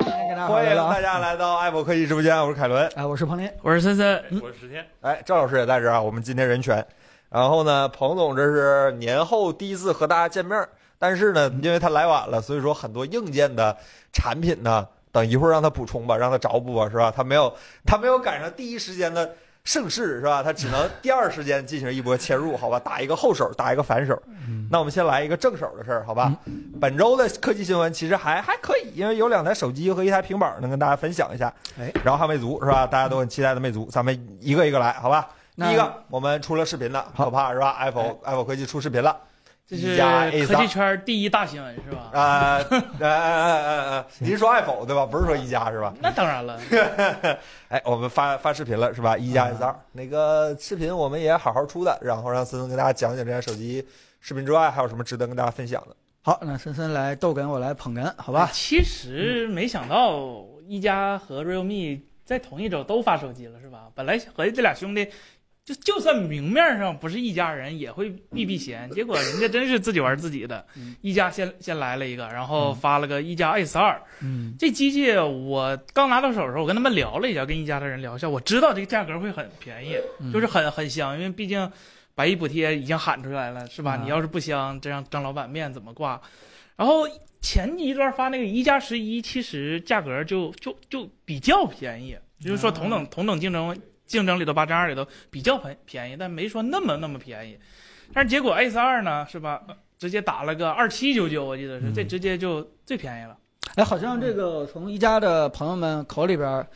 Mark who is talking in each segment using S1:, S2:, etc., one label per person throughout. S1: 欢迎
S2: 来了啊
S1: 大家来到爱博科技直播间，我是凯伦。
S2: 哎，我是庞林，
S3: 我是森森，
S2: 嗯
S4: 我是十天，
S1: 哎，赵老师也在这儿啊，我们今天人全。然后呢，彭总这是年后第一次和大家见面儿，但是呢，因为他来晚了，所以说很多硬件的产品呢，等一会儿让他补充吧，让他找补吧，是吧？他没有，他没有赶上第一时间的盛世，是吧？他只能第二时间进行一波切入，好吧？打一个后手，打一个反手。那我们先来一个正手的事儿，好吧？本周的科技新闻其实还还可以，因为有两台手机和一台平板儿能跟大家分享一下。
S2: 哎，
S1: 然后还有魅族是吧？大家都很期待的魅族，咱们一个一个来，好吧？第
S2: 那
S1: 一个，我们出了视频了，
S2: 好
S1: 可怕是吧？Apple Apple 科技出视频了，
S3: 哎这
S1: 一
S3: 是
S1: 加 A
S3: 科
S1: 三
S3: 技圈第一大新闻是吧？
S1: 啊 呃呃呃呃 呃，你是说 Apple 对吧？不是说一加是吧？
S3: 那当然了，
S1: 哎，我们发发视频了是吧？一
S3: 啊
S1: 加
S2: 嗯
S1: S 二那个视频我们也好好出的，然后让森森跟大家讲讲这台手机视频之外还有什么值得跟大家分享的。
S2: 好，那森森来逗哏，我来捧哏，好吧？
S3: 其实没想到一加和 realme 在同一周都发手机了是吧？本来合计这俩兄弟。就就算明面上不是一家人，也会避避嫌。结果人家真是自己玩自己的
S2: 嗯，
S3: 一加先先来了一个，然后
S2: 嗯
S3: 发了个一加 S 二，
S2: 嗯
S3: 这机器我刚拿到手的时候，我跟他们聊了一下，跟一家的人聊一下，我知道这个价格会很便宜，
S2: 嗯
S3: 就是很很香，因为毕竟百亿补贴已经喊出来了，是吧？
S2: 啊
S3: 你要是不香，这让张老板面怎么挂？然后前一段发那个一加十一，其实价格就就就比较便宜，就是
S2: 嗯
S3: 说同等同等竞争竞争里头八针二里头比较便便宜，但没说那么那么便宜。但是结果 S 二呢，是吧？呃直接打了个二七九九，我记得是，
S2: 嗯
S3: 这直接就最便宜了。
S2: 哎，好像这个从一家的朋友们口里边儿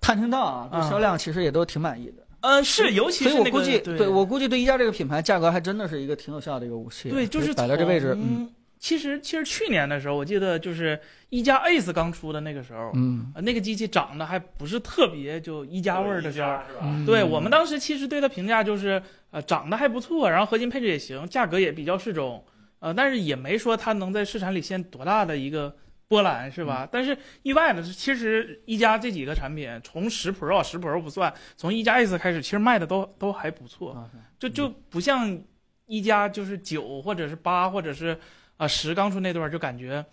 S2: 探听到啊，对
S3: 啊
S2: 销量其实也都挺满意的。
S3: 呃，是，尤其
S2: 所以
S3: 是
S2: 我
S3: 那
S2: 估
S3: 个
S2: 计，
S3: 对
S2: 我估计对一加这个品牌，价格还真的是一个挺有效的一个武器。
S3: 对，就是
S2: 摆在这位置，嗯
S3: 从。其实其实去年的时候，我记得就是一加 Ace 刚出的那个时候，
S2: 嗯
S3: 呃那个机器长得还不是特别就一加味儿的时候，
S4: 是吧？
S2: 嗯，
S3: 对我们当时其实对它评价就是，呃，长得还不错，然后核心配置也行，价格也比较适中，呃，但是也没说它能在市场里掀多大的一个波澜，是
S2: 嗯
S3: 吧？但是意外的是，其实一加这几个产品，从十 Pro 啊，十 Pro 不算，从一加 S 开始，其实卖的都都还不错，
S2: 啊
S3: 就就不像一加就是九或者是八或者是啊十刚出那段儿就感觉。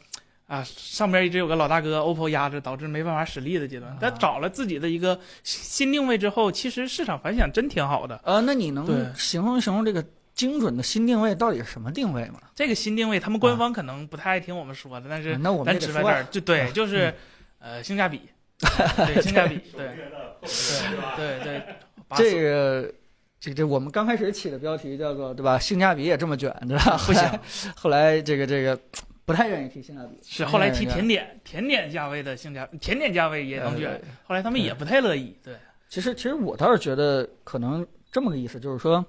S3: 啊，上边一直有个老大哥 OPPO 压着，导致没办法使力的阶段
S2: 啊。
S3: 但找了自己的一个新定位之后，其实市场反响真挺好的。
S2: 呃，那你能
S3: 对
S2: 形容形容这个精准的新定位到底是什么定位吗？
S3: 这个新定位，他们官方可能不太爱听我们说的，但是
S2: 啊那我们
S3: 咱
S2: 也得
S3: 直白
S2: 说
S3: 点儿，
S2: 啊，
S3: 就对，就是呃性 价比，对性价比，对对对， 把
S2: 这个。这这，我们刚开始起的标题叫做对吧？性价比也这么卷，对吧？
S3: 不行，
S2: 后来这个这个不太愿意提性价比，
S3: 是后来提
S2: 哎呀
S3: 甜点，甜点价位的性价，甜点价位也能卷，后来他们也不太乐意，对。
S2: 其实其实我倒是觉得可能这么个意思，就是说，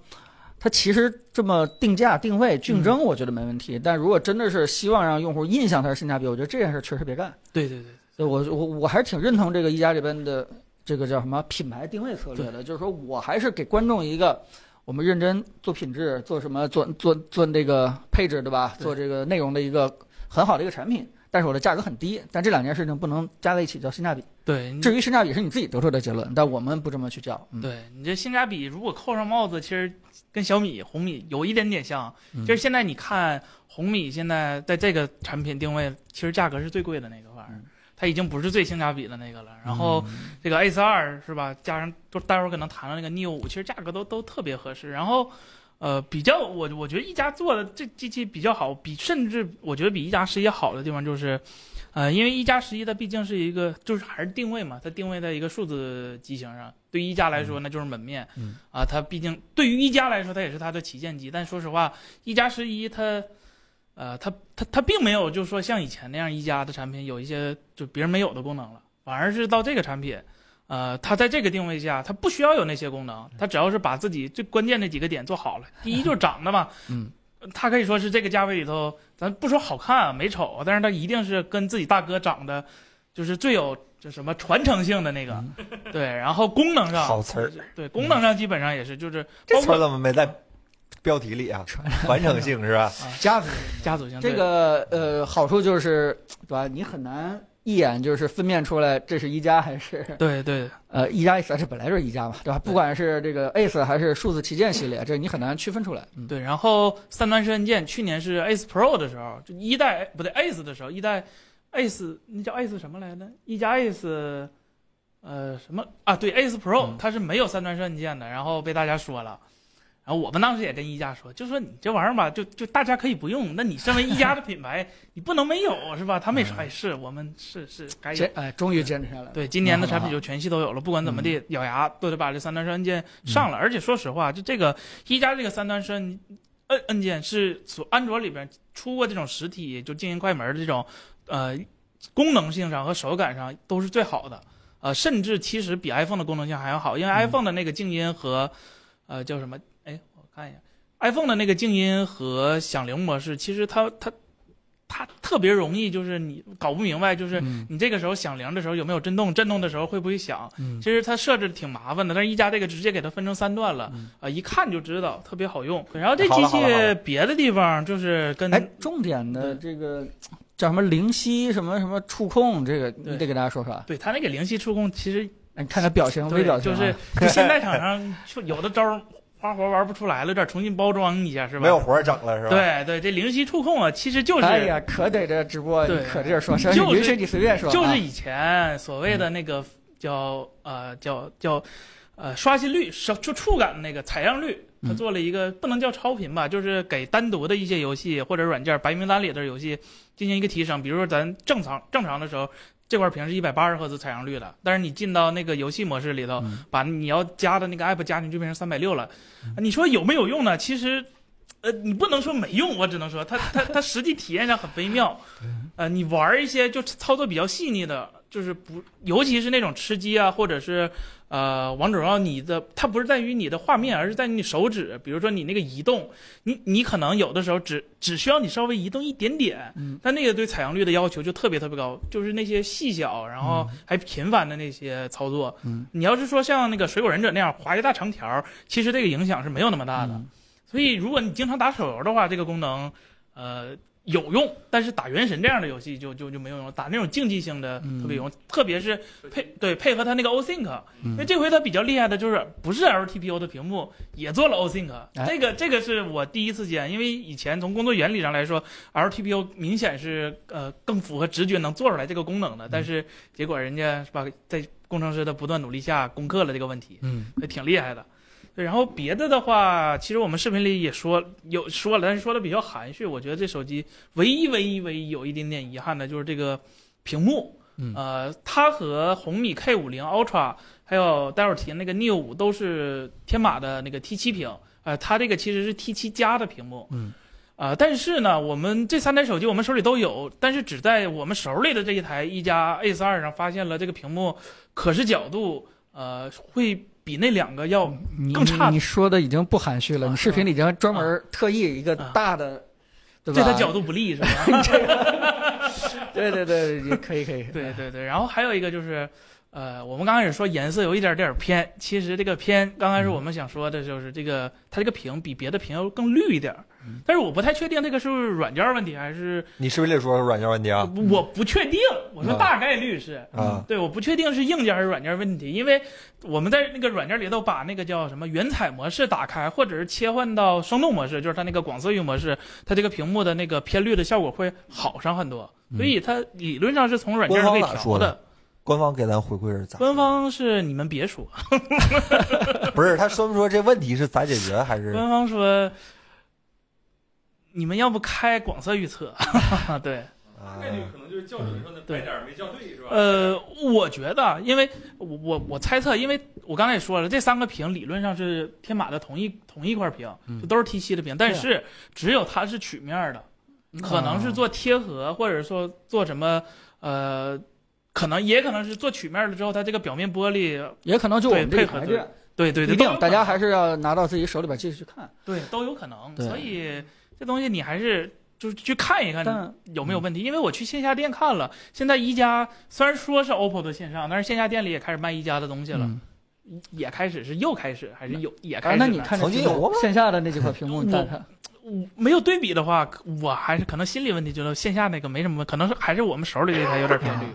S2: 它其实这么定价定位竞
S3: 嗯
S2: 争，我觉得没问题。但如果真的是希望让用户印象它是性价比，我觉得这件事确实别干。
S3: 对对对，
S2: 所以我我我还是挺认同这个一加这边的这个叫什么品牌定位策略的，就是说我还是给观众一个。我们认真做品质，做什么？做做做这个配置，对吧？
S3: 对
S2: 做这个内容的一个很好的一个产品，但是我的价格很低。但这两件事情不能加在一起叫性价比。
S3: 对你
S2: 至于性价比是你自己得出的结论，但我们不这么去叫。嗯，
S3: 嗯对你这性价比，如果扣上帽子，其实跟小米、红米有一点点像。
S2: 嗯
S3: 就是现在你看红米现在在这个产品定位，其实价格是最贵的那个玩意儿
S2: 嗯，
S3: 它已经不是最性价比的那个了。然后这个 S 二是吧，加上就待会儿可能谈到那个 Neo 五，其实价格都都特别合适。然后，呃，比较我我觉得一加做的这机器比较好，比甚至我觉得比一加十一好的地方就是，呃，因为一加十一它毕竟是一个就是还是定位嘛，它定位在一个数字机型上，对于一加来说那就是门面，
S2: 嗯
S3: 啊，它毕竟对于一加来说它也是它的旗舰机，但说实话，一加十一它。呃，它它它并没有，就是说像以前那样一加的产品有一些就别人没有的功能了，反而是到这个产品，呃，它在这个定位下，它不需要有那些功能，它只要是把自己最关键的几个点做好了，第一就是长得嘛，
S2: 嗯，
S3: 它可以说是这个价位里头，咱不说好看啊、美丑啊，但是它一定是跟自己大哥长得，就是最有就什么传承性的那个， 对，然后功能上，
S1: 好词儿，
S3: 对功能上基本上也是就是
S1: 这
S3: 包
S1: 词儿
S3: 括
S1: 怎么没在标题 里啊？完整性是吧？
S2: 家族
S3: 家族性
S2: 这。
S3: 对
S2: 个呃好处就是，对吧？你很难一眼就是分辨出来这是一加还是
S3: 对对
S2: 呃一加 S，这本来就是一加嘛，对吧？不管是这个 Ace 还是数字旗舰系列，这你很难区分出来。嗯，
S3: 对，然后三段式按键，去年是 Ace Pro 的时候，就一代不对 Ace 的时候，一代 Ace 那叫 Ace 什么来着？一加 Ace，呃，什么啊？对，Ace Pro
S2: 嗯
S3: 它是没有三段式按键的，然后被大家说了。然后我们当时也跟一加说，就说你这玩意儿吧，就就大家可以不用。那你身为一加的品牌， 你不能没有是吧？他
S2: 嗯
S3: 们也说，哎，是我们是是该有
S2: 坚。哎，终于坚持下来了。
S3: 对，今年的产品
S2: 就
S3: 就全系都有了，不管怎么地，咬牙都得把这三段式按键上了。而且说实话，就这个一加这个三段式按按按键是所安卓里边出过这种实体就静音快门的这种，呃，功能性上和手感上都是最好的。呃，甚至其实比 iPhone 的功能性还要好，因为 iPhone 的那个静音和，呃，叫什么？哎，我看一下，iPhone 的那个静音和响铃模式，其实它它它特别容易，就是你搞不明白，就是
S2: 嗯
S3: 你这个时候响铃的时候有没有震动？震动的时候会不会响？
S2: 嗯
S3: 其实它设置挺麻烦的，但是一加这个直接给它分成三段了，啊、
S2: 嗯
S3: 一看就知道，特别好用。然后这
S1: 嗯好
S3: 机
S1: 了好了好
S3: 器别的地方就是跟
S2: 哎，重点的这个叫什么灵犀什么什么触控，这个你
S3: 对
S2: 得给大家说说啊。
S3: 对它那个灵犀触控其实
S2: 哎你看他表情、微
S3: 对
S2: 表情
S3: 就
S2: 啊，
S1: 嗯
S3: 是就现在厂商就有的招儿花活玩不出来了，有点重新包装一下是吧？
S1: 没有活儿整了是吧？，
S3: 对对，这灵犀触控啊，其实就是、
S2: 哎呀，可得这直播，
S3: 对
S2: 你可这说，
S3: 就是
S2: 行允许你随便说啊，嗯
S3: 就是以前所谓的那个叫呃叫叫呃刷新率是就触感的那个采样率，它
S2: 嗯
S3: 做了一个不能叫超频吧，就是给单独的一些游戏或者软件白名单里的游戏进行一个提升。比如说咱正常正常的时候。这块屏是一百八十赫兹采样率的，但是你进到那个游戏模式里头，
S2: 嗯
S3: 把你要加的那个 app 加进去变成三百六了，你说有没有用呢？其实，呃，你不能说没用，我只能说它它它实际体验上很微妙。呃，你玩儿一些就操作比较细腻的，就是不，尤其是那种吃鸡啊，或者是呃王者荣耀，你的它不是在于你的画面，而是在于你手指，比如说你那个移动，你你可能有的时候只只需要你稍微移动一点点，
S2: 嗯
S3: 但那个对采样率的要求就特别特别高，就是那些细小然后还频繁的那些操作，
S2: 嗯
S3: 你要是说像那个水果忍者那样划一大长条儿，其实这个影响是没有那么大的。
S2: 嗯
S3: 所以如果你经常打手游的话，这个功能，呃，有用，但是打原神这样的游戏就就就没有用，打那种竞技性的
S2: 嗯
S3: 特别有用，特别是配对配合它那个 OSync，
S2: 嗯
S3: 因为这回它比较厉害的就是不是 LTPO 的屏幕也做了 OSync，
S2: 哎
S3: 这个这个是我第一次见，因为以前从工作原理上来说，LTPO 明显是呃更符合直觉能做出来这个功能的，但是结果人家是吧，在工程师的不断努力下攻克了这个问题。
S2: 嗯
S3: 也挺厉害的。对，然后别的的话，其实我们视频里也说有说了，但是说的比较含蓄。我觉得这手机唯一唯一唯一有一点点遗憾的就是这个屏幕，
S2: 嗯
S3: 呃，它和红米 K 5 0 Ultra 还有待会儿提那个 Neo 5都是天马的那个 T 7屏，呃，它这个其实是 T 7加的屏幕，
S2: 嗯，
S3: 啊、但是呢，我们这三台手机我们手里都有，但是只在我们手里的这一台一加 Ace 2上发现了这个屏幕可视角度，呃，会比那两个要
S2: 你
S3: 哦更差
S2: 你你说的已经不含蓄了，
S3: 啊
S2: 你视频里已经专门特意一个
S3: 啊
S2: 大的，对吧？
S3: 对它角度不利是吧？
S2: 对对对，也可以可以，
S3: 对对对，然后还有一个就是，呃，我们刚开始说颜色有一点点偏，其实这个偏刚
S2: 嗯
S3: 开始我们想说的就是这个它这个屏比别的屏要更绿一点儿
S2: 嗯，
S3: 但是我不太确定这个是不是软件问题还是
S1: 你视频里说说软件问题啊
S3: 我不确定，我说大概率是。嗯
S1: 啊，
S3: 对，我不确定是硬件还是软件问题，因为我们在那个软件里头把那个叫什么原彩模式打开，或者是切换到生动模式，就是它那个广色域模式，它这个屏幕的那个偏绿的效果会好上很多，所以它理论上是从软件上可以
S1: 嗯官方咋
S3: 调
S1: 说
S3: 的
S1: 的。官方给咱回馈是咋？
S3: 官方是你们别说，
S1: 不是他说没说这问题是咋解决还是？
S3: 官方说你们要不开广色预测， 对。
S1: 啊
S4: 概率可能就是校准上的白点儿没校对是吧？
S3: 呃，我觉得啊，因为我我我猜测，因为我刚才也说了，这三个屏理论上是天马的同一同一块屏，
S2: 嗯啊
S3: 就都是 T 7的屏，但是只有它是曲面的，可能是做贴合，或者说做什么呃。可能也可能是做曲面了之后，它这个表面玻璃，
S2: 也可能就我们这
S3: 对
S2: 一
S3: 配合
S2: 台
S3: 对
S2: 这样，
S3: 对对
S2: 一
S3: 对，都有嗯
S2: 定
S3: 可
S2: 大家
S3: 能
S2: 还是要拿到自己手里边继续去看。嗯
S3: 对都有可能，
S2: 对
S3: 所以这东西你还是就是去看一看，
S2: 但
S3: 有没有
S2: 嗯
S3: 问题？因为我去线下店看了，现在一加虽然说是 OPPO 的线上，但是线下店里也开始卖一加的东西了，
S2: 嗯
S3: 也开始是又开始还是有也开
S2: 啊
S3: 始、
S2: 那你，看这
S1: 曾经
S2: 几个
S1: 有过吗
S2: 线下的那几块屏幕，你再
S3: 我
S2: 看，
S3: 没有对比的话，我还是可能心理问题，觉得线下那个没什么，可能是还是我们手里这台有点偏绿，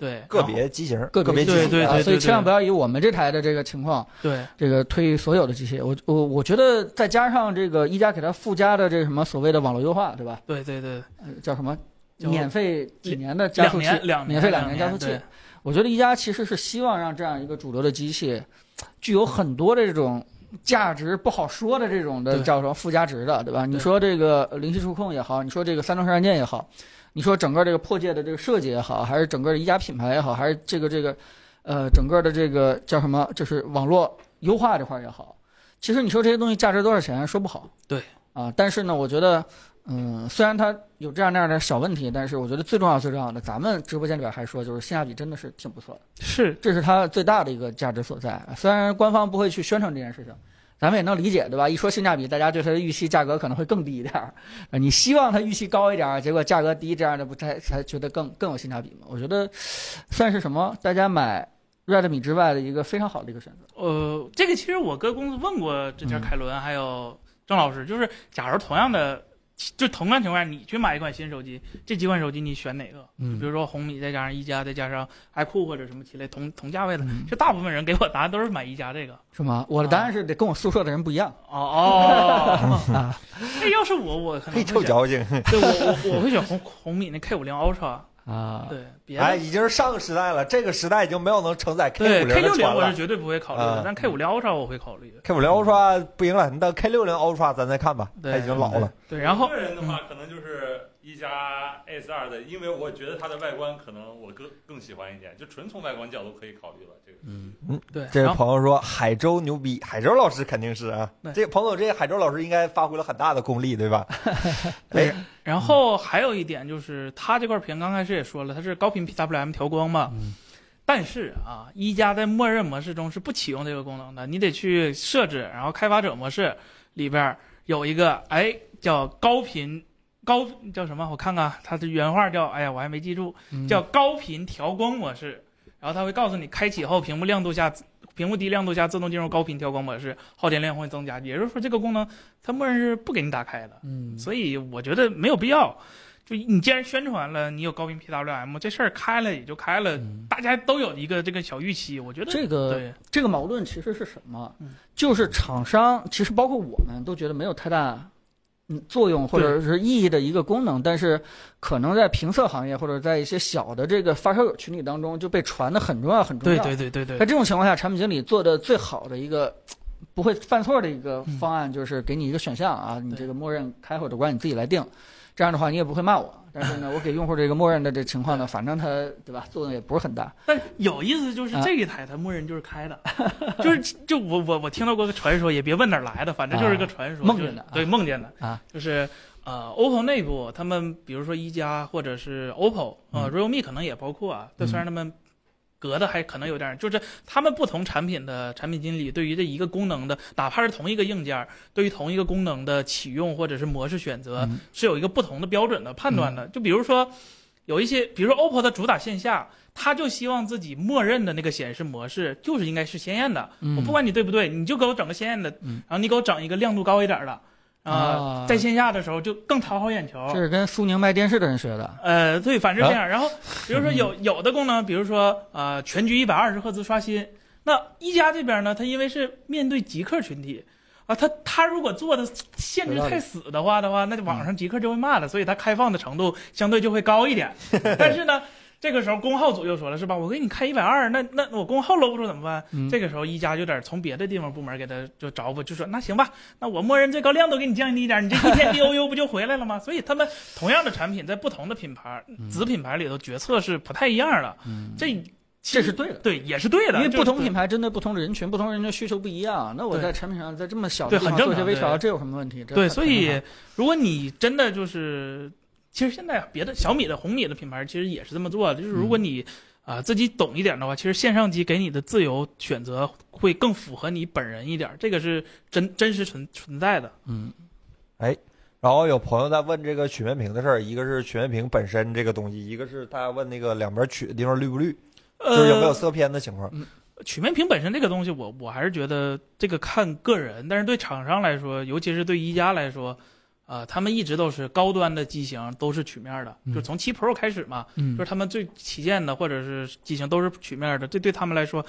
S3: 对，
S1: 个别机型，
S2: 个
S1: 别
S2: 别
S1: 机
S3: 对
S1: 型
S3: 对
S2: 啊
S3: 对
S2: 所以
S3: 对
S2: 千万不要以我们这台的这个情况，
S3: 对
S2: 这个推所有的机器。我我我觉得再加上这个一加给它附加的这个什么所谓的网络优化，对吧？
S3: 对对对对
S2: 呃叫什么
S3: 就
S2: 免费几年的加
S3: 两
S2: 速器，
S3: 年两
S2: 免费两年加速器
S3: 对。
S2: 我觉得一加其实是希望让这样一个主流的机器，具有很多的这种价值不好说的这种的
S3: 对
S2: 叫什么附加值的，对吧？你
S3: 对
S2: 说这个呃灵犀触控也好，你说这个三轴式按键也好，你说整个这个破界的这个设计也好，还是整个的一加品牌也好，还是这个这个呃整个的这个叫什么，就是网络优化这块儿也好，其实你说这些东西价值多少钱说不好。
S3: 对
S2: 啊，但是呢，我觉得。嗯，虽然它有这样那样的小问题，但是我觉得最重要最重要的，咱们直播间里边还说，就是性价比真的是挺不错的，
S3: 是
S2: 这是它最大的一个价值所在。虽然官方不会去宣传这件事情，咱们也能理解，对吧？一说性价比，大家对它的预期价格可能会更低一点儿，呃你希望它预期高一点儿，结果价格低，这样的不才才觉得更更有性价比嘛？我觉得算是什么？大家买 Redmi 之外的一个非常好的一个选择。
S3: 呃，这个其实我跟公司问过之前
S2: 嗯
S3: 凯伦还有郑老师，就是假如同样的，就同样情况下，你去买一款新手机，这几款手机你选哪个？
S2: 嗯
S3: 比如说红米，再加上一加，再加上 iQOO 或者什么其类同同价位的，
S2: 嗯
S3: 就大部分人给我答案都是买一加这个。
S2: 是吗？我的答案是得跟我宿舍的人不一样。
S3: 哦哦， 那要是我，我可能
S1: 嘿，
S3: 会
S1: 臭
S3: 选，
S1: 矫情！
S3: 对我我我会选红 红米那 K 五零 Ultra，
S2: 啊，
S3: 对，别的
S1: 哎，已经是上个时代了，这个时代已经没有能承载 K
S3: 对
S1: 五
S3: K
S1: 零的
S3: 六零
S1: 船
S3: 我
S1: 了
S3: 是。绝对不会考虑
S1: 嗯，
S3: 的但 K 五零 Ultra 我会考虑。
S1: K 五零 Ultra 不行了，你等 K 六零 Ultra 咱再看吧，
S3: 对
S1: 它已经老了。
S3: 对，然后嗯
S4: 我个人的话，可能就是一加 S 二的，因为我觉得它的外观可能我更更喜欢一点，就纯从外观角度可以考虑了。这个
S2: 嗯，
S3: 对，
S1: 这位
S3: 然后
S1: 朋友说海州牛逼，海州老师肯定是啊
S3: 对。
S1: 这个彭总，这个海州老师应该发挥了很大的功力，对 吧？哎，
S3: 然后还有一点就是，它这块屏刚开始也说了，它是高频 PWM 调光嘛。
S2: 嗯
S3: 但是啊，一加在默认模式中是不启用这个功能的，你得去设置，然后开发者模式里边儿有一个，哎，叫高频高叫什么？我看看啊它的原话叫，哎呀，我还没记住，
S2: 嗯
S3: 叫高频调光模式，然后它会告诉你开启后屏幕亮度下，屏幕低亮度下自动进入高频调光模式，耗电量会增加。也就是说，这个功能它默认是不给你打开的，
S2: 嗯，
S3: 所以我觉得没有必要。就你既然宣传了你有高频 PWM 这事儿开了也就开了，
S2: 嗯
S3: 大家都有一个这个小预期，我觉得
S2: 这个
S3: 对
S2: 这个矛盾其实是什么
S3: 嗯？
S2: 就是厂商其实包括我们都觉得没有太大嗯作用或者是意义的一个功能，但是可能在评测行业或者在一些小的这个发烧友群体当中就被传的很重要很重
S3: 对
S2: 要。
S3: 对对对
S2: 在
S3: 对，
S2: 这种情况下，产品经理做的最好的一个不会犯错的一个
S3: 嗯
S2: 方案，就是给你一个选项啊，你这个默认开或者关你自己来定。这样的话，你也不会骂我。但是 呢，我给用户这个默认的这情况呢，反正它对吧，作用也不是很大。
S3: 但有意思就是
S2: 啊
S3: 这一台它默认就是开的， 就是就我我我听到过个传说，也别问哪儿来的，反正就是个传说，
S2: 啊
S3: 就是
S2: 梦见的啊
S3: 对梦见的
S2: 啊，
S3: 就是呃，OPPO 内部他们比如说一加或者是 OPPO
S2: 嗯
S3: 呃、realme 可能也包括啊，但虽然他们隔的还可能有点儿，就是他们不同产品的产品经理对于这一个功能的，哪怕是同一个硬件儿，对于同一个功能的启用或者是模式选择，
S2: 嗯
S3: 是有一个不同的标准的判断的。就比如说，有一些，比如说 OPPO 它主打线下，它就希望自己默认的那个显示模式就是应该是鲜艳的。
S2: 嗯
S3: 我不管你对不对，你就给我整个鲜艳的，
S2: 嗯
S3: 然后你给我整一个亮度高一点的，
S2: 啊
S3: 在线下的时候就更讨好眼球。
S2: 这是跟苏宁卖电视的人学的。
S3: 呃，对，反正这样。然后，比如说有有的功能，比如说呃，全局一百二十赫兹刷新。那一加这边呢，它因为是面对极客群体，啊，它它如果做的限制
S2: 有道理
S3: 太死的话的话，那就网上极客就会骂了，所以它开放的程度相对就会高一点。但是呢，这个时候功耗组又说了，是吧？我给你开一百二，那那我功耗搂不住怎么办？
S2: 嗯
S3: 这个时候一加有点从别的地方部门给他就找补，就说那行吧，那我默认最高亮度给你降低一点，你这一天 DOU 不就回来了吗？所 以他们同样的产品在不同的品牌子品牌里头决策是不太一样的，这
S2: 这是对的
S3: 对也是对的，
S2: 因为
S3: 就
S2: 不同
S3: 对
S2: 品牌针对不同的人群，不同人群的需求不一样。那我
S3: 对
S2: 在产品上在这么小的
S3: 对
S2: 地方
S3: 很正
S2: 做一些
S3: 常
S2: 微调，
S3: 对
S2: 这有什么问题？这
S3: 对，
S2: 很
S3: 所以如果你真的就是，其实现在啊别的小米的、红米的品牌其实也是这么做的，就是如果你啊、自己懂一点的话，其实线上机给你的自由选择会更符合你本人一点，这个是真真实存存在的。
S2: 嗯，
S1: 然后有朋友在问这个曲面屏的事儿，一个是曲面屏本身这个东西，一个是他问那个两边曲的地方绿不绿，就是有没有色偏的情况。
S3: 呃曲面屏本身这个东西我，我还是觉得这个看个人，但是对厂商来说，尤其是对一加来说，呃，他们一直都是高端的机型都是曲面的，
S2: 嗯
S3: 就从七 Pro 开始嘛，
S2: 嗯
S3: 就是他们最旗舰的或者是机型都是曲面的，这对他们来说，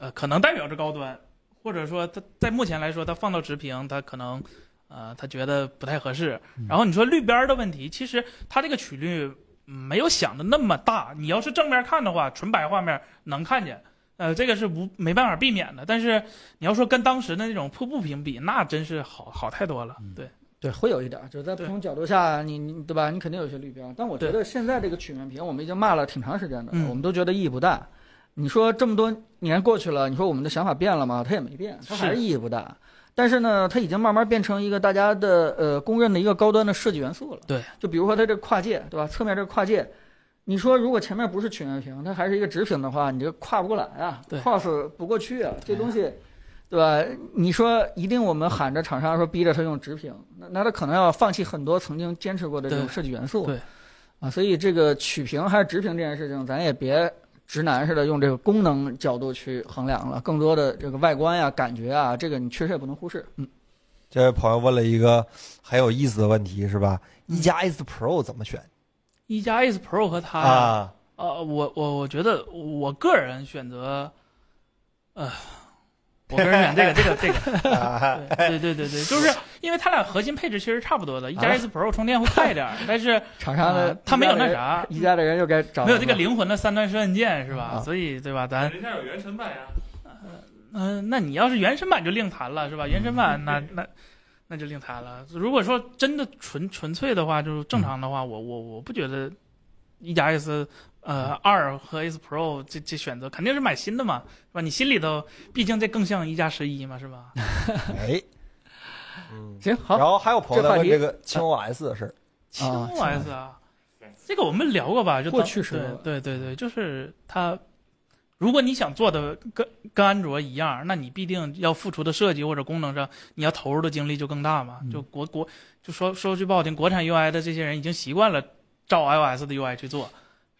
S3: 呃，可能代表着高端，或者说它在目前来说，它放到直屏，它可能，呃，他觉得不太合适
S2: 嗯。
S3: 然后你说绿边儿的问题，其实它这个曲率没有想的那么大。你要是正面看的话，纯白画面能看见，呃，这个是无没办法避免的。但是你要说跟当时的那种瀑布屏比，那真是好好太多了。
S5: 嗯
S3: 对，
S2: 对，会有一点儿，就是在不
S3: 对
S2: 同角度下，你你对吧？你肯定有些绿标，但我觉
S3: 对
S2: 得现在这个曲面屏，我们已经骂了挺长时间的，
S3: 嗯
S2: 我们都觉得意义不大。你说这么多年过去了，你说我们的想法变了吗？它也没变，它还
S3: 是
S2: 是意义不大。但是呢，它已经慢慢变成一个大家的呃公认的一个高端的设计元素了。
S3: 对，
S2: 就比如说它这个跨界，对吧？侧面这个跨界，你说如果前面不是曲面屏，它还是一个直屏的话，你这跨不过来啊
S3: 对
S2: ，cross 不过去啊，这东西。对吧？你说一定我们喊着厂商说逼着他用直屏，那那他可能要放弃很多曾经坚持过的这种
S3: 对
S2: 设计元素。
S3: 对
S2: 啊，所以这个曲屏还是直屏这件事情，咱也别直男似的用这个功能角度去衡量了，更多的这个外观呀、感觉啊，这个你确实也不能忽视。嗯，
S1: 这位朋友问了一个很有意思的问题，是吧？一加 S Pro 怎么选
S3: 一加 S Pro 和它
S1: 啊？
S3: 呃，我我我觉得我个人选择，呃，我个人选这个这个这个，
S1: 啊
S3: 对对对对对，就是因为它俩核心配置其实差不多的，一加 S Pro 充电会快一点儿，但是
S2: 厂商的
S3: 啊它没有那啥，
S2: 宜家的人又该找
S3: 没有这个
S2: 零。
S3: 灵魂的三段式按键是吧
S2: 啊？
S3: 所以对吧？咱
S4: 人家有原神版呀，
S3: 嗯，那你要是原神版就另谈了是吧？原神版那那那就另谈了。如果说真的纯纯粹的话，就是正常的话，我我我不觉得一加 S 呃二和 S Pro 这这选择肯定是买新的嘛，是吧？你心里头毕竟这更像一加十一嘛，是吧？
S1: 哎，嗯。
S2: 行好
S1: 然，后还有朋友在
S2: 这话
S1: 问
S2: 题
S1: 这个轻 OS 的事儿，
S3: 轻
S2: 啊
S3: OS 啊，这个我们聊过吧？就
S2: 过
S3: 当
S2: 去时候
S3: 对对对对，就是它。如果你想做的跟跟安卓一样，那你必定要付出的设计或者功能上，你要投入的精力就更大嘛。
S5: 嗯
S3: 就国国就说说句不好听，国产 UI 的这些人已经习惯了照 iOS 的 UI 去做，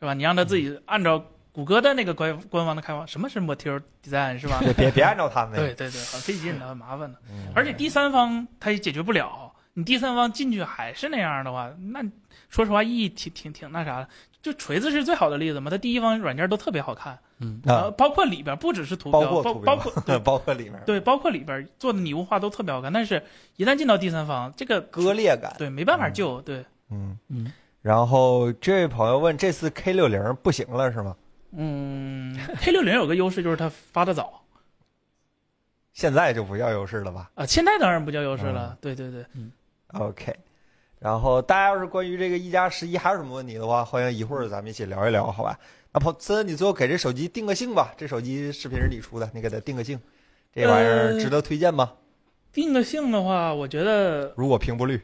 S3: 是吧？你让他自
S2: 嗯
S3: 己按照谷歌的那个官官方的开发，什么是 Material Design 是吧？
S1: 别别别按照他们那
S3: 对
S1: 个，
S3: 对对，很费劲的，很麻烦的。
S1: 嗯
S3: 而且第三方他也解决不了，你第三方进去还是那样的话，那说实话意义挺挺挺那啥的。就锤子是最好的例子嘛，它第一方软件都特别好看，
S5: 嗯，
S3: 呃，
S1: 啊，
S3: 包括里边不只是图标，
S1: 包括
S3: 包
S1: 图标
S3: 包括对
S1: 包括里面
S3: 对，包括里边做的拟物化都特别好看，但是一旦进到第三方，这个
S1: 割裂感，
S3: 对没办法救，对，
S1: 嗯
S5: 嗯。
S1: 然后这位朋友问，这次 K 六零不行了是吗？
S3: 嗯，K 六零有个优势就是它发的早
S1: 现在就不叫优势了吧
S3: 啊、现在当然不叫优势
S1: 嗯
S3: 了，对对对，
S1: ？OK。然后大家要是关于这个一加十一还有什么问题的话，欢迎一会儿咱们一起聊一聊，好吧？那朋森，你最后给这手机定个性吧，这手机视频是你出的，你给它定个性，这玩意儿
S3: 呃
S1: 值得推荐吗？
S3: 定个性的话，我觉得
S1: 如果屏不绿，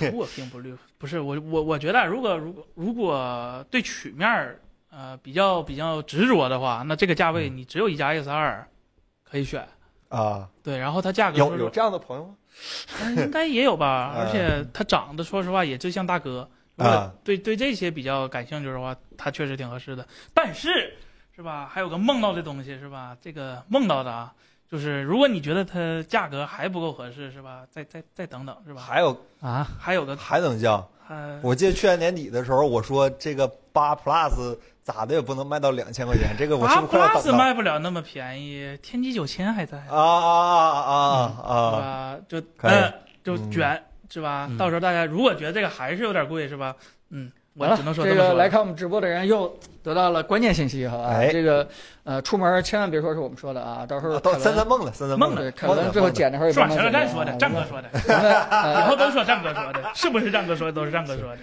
S3: 如果 屏不绿，不是我我我觉得啊，如果如果如果对曲面儿呃比较比较执着的话，那这个价位
S1: 嗯
S3: 你只有一加 S 二可以选。
S1: 啊，
S3: 对，然后它价格
S1: 有
S3: 呃说实
S1: 有这样的朋友吗？，
S3: 嗯应该也有 吧而且它长得说实话也就像大哥。如
S1: 啊
S3: 果对对这些比较感兴趣的话，它确实挺合适的。但是是吧，还有个梦到的东西是吧？这个梦到的啊，就是如果你觉得它价格还不够合适是吧？再再再等等是吧？还
S1: 还有
S2: 啊，
S3: 还有个
S1: 还能叫？
S3: 呃，
S1: 我记得去年年底的时候，我说这个八 Plus 咋的也不能卖到两千块钱，这个我是
S3: 八
S1: 不是快要
S3: 啊 plus
S1: 等到？
S3: 卖不了那么便宜，天玑九千还在，
S1: 啊啊啊啊
S3: 是
S1: 啊！
S3: 吧？就
S1: 可以
S3: 呃就
S2: 嗯
S3: 卷是吧
S5: 嗯？
S3: 到时候大家如果觉得这个还是有点贵是吧？嗯，我
S2: 完了，
S3: 只能说
S2: 这
S3: 么
S2: 个
S3: 说
S2: 来
S3: 了。
S2: 看我们直播的人又得到了关键信息，好吧？
S1: 哎
S2: 这个呃，出门千万别说是我们说的啊，到时候
S1: 啊都
S2: 可能
S1: 三三梦了，三三
S3: 梦
S1: 了
S2: 对，，
S1: 梦
S2: 凯
S1: 了
S2: 文最后
S1: 梦了
S2: 剪的时候也
S3: 是吧？
S2: 帮
S3: 前
S2: 忙
S3: 两
S2: 剪
S3: 站
S2: 了
S3: 说的，
S2: 啊
S3: 战哥说的，
S2: 我们呃
S3: 以后都说战哥说的， 是不是战哥说的都是战哥 说的。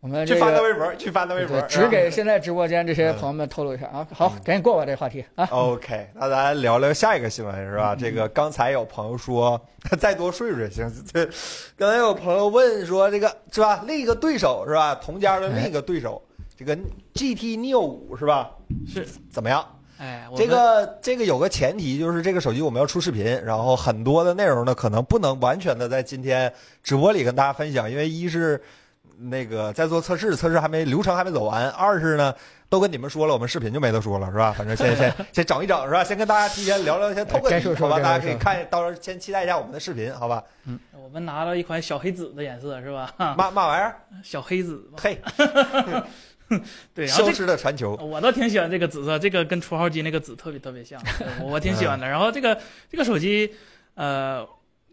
S2: 我们这
S1: 去翻他
S2: 个
S1: 微博，去翻他微博啊嗯
S2: 对，，只
S1: 是吧
S2: 给现在直播间这些朋友们透露一下啊。好，赶紧过吧这个话题啊。
S1: OK，那咱聊聊下一个新闻是吧？这个刚才有朋友说，再多睡睡行。这刚才有朋友问说，这个是吧？另一个对手是吧？同家的另一个对手，这个 GT Neo 五是吧？
S3: 是
S1: 怎么样？
S3: 哎，我们
S1: 这个这个有个前提，就是这个手机我们要出视频，然后很多的内容呢，可能不能完全的在今天直播里跟大家分享，因为一是那个在做测试，测试还没流程还没走完；二是呢，都跟你们说了，我们视频就没得说了，是吧？反正先先先整一整，是吧？先跟大家提前聊聊，先透个
S2: 哎该
S1: 底
S2: 说说
S1: 好吧？
S2: 该
S1: 大家
S2: 说
S1: 可以
S2: 说
S1: 看，到时候先期待一下我们的视频，好吧？
S3: 我们拿了一款小黑子的颜色是吧？
S1: 嘛嘛玩意儿？
S3: 小黑子嘛，
S1: 嘿，
S3: 对，然后
S1: 消
S3: 这
S1: 失的传球，
S3: 我倒挺喜欢这个紫色，这个跟除号机那个紫特别特别像，对我我挺喜欢的。然后这个这个手机，呃，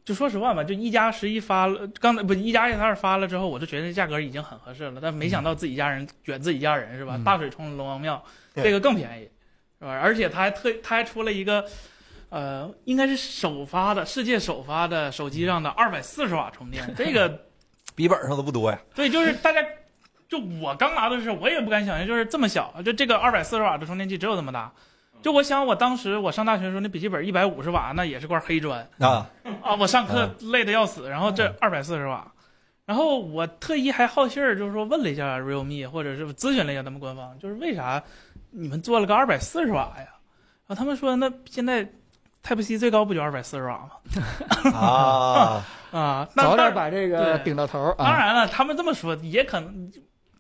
S3: 就说实话吧，就一加十一发了，刚才不一加 S 二发了之后，我就觉得这价格已经很合适了，但没想到自己家人卷自己家人是吧？
S2: 嗯
S3: 大水冲了龙王庙，
S1: 对
S3: 这个更便宜，是吧？而且他还特他还出了一个，呃，应该是首发的世界首发的手机上的二百四十瓦充电，这个
S1: 笔本上都不多呀。
S3: 对，就是大家，就我刚拿的时候，我也不敢想象，就是这么小，就这个二百四十瓦的充电器只有这么大。就我想，我当时我上大学的时候，那笔记本一百五十瓦，那也是块黑砖
S1: 啊，
S3: 啊！我上课
S2: 嗯
S3: 累得要死，然后这二百四十瓦，然后我特意还好信儿，就是说问了一下 realme，或者是咨询了一下他们官方，就是为啥你们做了个二百四十瓦呀？然后他们说，那现在 Type C 最高不就二百四十瓦吗？
S1: 啊，
S3: 啊，那
S2: 早
S3: 当
S2: 点把这个
S3: 对
S2: 顶到头儿
S3: 当
S2: 啊！
S3: 然了，他们这么说也可能。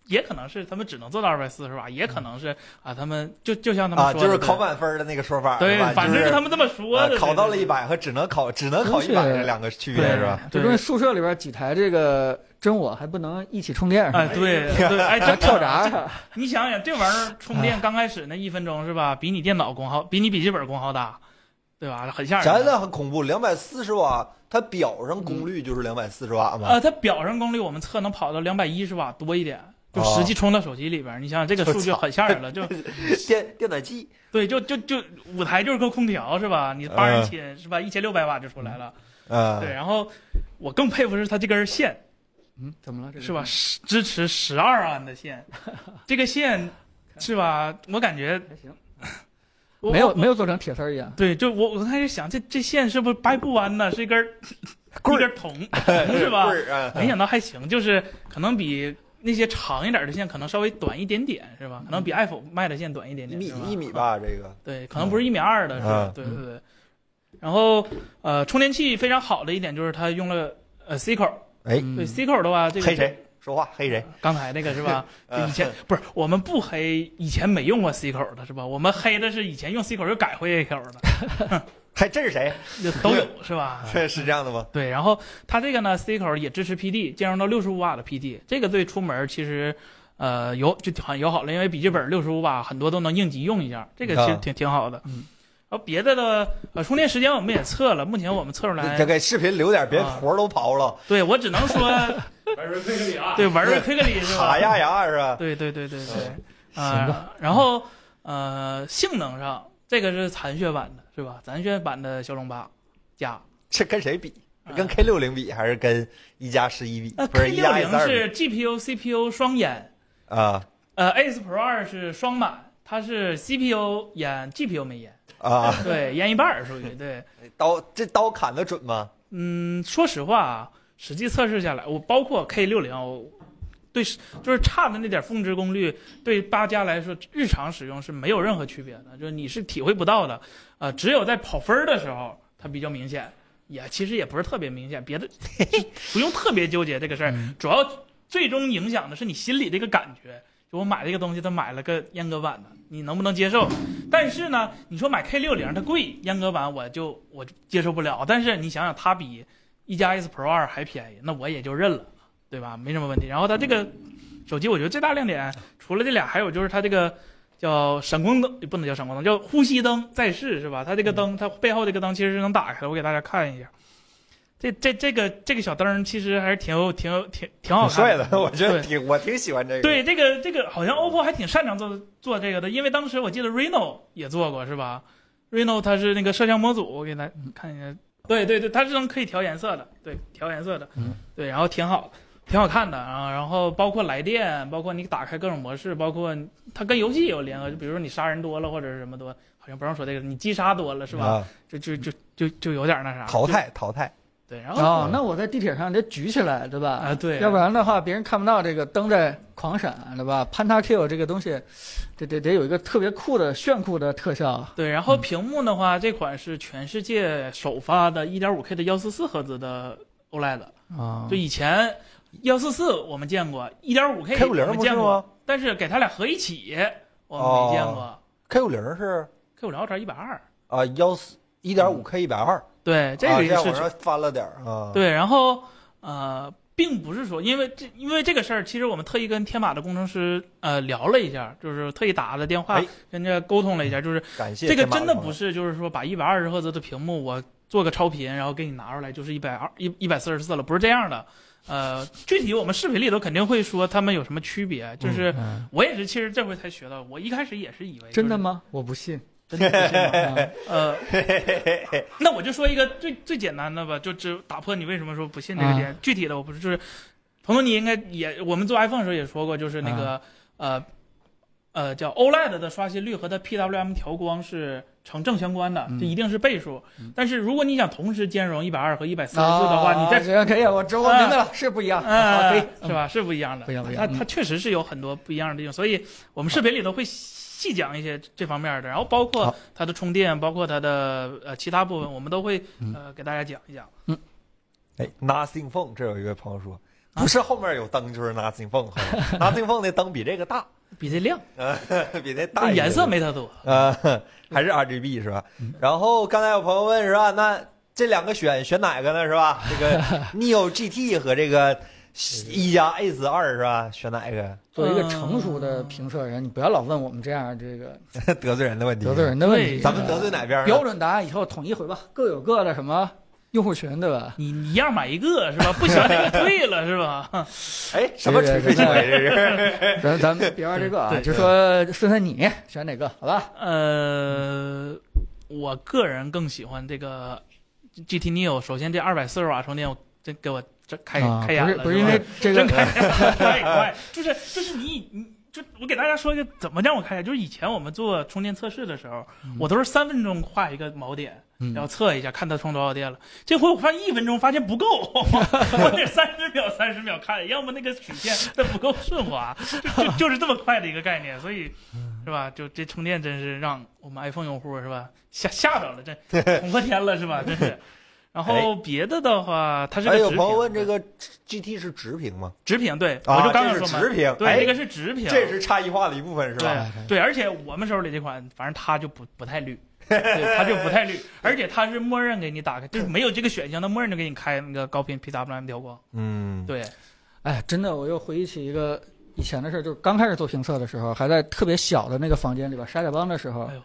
S3: 也可能是他们只能做到二百四十瓦，也可能是啊，他们就就像他
S1: 嗯
S3: 们
S1: 啊，
S3: 说
S1: 就
S3: 的，
S1: 是考满分的那个说法，
S3: 对
S1: 是吧，
S3: 反
S1: 就
S3: 正
S1: 是
S3: 他们这么说
S1: 呃
S3: 的，
S1: 考到了
S3: 对
S1: 一，百和只能考只能考一百这两个区
S3: 对
S1: 别
S3: 对
S1: 是吧？
S2: 这
S3: 对
S2: 东西宿舍里边几台这个真我还不能一起充电是吧
S3: 哎，对对， 哎，
S2: 还
S3: 真
S2: 跳
S3: 的
S2: 闸，啊
S3: 你想想，这玩意儿充
S1: 啊
S3: 电刚开始那一分钟是吧，比你电脑功耗，比你笔记本功耗大，对吧？很吓人。
S1: 真的很恐怖，两百四十瓦，它表上功率就是两百四十瓦嘛。
S3: 呃，它表上功率我们测能跑到两百一十瓦多一点，就
S1: 哦
S3: 实际充到手机里边儿，你想想这个数据
S1: 我操
S3: 很吓人了，就
S1: 电电暖 气
S3: 对，就就就舞台就是个空调是吧？你八人
S1: 嗯
S3: 寝、是吧？一千六百瓦就出来了。
S1: 啊，
S3: 对，然后我更佩服是它这根线
S2: 嗯，怎么了？这个
S3: 是吧？？十支持十二安 的线，这个线是吧？我感觉
S2: 还行，
S3: 我
S2: 没有
S3: 我
S2: 没有做成铁丝儿一样。
S3: 对，就我我刚开始想这这线是不是掰不弯呢？是一根儿
S1: 棍儿
S3: 一根 铜铜是吧哎
S1: 棍？儿啊，
S3: 没想到还行，就是可能比。那些长一点的线可能稍微短一点点，是吧？可能比
S1: 嗯
S3: iPhone 卖的线短一点
S1: 一
S3: 点，
S1: 米
S3: 是吧
S1: 一米吧，这个
S3: 对，可能不是一米二的，是吧
S1: 嗯？
S3: 对对对。然后呃，充电器非常好的一点就是它用了呃 C 口，
S1: 哎
S2: 嗯
S3: 对 C 口的话，这个
S1: 黑谁说话黑谁？
S3: 刚才那个是吧？就
S1: 呃
S3: 以前不是我们不黑，以前没用过 C 口的是吧？我们黑的是以前用 C 口又改回 A 口的，
S1: 还这是谁？
S3: 就都有是吧？
S1: 是是这样的吗？
S3: 对，然后它这个呢，C 口也支持 PD，兼容到六十五瓦的 PD，这个对出门其实。呃，友就很友好了，因为笔记本六十五瓦很多都能应急用一下，这个其实
S1: 啊
S3: 挺挺好的。
S2: 嗯，
S3: 然后别的的呃充电时间我们也测了，目前我们测出来
S1: 这，给视频留点，别
S3: 啊
S1: 活儿都刨了，
S3: 对我只能 说
S4: 白瑞推理啊，
S3: 对玩儿 q u i c k l y 是吧
S1: 卡？压牙是吧？
S3: 对对对对对，
S2: 行
S3: 啊，然后呃，性能上这个是残血版的，是吧？残血版的骁龙八加，
S1: 这跟谁比？
S3: 啊
S1: 跟 K 六零比还是跟一加十一比
S3: 那？
S1: 不是
S3: 呃 K
S1: 一
S3: 六
S1: 加 S
S3: 零
S1: 二
S3: 是 GPU、CPU 双延，
S1: 啊
S3: 呃，Ace Pro 二是双满，它是 CPU 延，GPU 没延，
S1: 啊！
S3: 对，延一半儿属于对。
S1: 刀这刀砍得准吗？
S3: 嗯，说实话啊，实际测试下来，我包括 K 六零，啊我对就是差的那点峰值功率，对八加来说，日常使用是没有任何区别的，就是你是体会不到的。呃，只有在跑分儿的时候，它比较明显，也其实也不是特别明显，别的 就不用特别纠结这个事儿，主要最终影响的是你心里这个感觉。就我买这个东西，它买了个阉割版的，你能不能接受？但是呢，你说买 K 六零它贵，阉割版我就我就接受不了。但是你想想，它比一加 S Pro 二还便宜，那我也就认了，对吧？没什么问题。然后它这个手机，我觉得最大亮点除了这俩，还有就是它这个叫闪光灯，不能叫闪光灯，叫呼吸灯在视是吧？它这个灯，它背后这个灯其实是能打开的，我给大家看一下。这这这个这个小灯其实还是挺有挺有挺挺好
S1: 挺帅
S3: 看
S1: 的，我觉得
S3: 哦啊对
S1: 挺我挺喜欢这个。
S3: 对这个这个，好像 OPPO 还挺擅长做做这个的，因为当时我记得 Reno 也做过，是吧？Reno 它是那个摄像模组，我给大家看一下。对对对，它是能可以调颜色的，对，调颜色的，
S2: 嗯
S3: 对，然后挺好，挺好看的啊。然后包括来电，包括你打开各种模式，包括它跟游戏也有联合，就比如说你杀人多了或者是什么多，好像不让说这个，你击杀多了是吧？
S1: 啊？
S3: 就就就就就有点那啥
S1: 淘汰啊淘汰，
S3: 对，然后
S2: 哦，那我在地铁上得举起来，对吧？
S3: 啊对，
S2: 要不然的话，别人看不到这个灯在狂闪，对吧？Pentakill 这个东西，得得得有一个特别酷的、炫酷的特效。
S3: 对，然后屏幕的话，这款是全世界首发的 1.5K 的144赫兹的 OLED。
S2: 啊
S3: 就以前144我们见过，1.5K
S1: K 五
S3: 我
S1: 零
S3: 们
S1: 不是
S3: 见过
S1: 吗，哦
S3: 但是给它俩合一起我们没见过。
S1: ？K 五零是
S3: K 五零 Ultra 一百二，
S1: 啊幺四一点五 K 一百二，
S3: 对，这
S1: 啊
S3: 个
S1: 这
S3: 也
S1: 样
S3: 是
S1: 往上翻了点儿啊。
S3: 对，然后呃，并不是说，因为这因为这个事儿，其实我们特意跟天马的工程师呃聊了一下，就是特意打了电话
S1: 哎
S3: 跟这沟通了一下，就是
S1: 感谢
S3: 这个
S1: 天马
S3: 真的
S1: 朋友
S3: 不是就是说把一百二十赫兹的屏幕我做个超频，然后给你拿出来就是一百二一一百四十四了，不是这样的。呃，具体我们视频里头肯定会说他们有什么区别，就是
S2: 嗯
S3: 我也是其实这回才学到，我一开始也是以为、
S2: 真的？吗？我不信。
S3: 真的不是吗？
S2: 嗯
S3: 呃，那我就说一个最最简单的吧，就只打破你为什么说不信这个
S2: 啊
S3: 点。具体的我不是，就是鹏鹏，你应该也我们做 iPhone 的时候也说过，就是那
S2: 啊
S3: 个、呃呃叫 OLED 的刷新率和它 PWM 调光是成正相关的，
S2: 嗯
S3: 这一定是倍数。
S2: 嗯啊
S3: 但是如果你想同时兼容一百二和一百四十四的 话，你在
S2: 这可以，我知我明白了，是不一样，好可以
S3: 嗯，是？吧？是不一样的，
S2: 哎不一样不一样嗯
S3: 它它确实是有很多不一样的地方，所以我们视频里头会细讲一些这方面的，然后包括
S1: 好
S3: 它的充电，包括它的呃其他部分，我们都会
S2: 嗯
S3: 呃给大家讲一讲。
S1: 哎，Nothing Phone，这有一位朋友说，
S3: 啊
S1: 不是后面有灯就是 Nothing Phone，好 吧 Nothing Phone 那灯比这个大，
S3: 比这亮，
S1: 比那大
S3: 但
S1: 一些
S3: 颜色没它嗯多。
S1: 啊，还是 RGB 是吧？然后刚才有朋友问是吧？那这两个选选哪个呢？是吧？这 个 Neo GT 和这个一加 S 二是吧？选哪个？
S2: 嗯作为一
S3: 嗯
S2: 个成熟的评测人，你不要老问我们这样这个
S1: 得罪人的问题。
S2: 得罪。人的问题。
S3: 对
S1: 咱们得罪哪啊边呢？
S2: 标准答案以后统一回吧，各有各的什么用户群，对吧？
S3: 你你一样买一 个是吧？不喜欢哪个退了是吧？
S1: 哎，什么垂直行为这是？
S2: 咱 咱们别玩这个啊，
S3: 对
S2: 就说顺顺你选哪个，好吧？
S3: 呃，我个人更喜欢这个 GT Neo。首先，这二百四十瓦充电，我真给我这开
S2: 啊
S3: 开眼
S2: 不是
S3: 了，
S2: 不是
S3: 吧
S2: 因为这个
S3: 真开眼太快，就是就是你你就我给大家说一个怎么让我开眼，就是以前我们做充电测试的时候，
S1: 嗯
S3: 我都是三分钟画一个锚点，
S2: 嗯
S3: 然后测一下看它充多少电了。这回我发现一分钟发现 不够，我得三十秒三十秒看，要么那个曲线它不够顺滑，就就就是这么快的一个概念，所以。
S1: 嗯
S3: 是吧？就这充电真是让我们 iPhone 用户是吧吓吓着了，这捅破天了是吧？真是。然后别的的话，它是
S1: 还哎
S3: 个
S1: 有
S3: 直
S1: 哎朋友
S3: 屏
S1: 问
S3: 对
S1: 这个 GT 是直屏吗？
S3: 直屏，对，
S1: 啊
S3: 我就刚刚
S1: 这
S3: 说
S1: 是
S3: 嘛，
S1: 直屏哎
S3: 对，这个是直屏，
S1: 这是差异化的一部分是吧？
S3: 对啊对，而且我们手里这款，反正它就不不太绿， 对，它就不太绿，而且它是默认给你打开，就是没有这个选项，它默认就给你开那个高频 PWM 调光，
S1: 嗯，
S3: 对，
S2: 哎，真的，我又回忆起一个以前的事儿，就是刚开始做评测的时候，还在特别小的那个房间里边筛彩帮的时候
S3: 哎呦，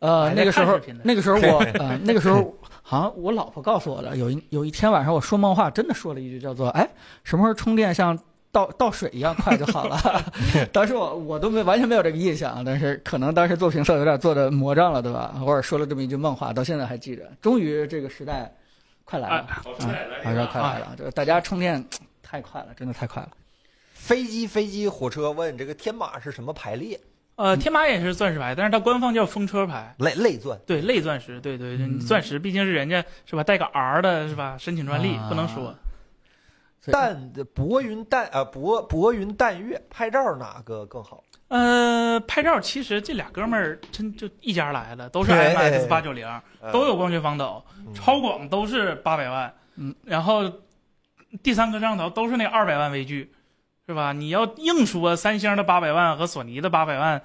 S2: 呃，
S3: 还在
S2: 那个时候
S3: 看视频呢，
S2: 那个时候我，呃，那个时候好像我老婆告诉我的，有一有一天晚上我说梦话，真的说了一句叫做“哎，什么时候充电像倒倒水一样快就好了” 。 当时我我都没完全没有这个印象，但是可能当时做评测有点做的魔障了，对吧？偶尔说了这么一句梦话，到现在还记着。终于这个时代快来
S3: 啊
S2: 了。
S4: 好，现
S3: 哎
S4: 在
S2: 还
S4: 来
S2: 是
S4: 一
S2: 要
S4: 个
S2: 快来了，这个大家充电太快了，真的太快了。
S1: 飞机飞机火车问这个天马是什么排列？
S3: 呃，天马也是钻石牌，但是它官方叫风车牌。
S1: 类类钻。
S3: 对，类钻石，对对对，
S2: 嗯
S3: 钻石毕竟是人家是吧，带个 R 的是吧，申请专利、
S2: 啊
S3: 不能说。
S2: 所以
S1: 淡薄云淡啊，薄薄云淡月，拍照哪个更好？
S3: 呃，拍照其实这俩哥们儿真就一家来的，都是
S1: 对
S3: IMX 八九零，都有光学防抖，
S1: 呃嗯
S3: 超广都是八百万，
S2: 嗯，
S3: 然后第三颗摄像头都是那二百万微距，是吧？你要硬说三星的八百万和索尼的八百万，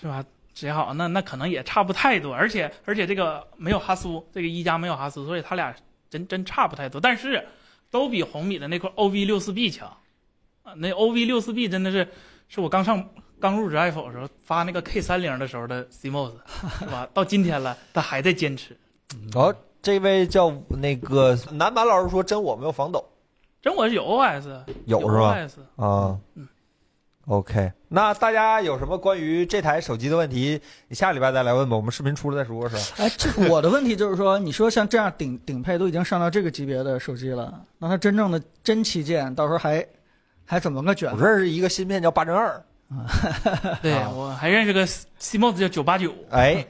S3: 是吧？谁好？那那可能也差不太多，而且而且这个没有哈苏，这个一加没有哈苏，所以它俩真真差不太多，但是都比红米的那块 OV 六四 B 强啊！那 OV 六四 B 真的是是我刚上刚入职 iPhone 的时候发那个 K 三零的时候的 CMOS，是吧？到今天了，它还在坚持。
S1: 好、哦这位叫那个南蛮老师说，真我没有防抖，
S3: 真我是有 OS，
S1: 有是吧？
S3: ？OS，
S1: 啊、
S3: 嗯
S1: o k 那大家有什么关于这台手机的问题，你下礼拜再来问吧，我们视频出了再说，是吧？
S2: 哎，这我的问题就是说，你说像这样顶顶配都已经上到这个级别的手机了，那它真正的真旗舰，到时候还还怎么个卷
S1: 我？认识一个芯片叫八针二，
S3: 对
S1: 啊
S3: 我还认识个 CMOS 叫九八九
S1: 哎，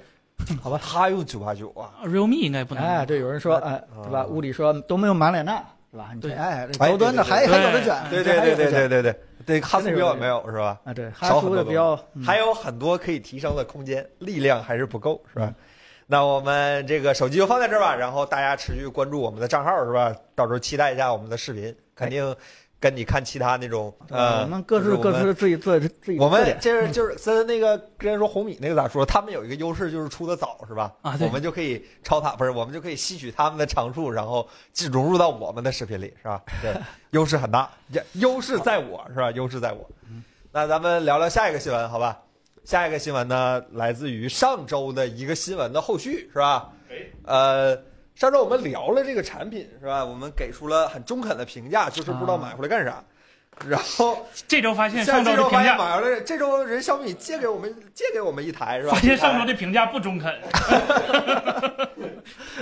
S1: 好吧，他用九八九啊，
S3: ，realme 应该不能。
S2: 哎，对，有人说，哎，对吧？屋里说都没有马脸娜，是吧？你这
S3: 对
S2: 哎，这
S1: 呃哎
S2: 高端的还
S1: 对
S2: 还
S3: 对对
S2: 有的卷，
S1: 对
S2: 这
S1: 对
S2: 还有
S1: 对
S2: 的
S1: 对
S2: 卷
S1: 对对对对，哈苏标也没有嗯是吧？
S2: 啊，对，哈
S1: 少很
S2: 苏
S1: 多
S2: 的
S1: 东
S2: 比
S1: 西
S2: 较嗯
S1: 还有很多可以提升的空间，力量还是不够，是吧？那我们这个手机就放在这儿吧，然后大家持续关注我们的账号，是吧？到时候期待一下我们的视频，肯定跟你看其他那种
S2: 对吧
S1: 呃
S2: 我，们各
S1: 就
S2: 自
S1: 是哎我
S2: 各
S1: 们
S2: 自自己做自己
S1: 我
S2: 特
S1: 们
S2: 点
S1: 这是就是跟那个之前说红米那个咋说？他们有一个优势就是出的早，是吧？
S3: 啊对
S1: 我们就可以抄他，不是我们就可以吸取他们的长处，然后进融入到我们的视频里，是吧？对，优势很大，也优势在我是吧？优势在我。那咱们聊聊下一个新闻，好吧？下一个新闻呢，来自于上周的一个新闻的后续，是吧？
S4: 哎，
S1: 呃，上周我们聊了这个产品，是吧？我们给出了很中肯的评价，就是不知道
S2: 啊
S1: 买回来干啥。然后
S3: 这周发现
S1: 像
S3: 上周
S1: 这
S3: 的
S1: 周
S3: 评
S1: 发现
S3: 价，
S1: 买回来，这周人小米借给我们借给我们一台是吧？
S3: 发现上周的评价不中肯，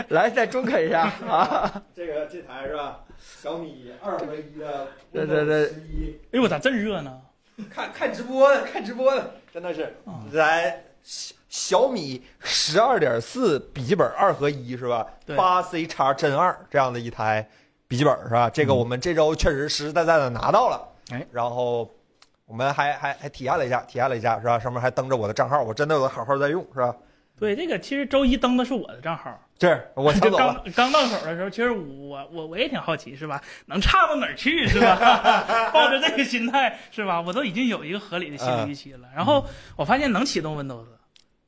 S2: 来再中肯一下啊！，
S1: 这个这台是吧？小米二合一的
S2: 对对对
S1: 十一，
S3: 哎呦我咋真热呢？
S1: 看看直播呢，看直播呢，真的是
S3: 嗯
S1: 这台小小米十二点四笔记本二合一是吧？
S3: 对
S1: 八 C 叉 Gen 二这样的一台笔记本是吧？
S3: 嗯
S1: 这个我们这周确实实实在在的拿到了，
S2: 哎，
S1: 然后。我们还还还体验了一下，体验了一下是吧？上面还登着我的账号，我真的有的好好在用是吧？
S3: 对，这个其实周一登的是我的账号，
S1: 这我抢
S3: 就
S1: 走了，
S3: 刚刚到手的时候，其实我我我也挺好奇，是吧？能差到哪儿去，是吧？ 抱着这个心态，是吧？我都已经有一个合理的心理预期了。然后
S1: 嗯
S3: 我发现能启动 Windows，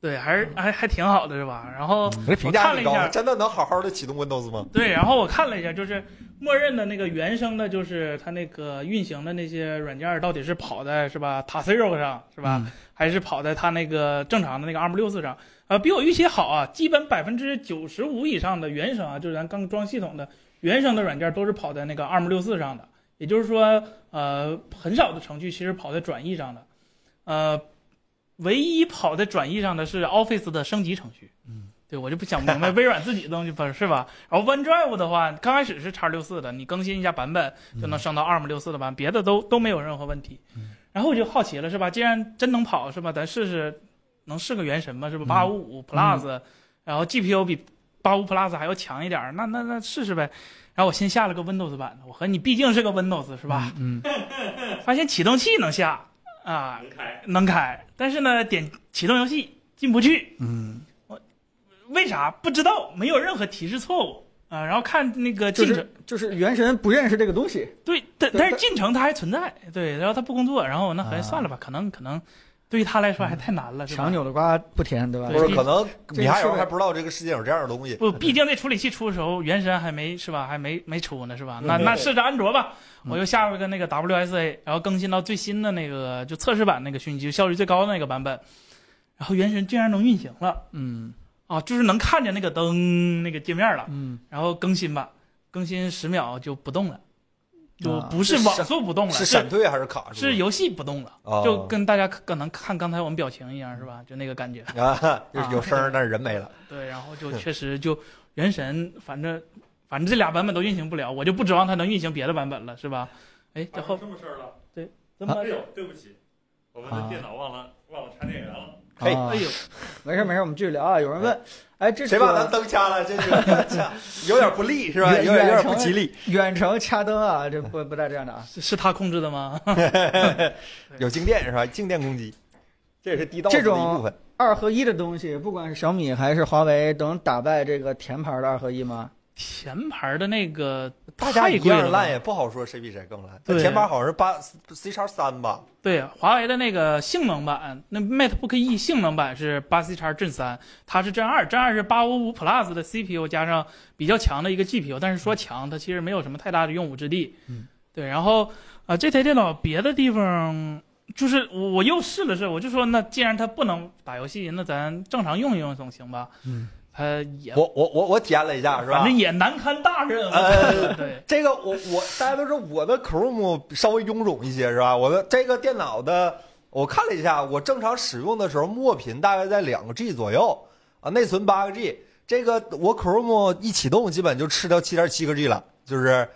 S3: 对，还是还还挺好的，是吧？然后
S1: 这评价
S3: 我看了
S1: 挺
S3: 一
S1: 高
S3: 下
S1: 的，真的能好好的启动 Windows 吗？
S3: 对，然后我看了一下，就是默认的那个原生的，就是它那个运行的那些软件儿到底是跑在是吧 Tasero 上是吧，
S2: 嗯
S3: 还是跑在它那个正常的那个 ARM 六四上？呃，比我预期好啊，基本百分之九十五以上的原生啊，就是咱刚装系统的原生的软件都是跑在那个 ARM 六四上的，也就是说，呃，很少的程序其实跑在转译上的，呃，唯一跑在转译上的是 Office 的升级程序。
S2: 嗯，
S3: 对我就不想 明白微软自己的东西不是是吧？然后 OneDrive 的话，刚开始是叉六四的，你更新一下版本就能升到 ARM 六四的版，别的都都没有任何问题。
S2: 嗯
S3: 然后我就好奇了，是吧？既然真能跑，是吧？咱试试，能试个原神吗？是吧？
S2: 嗯
S3: 八五五 Plus，然后 GPU 比八五 Plus 还要强一点儿，那那那试试呗。然后我先下了个 Windows 版的，我和你毕竟是个 Windows 是吧？
S2: 嗯，
S3: 发现启动器能下啊，
S4: 能开，
S3: 能开，但是呢，点启动游戏进不去。
S2: 嗯
S3: 为啥不知道？没有任何提示错误啊、然后看那个
S2: 就
S3: 进程，
S2: 是就是原神不认识这个东西，
S3: 对，但
S2: 对
S3: 但是
S2: 但
S3: 进程它还存在，对，然后它不工作，然后我那合计
S2: 啊
S3: 算了吧，可能可能对于他来说还太难了，是吧
S2: 强扭的瓜不甜，对吧？
S1: 不
S3: 对
S1: 是，
S3: 毕
S1: 可能
S2: 这个
S1: 米哈
S2: 设
S1: 游
S2: 备
S1: 还不知道这个世界有这样的东西。
S3: 不，毕竟这处理器出的时候，原神还没是吧？还没没出呢，是吧？
S1: 对
S3: 那
S1: 对
S3: 那
S1: 对
S3: 试着安卓吧，
S2: 嗯
S3: 我又下了个那个 WSA，然后更新到最新的那个就测试版那个讯息，就效率最高的那个版本，然后原神居然能运行了
S2: 嗯
S3: 啊，就是能看见那个灯那个界面了，
S2: 嗯，
S3: 然后更新吧，更新十秒就不动了，就
S2: 啊
S3: 不是
S1: 是
S3: 网
S1: 闪
S3: 速不动了，
S1: 是
S3: 是
S1: 闪退还是卡住？
S3: 是游戏不动了，
S1: 哦
S3: 就跟大家可能看刚才我们表情一样，是吧？就那个感觉。
S1: 啊，有
S3: 啊
S1: 有声儿，但是人没了。
S3: 对，然后就
S1: 对
S3: 确实就原神，反正反正这俩版本都运行不了，我就不指望它能运行别的版本了，是吧？哎，
S4: 发
S3: 这
S4: 生
S3: 后
S4: 啊
S3: 啊
S4: 什么事儿了？
S3: 这么
S4: 哎呦，对不起，我们
S3: 啊
S4: 的电脑忘了忘了插电源了。
S1: 嘿
S2: 啊
S3: 哎呦，
S2: 没事没事，我们继续聊啊。有人问，哎，这
S1: 谁把咱
S2: 个
S1: 灯掐了？这个有点不利是吧？
S2: 远
S1: 有
S2: 远
S1: 点有点
S2: 程
S1: 不吉利。
S2: 远程掐灯啊，这不不带这样的啊。
S3: 是是他控制的吗？
S1: 有静电是吧？静电攻击，这也是地道
S2: 这
S1: 的
S2: 种
S1: 一部分。
S2: 二合一的东西，不管是小米还是华为，都能打败这个甜牌的二合一吗？
S3: 前排的那个
S1: 大家
S3: 太
S1: 一
S3: 贵了
S1: 样烂
S3: 吧，
S1: 也不好说谁比谁更烂。
S3: 对
S1: 前板好像是八 C 叉三吧？
S3: 对，华为的那个性能版，那 MateBook E 性能版是八 C 叉 Gen 三，它是 Gen 二，Gen 二是八五五 Plus 的 CPU 加上比较强的一个 GPU，但是说强，它其实没有什么太大的用武之地。
S2: 嗯，
S3: 对。然后啊、呃这台电脑别的地方就是我我又试了试，我就说那既然它不能打游戏，那咱正常用一用总行吧？
S2: 嗯，
S3: 它也
S1: 我我我我体验了一下是吧？
S3: 反正也难堪大任。
S1: 呃
S3: 对，
S1: 这个我我大家都说我的 Chrome 稍微臃肿一些是吧？我的这个电脑的我看了一下，我正常使用的时候墨频大概在两个 G 左右啊，内存八个 G。这个我 Chrome 一启动，基本就吃掉七点七个 G 了，就是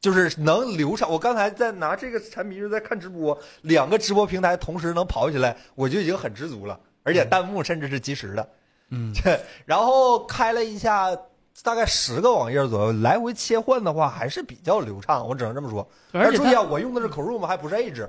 S1: 就是能流畅。我刚才在拿这个产品就是在看直播，两个直播平台同时能跑起来，我就已经很知足了。而且弹幕甚至是及时的，
S2: 嗯，
S1: 然后开了一下，大概十个网页左右，来回切换的话还是比较流畅，我只能这么说。
S3: 而且
S1: 注意
S3: 它
S1: 啊，我用的是 Chrome，还不是 Edge，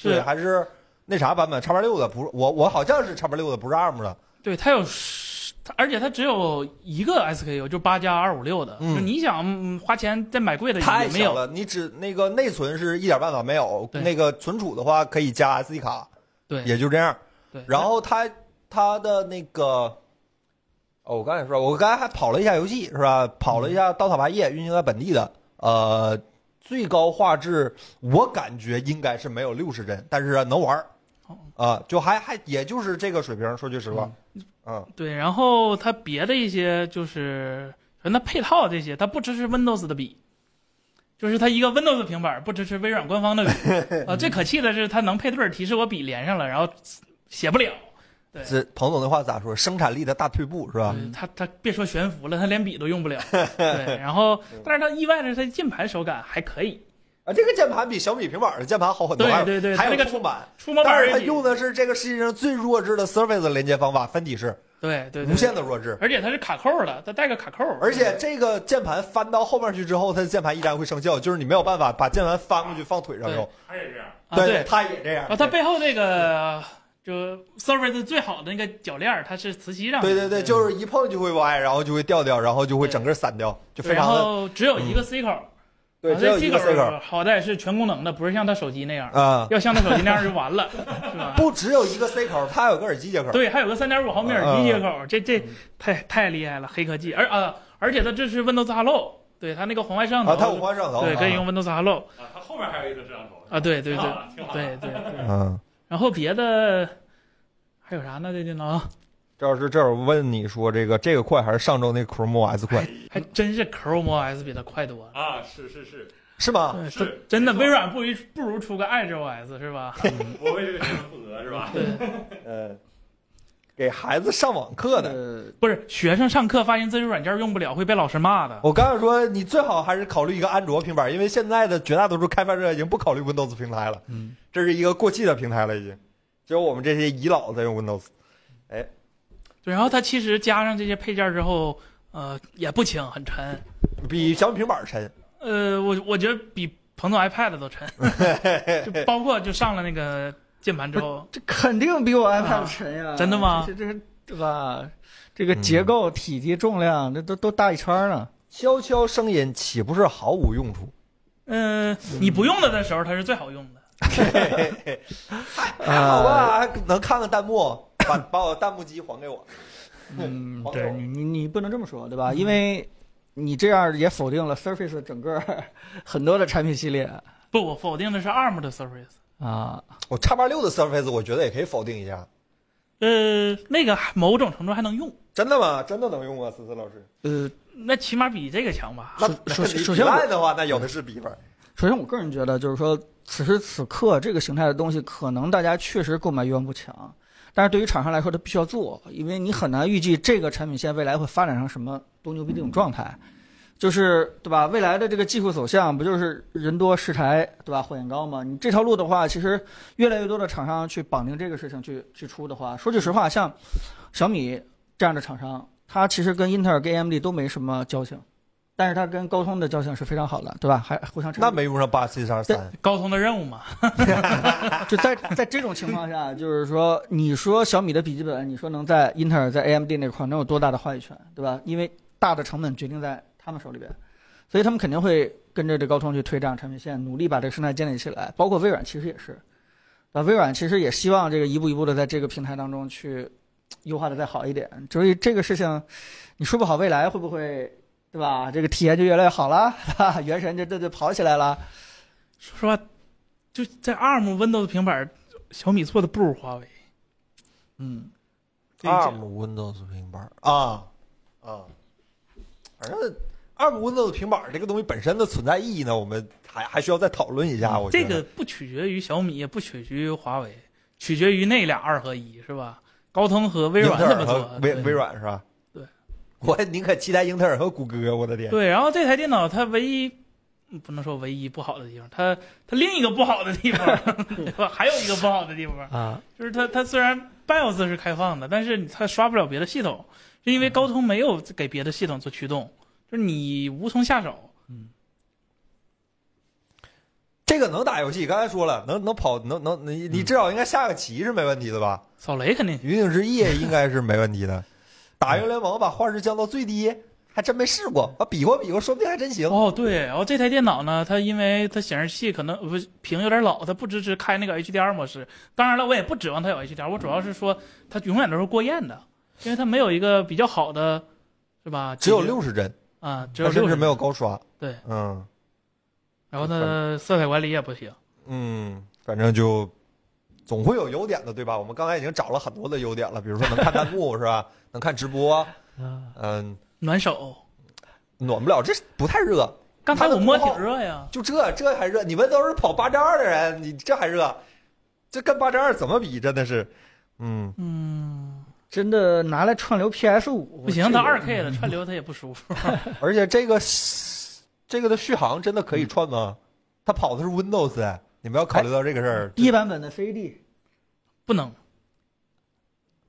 S1: 对
S3: 是
S1: 还是那啥版本，叉八六的，不是我我好像是叉八六的，不是 ARM 的。
S3: 对，它有十，它而且它只有一个 SKU，就八加二五六的，
S1: 嗯
S3: 就你想嗯花钱再买贵的
S1: 太
S3: 也没
S1: 小
S3: 有。
S1: 了，你只那个内存是一点办法没有，
S3: 对
S1: 那个存储的话可以加 SD 卡，
S3: 对
S1: 也就这样。
S3: 对，
S1: 然后它它的那个，哦，我刚才说，我刚才还跑了一下游戏是吧？跑了一下《刀塔八夜》，运行在本地的，呃，最高画质我感觉应该是没有六十帧，但是啊能玩儿
S3: 哦，
S1: 啊、就还还也就是这个水平。说句实话，嗯
S3: 对，然后它别的一些就是，那配套这些，它不支持 Windows 的笔，就是它一个 Windows 平板不支持微软官方的笔。 啊，最可气的是它能配对儿提示我笔连上了，然后写不了。对
S1: 这彭总的话咋说？生产力的大退步是吧？
S3: 对它它别说悬浮了，它连笔都用不了。 对，然后但是它意外的是它键盘手感还可以，
S1: 啊，这个键盘比小米平板的键盘好很多，
S3: 对
S1: 还有
S3: 对对
S1: 还有
S3: 它那个
S1: 触控板，
S3: 触摸板
S1: 但
S3: 儿
S1: 是它
S3: 也
S1: 用的是这个世界上最弱智的 Surface 连接方法，分体式，
S3: 对对对
S1: 无限的弱智。
S3: 而且它是卡扣的，它带个卡扣，
S1: 而且这个键盘翻到后面去之后，它的键盘依然会生效，就是你没有办法把键盘翻过去放腿上用。
S4: 他也这样，
S3: 啊
S1: 对，
S3: 对
S1: 它也这样。
S3: 啊，它背后那个就 Surface 最好的那个铰链儿，它是磁吸上的。
S1: 对对对，就是一碰就会歪，然后就会掉掉，然后就会整个散掉，就非
S3: 然
S1: 常的嗯
S3: 后只有一个 C 口，
S1: 对，
S3: 啊
S1: 只有
S3: 这
S1: 一
S3: C
S1: 个
S3: 口
S1: C 口
S3: 好歹是全功能的，不是像他手机那样，
S1: 啊，
S3: 要像他手机那样就 完了，是吧？
S1: 不只有一个 C 口，它还有个耳机接口。
S3: 对，还有个三点五毫米耳机接
S1: 嗯
S3: 口，这这太太厉害了，黑科技，而啊，而且它支持 Windows Hello，对它那个红外摄像
S1: 啊，它有
S3: 头，
S1: 换摄像头，
S3: 对，可以
S1: 啊。
S3: 用 Windows Hello
S4: 啊，他后面还有一个摄像头
S3: 啊，对对对
S4: 挺好的挺好的
S3: 对对对，
S1: 嗯，
S3: 然后别的还有啥呢？这电脑
S1: 这老师，这我问你说这个这个快还是上周那 Chrome OS 快
S3: 还真是 Chrome OS 比它快多了。
S4: 啊，是是是，
S1: 是吗？
S3: 对
S4: 啊是
S3: 它真的，
S4: 没错
S3: 微软不如不如出个 Edge OS 是 吧？
S4: 我为这个事情负责 是吧？
S3: 对，
S1: 呃，给孩子上网课的。
S2: 的，
S3: 不是学生上课发现自己软件用不了会被老师骂的。
S1: 我刚才说，你最好还是考虑一个安卓平板，因为现在的绝大多数开发者已经不考虑 Windows 平台了，
S2: 嗯，
S1: 这是一个过气的平台了，已经。只有我们这些遗老在用 Windows。
S3: 对，然后它其实加上这些配件之后，呃，也不轻，很沉。
S1: 比小米平板沉，
S3: 呃，我我觉得比彭总 iPad 都 沉，就包括就上了那个键盘之后，
S2: 这肯定比我 iPad
S3: 啊
S2: 沉呀、
S3: 真的吗
S2: 这这是对吧？这个
S1: 嗯
S2: 结构、体积、重量，这都都大一圈儿呢。
S1: 悄悄声音岂不是毫无用 处？
S3: 嗯、你不用它的时候它是最好用的。
S1: 还 好吧，还能看看弹幕，把把我弹幕机还给我。
S2: 嗯
S1: 黄，嗯
S2: 对
S1: 豆
S2: 你你你不能这么说，对吧？因为你这样也否定了 Surface 整个儿 很多的产品系列
S3: 不，我否定的是 ARM 的 Surface。
S2: 啊。
S1: 我叉八六的 Surface 我觉得也可以否定一下，
S3: 呃，那个还某种程度还能用，
S1: 真的吗？真的能用啊，思思老师？
S2: 呃，
S3: 那起码比这个强吧？
S1: 那
S2: 首首首
S1: 比
S2: 先我
S1: 赖的话，那有的是笔记本。
S2: 首先我个人觉得，就是说此时此刻这个形态的东西，可能大家确实购买欲望不强，但是对于厂商来说，它必须要做，因为你很难预计这个产品线未来会发展成什么多牛逼的一种状态。就是对吧？未来的这个技术走向不就是人多势柴对吧？火焰高吗？你这条路的话，其实越来越多的厂商去绑定这个事情去去出的话，说句实话，像小米这样的厂商，它其实跟英特尔、跟 AMD 都没什么交情，但是它跟高通的交情是非常好的，对吧？还互相成
S1: 那没用上八七三三，
S3: 高通的任务嘛，
S2: 就在在这种情况下，就是说，你说小米的笔记本，你说能在英特尔、在 AMD 那块儿能有多大的话语权，对吧？因为大的成本决定在他们手里边，所以他们肯定会跟着这高通去推这样产品线，努力把这个生态建立起来。包括微软其实也是，啊，微软其实也希望这个一步一步的在这个平台当中去优化的再好一点。所以这个事情，你说不好未来会不会，对吧？这个体验就越来越好了， 哈哈，原神就这就跑起来了。
S3: 说实话，就在 ARM Windows 平板，小米做的不如华为。
S2: 嗯，
S3: 这一讲
S1: ARM Windows 平板儿啊啊，反正 ARM Windows 平板儿这个东西本身的存在意义呢，我们还还需要再讨论一下。啊我觉
S3: 嗯这
S1: 得
S3: 个不取决于小米，也不取决于华为，取决于那俩二合一是吧？高通和微软
S1: 英特
S3: 怎
S1: 尔
S3: 么
S1: 和
S3: 做？
S1: 微
S3: 对
S1: 微软是吧？
S3: 对，
S1: 我宁可期待英特尔和谷歌。我的天，
S3: 对，然后这台电脑它唯一嗯不能说唯一不好的地方，它它另一个不好的地方，对吧？还有一个不好的地方
S2: 啊，
S3: 就是它它虽然 BIOS 是开放的，但是它刷不了别的系统，是
S1: 嗯
S3: 因为高通没有给别的系统做驱动，就是你无从下手。
S1: 这个能打游戏，刚才说了，能能跑，能能你你至少应该下个棋是没问题的吧？
S3: 扫雷肯定行
S1: 云顶之弈应该是没问题的。打
S3: 嗯
S1: 英雄联盟把画质降到最低，还真没试过啊，比划比划，说不定还真行。
S3: 哦，对，然后这台电脑呢，它因为它显示器可能呃不是屏有点老，它不支持开那个 HDR 模式。当然了，我也不指望它有 HDR，我主要是说它永远都是过艳的，因为它没有一个比较好的，是吧？
S1: 只有
S3: 解决
S1: 六十帧，
S3: 啊，只有
S1: 它甚
S3: 六
S1: 至
S3: 十
S1: 没。有高刷。
S3: 对，
S1: 嗯
S3: 然后呢，色彩管理也不行。
S1: 嗯，反正就总会有优点的，对吧？我们刚才已经找了很多的优点了，比如说能看弹幕是吧？能看直播，
S3: 啊，
S1: 嗯，
S3: 暖手，
S1: 暖不了，这不太热，
S3: 刚才
S1: 它的
S3: 我摸
S1: 功
S3: 挺
S1: 耗
S3: 热呀。
S1: 就这这还热？你们都是跑八战二的人，你这还热？这跟八战二怎么比？真的是，嗯，
S3: 嗯，
S2: 真的拿来串流 PS 五
S3: 不行，它二 K 了，串流它也不舒服。
S1: 而且这个这个的续航真的可以串吗？它跑的是 Windows，哎你们要考虑到这个事儿。
S3: 嗯
S2: 低版本的 CD，
S3: 不能，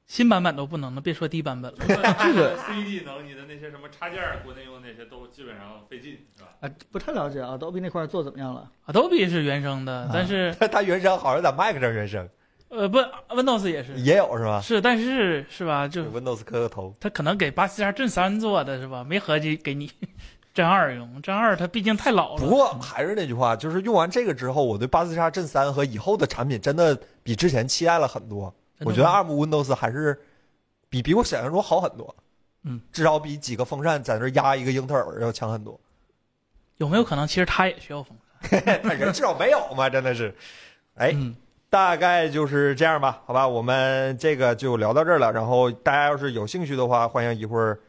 S3: 新版本都不能了，别说低版本了。
S4: 这
S2: 个
S4: CD 能，你的那些什么插件儿，国内用的那些都基本上费劲，是吧？
S2: 啊，不太了解 Adobe 那块儿做怎么样了？
S3: Adobe 是原生
S1: 啊
S3: 的，但是
S1: 它它原声好像在 Mac 上原声
S3: 呃不，Windows 也是，
S1: 也有是吧
S3: 是但是嗯是吧？就
S1: ？Windows 磕个头，
S3: 他可能给八七二正三做的是吧？没合计给你 真二用，真二它毕竟太老
S1: 不
S3: 了。
S1: 过还是那句话，就是用完这个之后，我对八四叉阵三和以后的产品真的比之前期待了很多。
S3: 真
S1: 我
S3: 的吗
S1: 觉得啊 ARM Windows 还是比比我想象中好很多，
S3: 嗯，
S1: 至少比几个风扇在那儿压一个英特尔要强很 多。
S3: 有没有可能其实他也需要风扇？
S1: 但人至少没有嘛，真的是。哎，
S3: 嗯，
S1: 大概就是这样吧，好吧，我们这个就聊到这儿了。然后大家要是有兴趣的话，欢迎一会儿，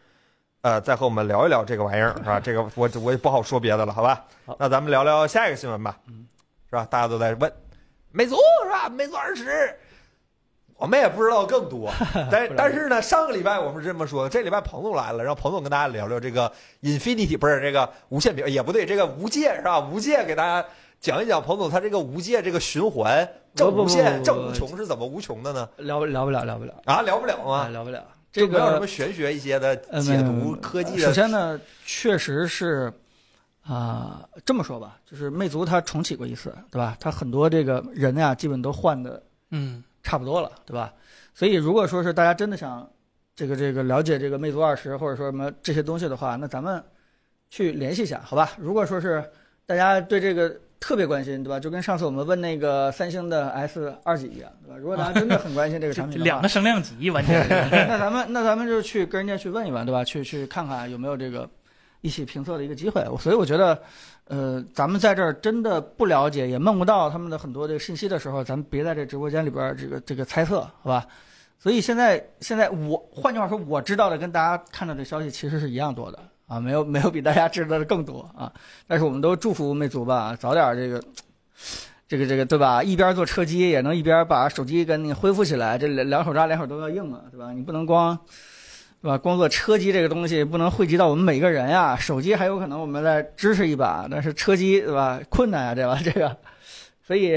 S1: 呃，再和我们聊一聊这个玩意儿，是吧？这个我我也不好说别的了，好吧？
S2: 好
S1: 那咱们聊聊下一个新闻吧
S2: 嗯，
S1: 是吧？大家都在问，魅族是吧？魅族二十。我们也不知道更多，但
S2: 不然
S1: 但是呢，上个礼拜我们是这么说的，这礼拜彭总来了，让彭总跟大家聊聊这个 Infinity 不是这个无限屏，也不对，这个无界是吧？无界给大家讲一讲，彭总他这个无界这个循环
S2: 不
S1: 正
S2: 不不
S1: 无限
S2: 不
S1: 正无穷是怎么无穷的呢？
S2: 聊聊不了，聊不了，
S1: 啊，聊不了
S2: 啊，
S1: 吗？
S2: 聊不了。
S1: 就
S2: 这
S1: 没有什
S2: 个
S1: 么玄学一些的
S2: 呃没
S1: 解
S2: 有没
S1: 读
S2: 有
S1: 科技
S2: 首
S1: 的，
S2: 先呢，确实是，啊、这么说吧，就是魅族它重启过一次，对吧？它很多这个人呀、基本都换的
S3: 嗯，
S2: 差不多了，对吧？所以如果说是大家真的想这个这个了解这个魅族二十或者说什么这些东西的话，那咱们去联系一下，好吧？如果说是大家对这个特别关心，对吧？就跟上次我们问那个三星的 S 二几一样，对吧？如果大家真的很关心这个
S3: 这
S2: 产
S3: 这
S2: 品的话，
S3: 两个声量级完全是。
S2: 那咱们那咱们就去跟人家去问一问，对吧？去去看看有没有这个一起评测的一个机会。我所以我觉得，呃，咱们在这儿真的不了解，也梦不到他们的很多这个信息的时候，咱们别在这直播间里边儿这个这个猜测，好吧？所以现在现在我换句话说，我知道的跟大家看到的消息其实是一样多的啊，没有没有比大家知道的更多啊。但是我们都祝福魅族吧，早点这个。这个这个对吧？一边做车机，也能一边把手机给你恢复起来，这两两手抓两手都要硬啊，对吧？你不能光，对吧？光做车机这个东西不能惠及到我们每个人呀。手机还有可能我们再支持一把，但是车机对吧？困难呀，对吧？这个， 所以，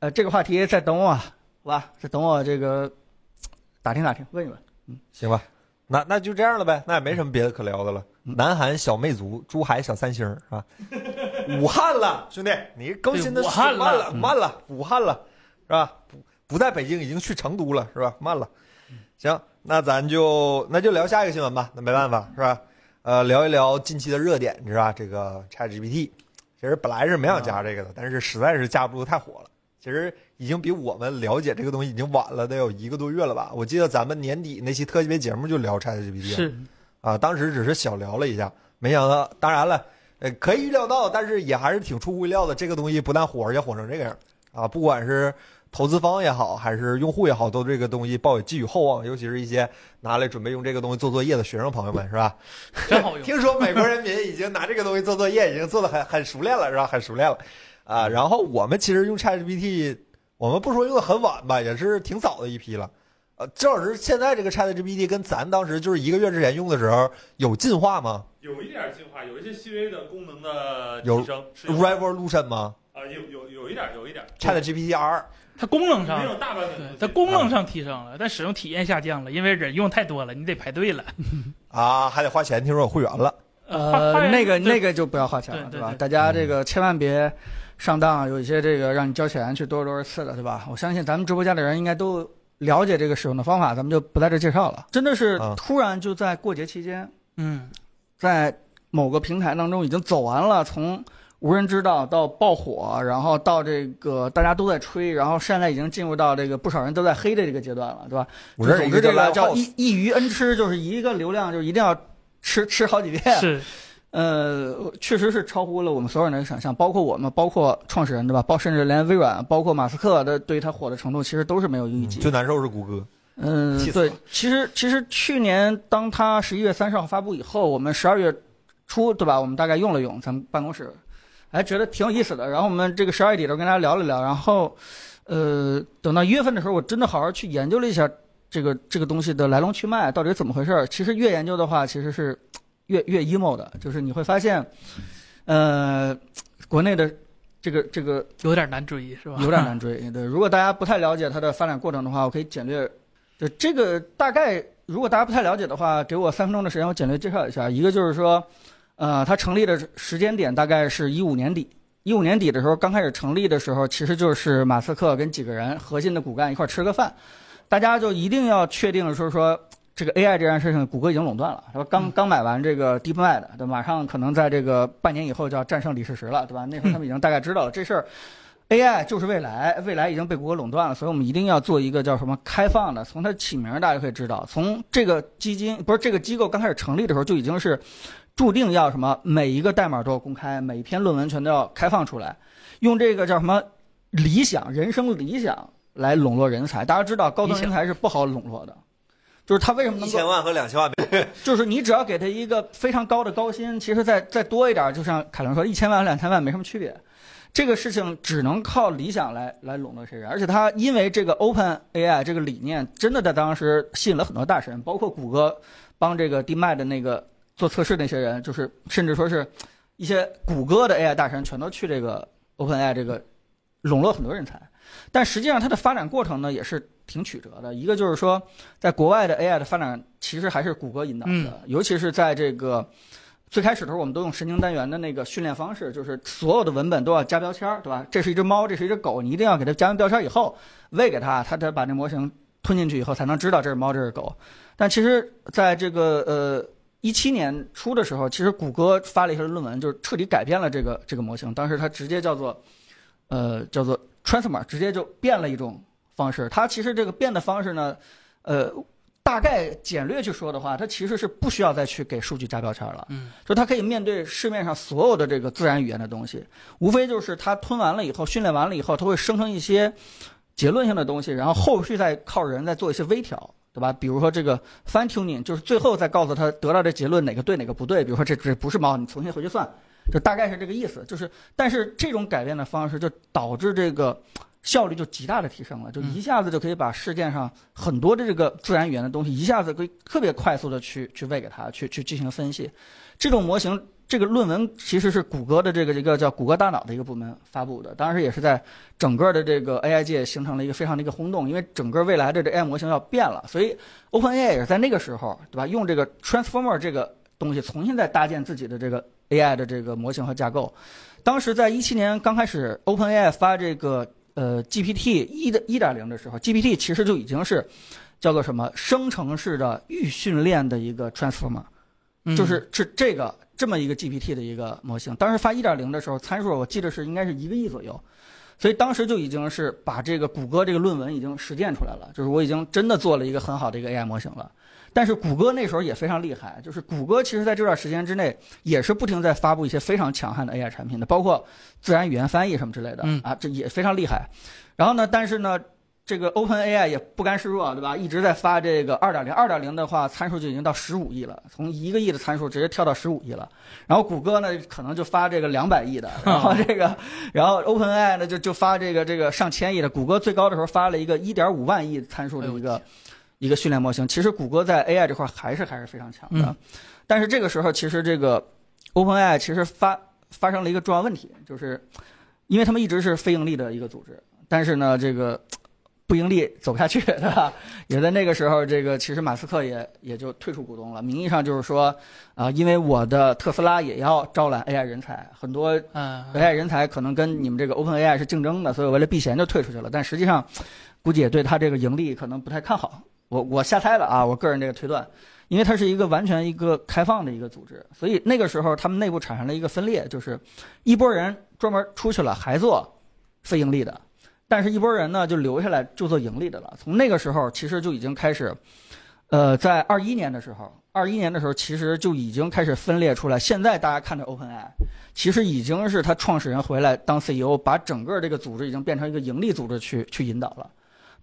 S2: 呃，这个话题再等我，好吧？再等我这个打听打听，问一问。
S1: 行吧？那那就这样了呗，那也没什么别的可聊的了。
S2: 嗯
S1: 南韩小魅族，珠海小三星是吧？武汉了，兄弟，你更新的
S3: 嗯对武汉了嗯
S1: 慢了，慢了，武汉了，是吧？不不在北京，已经去成都了，是吧？慢了。
S3: 嗯
S1: 行，那咱就那就聊下一个新闻吧。那没办法，是吧？呃，聊一聊近期的热点，是吧？这个 ChatGPT，其实本来是没想加这个的，
S3: 嗯
S1: 但是实在是架不住太火了。其实已经比我们了解这个东西已经晚了，得有一个多月了吧？我记得咱们年底那期特别节目就聊 ChatGPT，了
S3: 是，
S1: 啊，当时只是小聊了一下，没想到，当然了，呃，可以预料到，但是也还是挺出乎意料的。这个东西不但火，而且火成这个样啊！不管是投资方也好，还是用户也好，都对这个东西抱有寄予厚望，尤其是一些拿来准备用这个东西做作业的学生朋友们，是吧？
S3: 真好用。
S1: 听说美国人民已经拿这个东西做作业，已经做的很很熟练了，是吧？很熟练了，
S2: 嗯
S1: 啊，然后我们其实用 ChatGPT，我们不说用的很晚吧，也是挺早的一批了。呃，郑老师，现在这个 ChatGPT 跟咱当时就是一个月之前用的时候有进化吗
S4: 有一点进化，有一些细微的功能的
S1: 有
S4: 提升，是有的
S1: ？Revolution 吗
S4: 啊，有有有一点，有一点，
S1: ？ChatGPT R
S3: 它功能
S4: 没
S3: 上，
S4: 有大版本的
S3: 对
S4: 东，西，
S3: 它功能上提升了，但使用体验下降了，因为人用太多了，你得排队了。
S1: 啊，还得花钱，听说有会员了。
S3: 花花
S2: 呃，
S3: 园
S2: 那个
S3: 对
S2: 那个就不要花钱了，
S3: 对对
S2: 吧？
S3: 对
S2: 大家这个千万别啊上当，有一些这个让你交钱去多少多少次的，对吧？我相信咱们直播间的人应该都了解这个使用的方法，咱们就不在这介绍了。真的是
S1: 啊
S2: 突然就在过节期间，
S3: 嗯，
S2: 在某个平台当中已经走完了从无人知道到爆火，然后到这个大家都在吹，然后现在已经进入到这个不少人都在黑的这个阶段了，对吧？
S1: 我认识
S2: 总
S1: 一
S2: 之，这
S1: 叫
S2: 个
S1: Live
S2: 叫
S1: House
S2: 一一鱼 n 吃，就是一个流量就一定要吃吃好几遍。
S3: 是，
S2: 呃，确实是超乎了我们所有人的想象，包括我们，包括创始人，对吧？包甚至连微软，包括马斯克的对于它火的程度，其实都是没有预计。
S1: 最嗯难受是谷歌，
S2: 嗯
S1: 气，死
S2: 对
S1: 了，
S2: 其实其实去年当它十一月三十号发布以后，我们十二月初对吧？我们大概用了用咱们办公室，还觉得挺有意思的。然后我们这个十二月底的时候跟大家聊了聊，然后呃，等到一月份的时候，我真的好好去研究了一下这个这个东西的来龙去脉到底怎么回事儿。其实越研究的话，其实是越越 emo 的，就是你会发现，呃，国内的这个这个
S3: 有点难追是吧？
S2: 有点难追。对，如果大家不太了解它的发展过程的话，我可以简略，就这个大概，如果大家不太了解的话，给我三分钟的时间，我简略介绍一下。一个就是说，呃，它成立的时间点大概是一五年底。一五年底的时候，刚开始成立的时候，其实就是马斯克跟几个人核心的骨干一块儿吃个饭，大家就一定要确定说说这个 AI 这件事情，谷歌已经垄断了，是吧？刚
S3: 嗯
S2: 刚买完这个 DeepMind 的，对，马上可能在这个半年以后就要战胜李世石了，对吧？那时候他们已经大概知道了这事儿。AI 就是未来，未来已经被谷歌垄断了，所以我们一定要做一个叫什么开放的。从它起名，大家就可以知道，从这个基金不是这个机构刚开始成立的时候就已经是注定要什么，每一个代码都要公开，每一篇论文全都要开放出来，用这个叫什么理想、人生理想来笼络人才。大家知道，高端人才是不好笼络的，就是他为什么能
S1: 一
S2: 够
S1: 千万和两千万美
S2: 就是你只要给他一个非常高的高薪，其实再再多一点，就像凯伦说，一千万和两千万没什么区别。这个事情只能靠理想来来笼络谁人，而且他因为这个 Open AI 这个理念，真的在当时吸引了很多大神，包括谷歌帮这个 DeMind 的那个做测试那些人，就是甚至说是一些谷歌的 AI 大神，全都去这个 Open AI 这个笼络很多人才。但实际上它的发展过程呢，也是挺曲折的。一个就是说，在国外的 AI 的发展其实还是谷歌引导的，
S3: 嗯
S2: 尤其是在这个最开始的时候，我们都用神经单元的那个训练方式，就是所有的文本都要加标签儿，对吧？这是一只猫，这是一只狗，你一定要给它加完标签儿以后，喂给它，它才把这模型吞进去以后，才能知道这是猫，这是狗。但其实在这个呃。一七年初的时候，其实谷歌发了一篇论文，就是彻底改变了这个这个模型。当时它直接叫做，呃，叫做 transformer，直接就变了一种方式。它其实这个变的方式呢，呃，大概简略去说的话，它其实是不需要再去给数据加标签了。
S3: 嗯，
S2: 就它可以面对市面上所有的这个自然语言的东西，无非就是它吞完了以后，训练完了以后，它会生成一些结论性的东西，然后后续再靠人再做一些微调，对吧？比如说这个 fine tuning，就是最后再告诉他得到这结论哪个对哪个不对，比如说这这不是猫，你重新回去算，就大概是这个意思。就是，但是这种改变的方式就导致这个效率就极大的提升了，就一下子就可以把事件上很多的这个自然语言的东西一下子可以特别快速的去去喂给它，去去进行分析。这种模型，这个论文其实是谷歌的这个一个叫谷歌大脑的一个部门发布的，当时也是在整个的这个 AI 界形成了一个非常的一个轰动，因为整个未来的这 AI 模型要变了，所以 OpenAI 也是在那个时候，对吧？用这个 Transformer 这个东西重新再搭建自己的这个 AI 的这个模型和架构。当时在一七年刚开始 OpenAI 发这个呃 GPT 一的一点零的时候，GPT 其实就已经是叫做什么生成式的预训练的一个 Transformer。
S3: 嗯
S2: 就是是这个这么一个 GPT 的一个模型。当时发1.0的时候，参数我记得是应该是一个亿左右，所以当时就已经是把这个谷歌这个论文已经实践出来了，就是我已经真的做了一个很好的一个 AI 模型了。但是谷歌那时候也非常厉害，就是谷歌其实在这段时间之内也是不停在发布一些非常强悍的 AI 产品的，包括自然语言翻译什么之类的
S3: 嗯
S2: 啊，这也非常厉害。然后呢，但是呢，这个 OpenAI 也不甘示弱，对吧？一直在发这个2.0，2.0的话参数就已经到十五亿了，从一个亿的参数直接跳到十五亿了。然后谷歌呢，可能就发这个两百 亿的，然后这个，然后 OpenAI 呢就就发这个这个上千亿的。谷歌最高的时候发了一个1.5万亿参数的一个、
S3: 哎呦我
S2: 一个训练模型。其实谷歌在 AI 这块还是还是非常强的，
S3: 嗯
S2: 但是这个时候其实这个 OpenAI 其实发发生了一个重要问题，就是因为他们一直是非盈利的一个组织，但是呢，这个不盈利走不下去，对吧？也在那个时候，这个其实马斯克也也就退出股东了，名义上就是说，啊、因为我的特斯拉也要招揽 AI 人才，很多
S3: 嗯，
S2: 哎 AI 人才可能跟你们这个 OpenAI 是竞争的，所以为了避嫌就退出去了。但实际上，估计也对它这个盈利可能不太看好。我我瞎猜了啊，我个人这个推断，因为它是一个完全一个开放的一个组织，所以那个时候他们内部产生了一个分裂，就是一拨人专门出去了还做非盈利的，但是一拨人呢就留下来就做盈利的了。从那个时候其实就已经开始，呃，在二一年的时候，二一年的时候其实就已经开始分裂出来。现在大家看着 OpenAI，其实已经是他创始人回来当 CEO，把整个这个组织已经变成一个盈利组织去去引导了。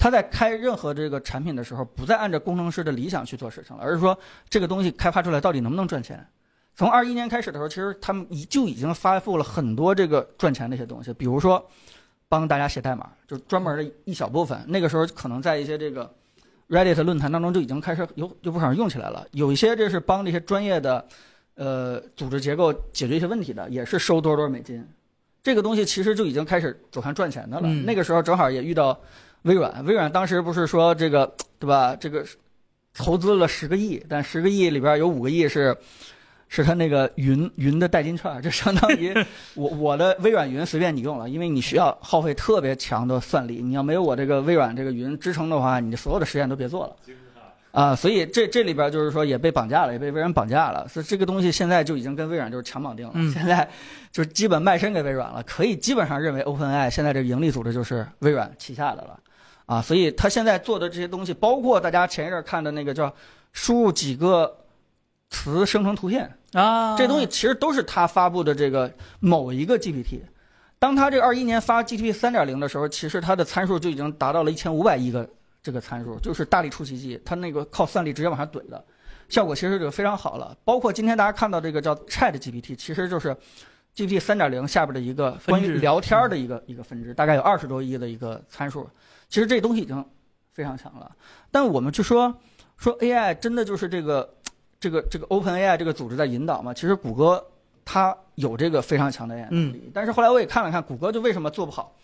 S2: 他在开任何这个产品的时候，不再按照工程师的理想去做事情了，而是说这个东西开发出来到底能不能赚钱。从二一年开始的时候，其实他们已就已经发布了很多这个赚钱的一些东西，比如说帮大家写代码，就专门的一小部分。那个时候可能在一些这个 Reddit 论坛当中就已经开始有有不少人用起来了。有一些这是帮这些专业的呃组织结构解决一些问题的，也是收多少多少美金。这个东西其实就已经开始走向赚钱的了。
S3: 嗯
S2: 那个时候正好也遇到微软，微软当时不是说这个对吧？这个投资了十个亿，但十个亿里边有五个亿是是他那个云云的代金券， 就相当于我我的微软云随便你用了，因为你需要耗费特别强的算力，你要没有我这个微软这个云支撑的话，你所有的实验都别做了。
S4: 惊叹。
S2: 啊，所以这这里边就是说也被绑架了，也被微软绑架了。所以这个东西现在就已经跟微软就是强绑定了，
S3: 嗯
S2: 现在就是基本卖身给微软了，可以基本上认为 OpenAI 现在这个盈利组织就是微软旗下的了，啊，所以他现在做的这些东西，包括大家前一阵看的那个叫输入几个词生成图片，
S3: 啊，
S2: 这东西其实都是他发布的这个某一个 GPT。当他这个二一年发 GPT 三点零的时候，其实它的参数就已经达到了一千五百亿个这个参数，就是大力出奇迹，它那个靠算力直接往上怼的，效果其实就非常好了。包括今天大家看到这个叫 Chat GPT，其实就是 GPT 三点零下边的一个关于
S3: 分支嗯
S2: 聊天的一个一个分支，大概有二十多亿的一个参数。其实这东西已经非常强了，但我们就说说 AI 真的就是这个这个这个 OpenAI 这个组织在引导嘛？其实谷歌它有这个非常强的 AI 能力，但是后来我也看了看，谷歌就为什么做不好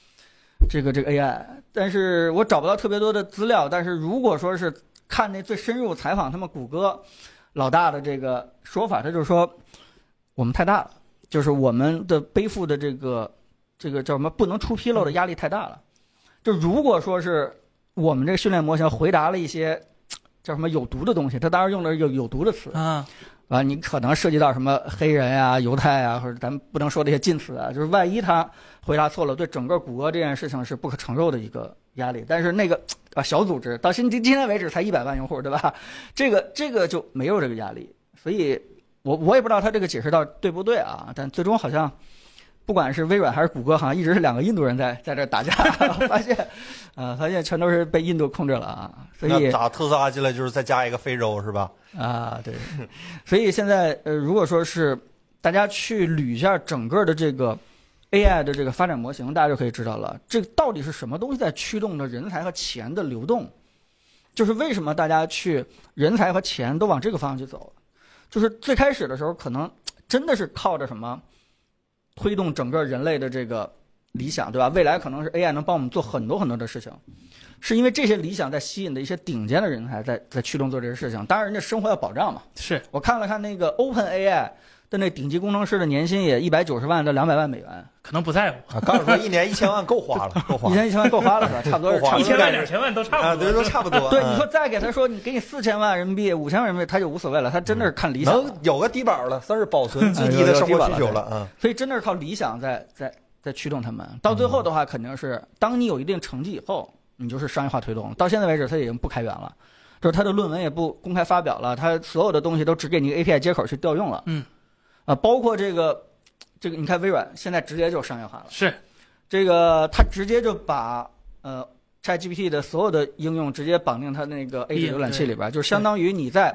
S2: 这个这个 AI，但是我找不到特别多的资料，但是如果说是看那最深入采访他们谷歌老大的这个说法，他就是说我们太大了，就是我们的背负的这个这个叫什么不能出纰漏的压力太大了。就如果说是我们这个训练模型回答了一些叫什么有毒的东西，他当时用的是有有毒的词，
S3: 啊，
S2: 啊，你可能涉及到什么黑人呀、犹太呀，或者咱们不能说这些禁词啊，就是万一他回答错了，对整个谷歌这件事情是不可承受的一个压力。但是那个啊小组织到今今今天为止才一百万用户，对吧？ 这个这个就没有这个压力，所以我我也不知道他这个解释到底对不对啊，但最终好像。不管是微软还是谷歌，好像一直是两个印度人在在这儿打架，发现，啊，发现全都是被印度控制了啊，所以
S1: 那咋特斯拉进来就是再加一个非洲是吧？
S2: 啊，对， 所以现在呃，如果说是大家去捋一下整个的这个 AI 的这个发展模型，大家就可以知道了，这到底是什么东西在驱动着人才和钱的流动？就是为什么大家去人才和钱都往这个方向去走？就是最开始的时候，可能真的是靠着什么推动整个人类的这个理想，对吧？未来可能是 AI 能帮我们做很多很多的事情。是因为这些理想在吸引的一些顶尖的人才在在驱动做这些事情。当然，人家生活要保障嘛。
S3: 是
S2: 我看了看那个 Open AI 的那顶级工程师的年薪也一百九十万到两百万美元，
S3: 可能不在乎，
S1: 啊，刚才说一年一千万够花了，够花
S2: 一
S1: 了
S2: 年一千万够花了是 吧？差不多是
S1: 够花
S2: 差
S1: 了
S2: 不
S3: 一
S2: 多
S3: 千
S2: 是。
S3: 万、两千万都 差
S1: 啊，
S3: 不
S1: 对，
S3: 多。
S1: 都差不多。
S2: 对，
S1: 嗯
S2: 你说再给他说你给你四千万人民币、五千万人民币，他就无所谓了，他真的是看理想。
S1: 能有个低保了，算是保存最低
S2: 哎有
S1: 的
S2: 有
S1: 生活
S2: 低
S1: 需
S2: 保
S1: 求
S2: 了
S1: 了。嗯，
S2: 所以真的是靠理想在在在驱动他们。到最后的话，肯定是当你有一定成绩以后，你就是商业化推动。到现在为止，它已经不开源了，就是它的论文也不公开发表了，它所有的东西都只给你一个 API 接口去调用了。
S3: 嗯，
S2: 啊，包括这个这个，你看微软现在直接就商业化了，
S3: 是
S2: 这个它直接就把呃 ChatGPT 的所有的应用直接绑定它那个 A P
S3: 对
S2: 浏览器里边，就是相当于你在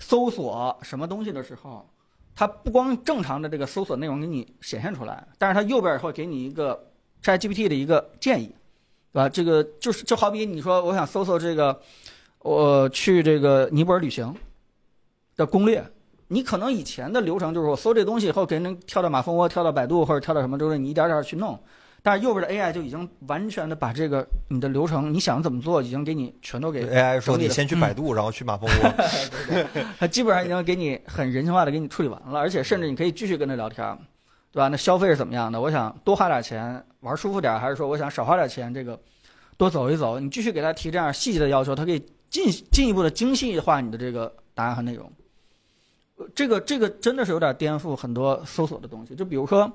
S2: 搜索什么东西的时候，它不光正常的这个搜索内容给你显现出来，但是它右边会给你一个 ChatGPT 的一个建议，对吧？这个就是就好比你说我想搜索这个，我、去这个尼泊尔旅行的攻略。你可能以前的流程就是我搜这东西以后，给人跳到马蜂窝、跳到百度或者跳到什么，就是你一点点去弄。但是右边的 AI 就已经完全的把这个你的流程，你想怎么做，已经给你全都给
S1: 对 AI 哎
S2: 整
S1: 说
S2: 理
S1: 你
S2: 了
S1: 先去百度，然后去马蜂窝。
S2: 它基本上已经给你很人性化的给你处理完了，而且甚至你可以继续跟他聊天儿，对吧？那消费是怎么样的？我想多花点钱玩舒服点儿，还是说我想少花点钱这个多走一走，你继续给他提这样细节的要求，他可以进进一步的精细化你的这个答案和内容。呃这个这个真的是有点颠覆很多搜索的东西，就比如说。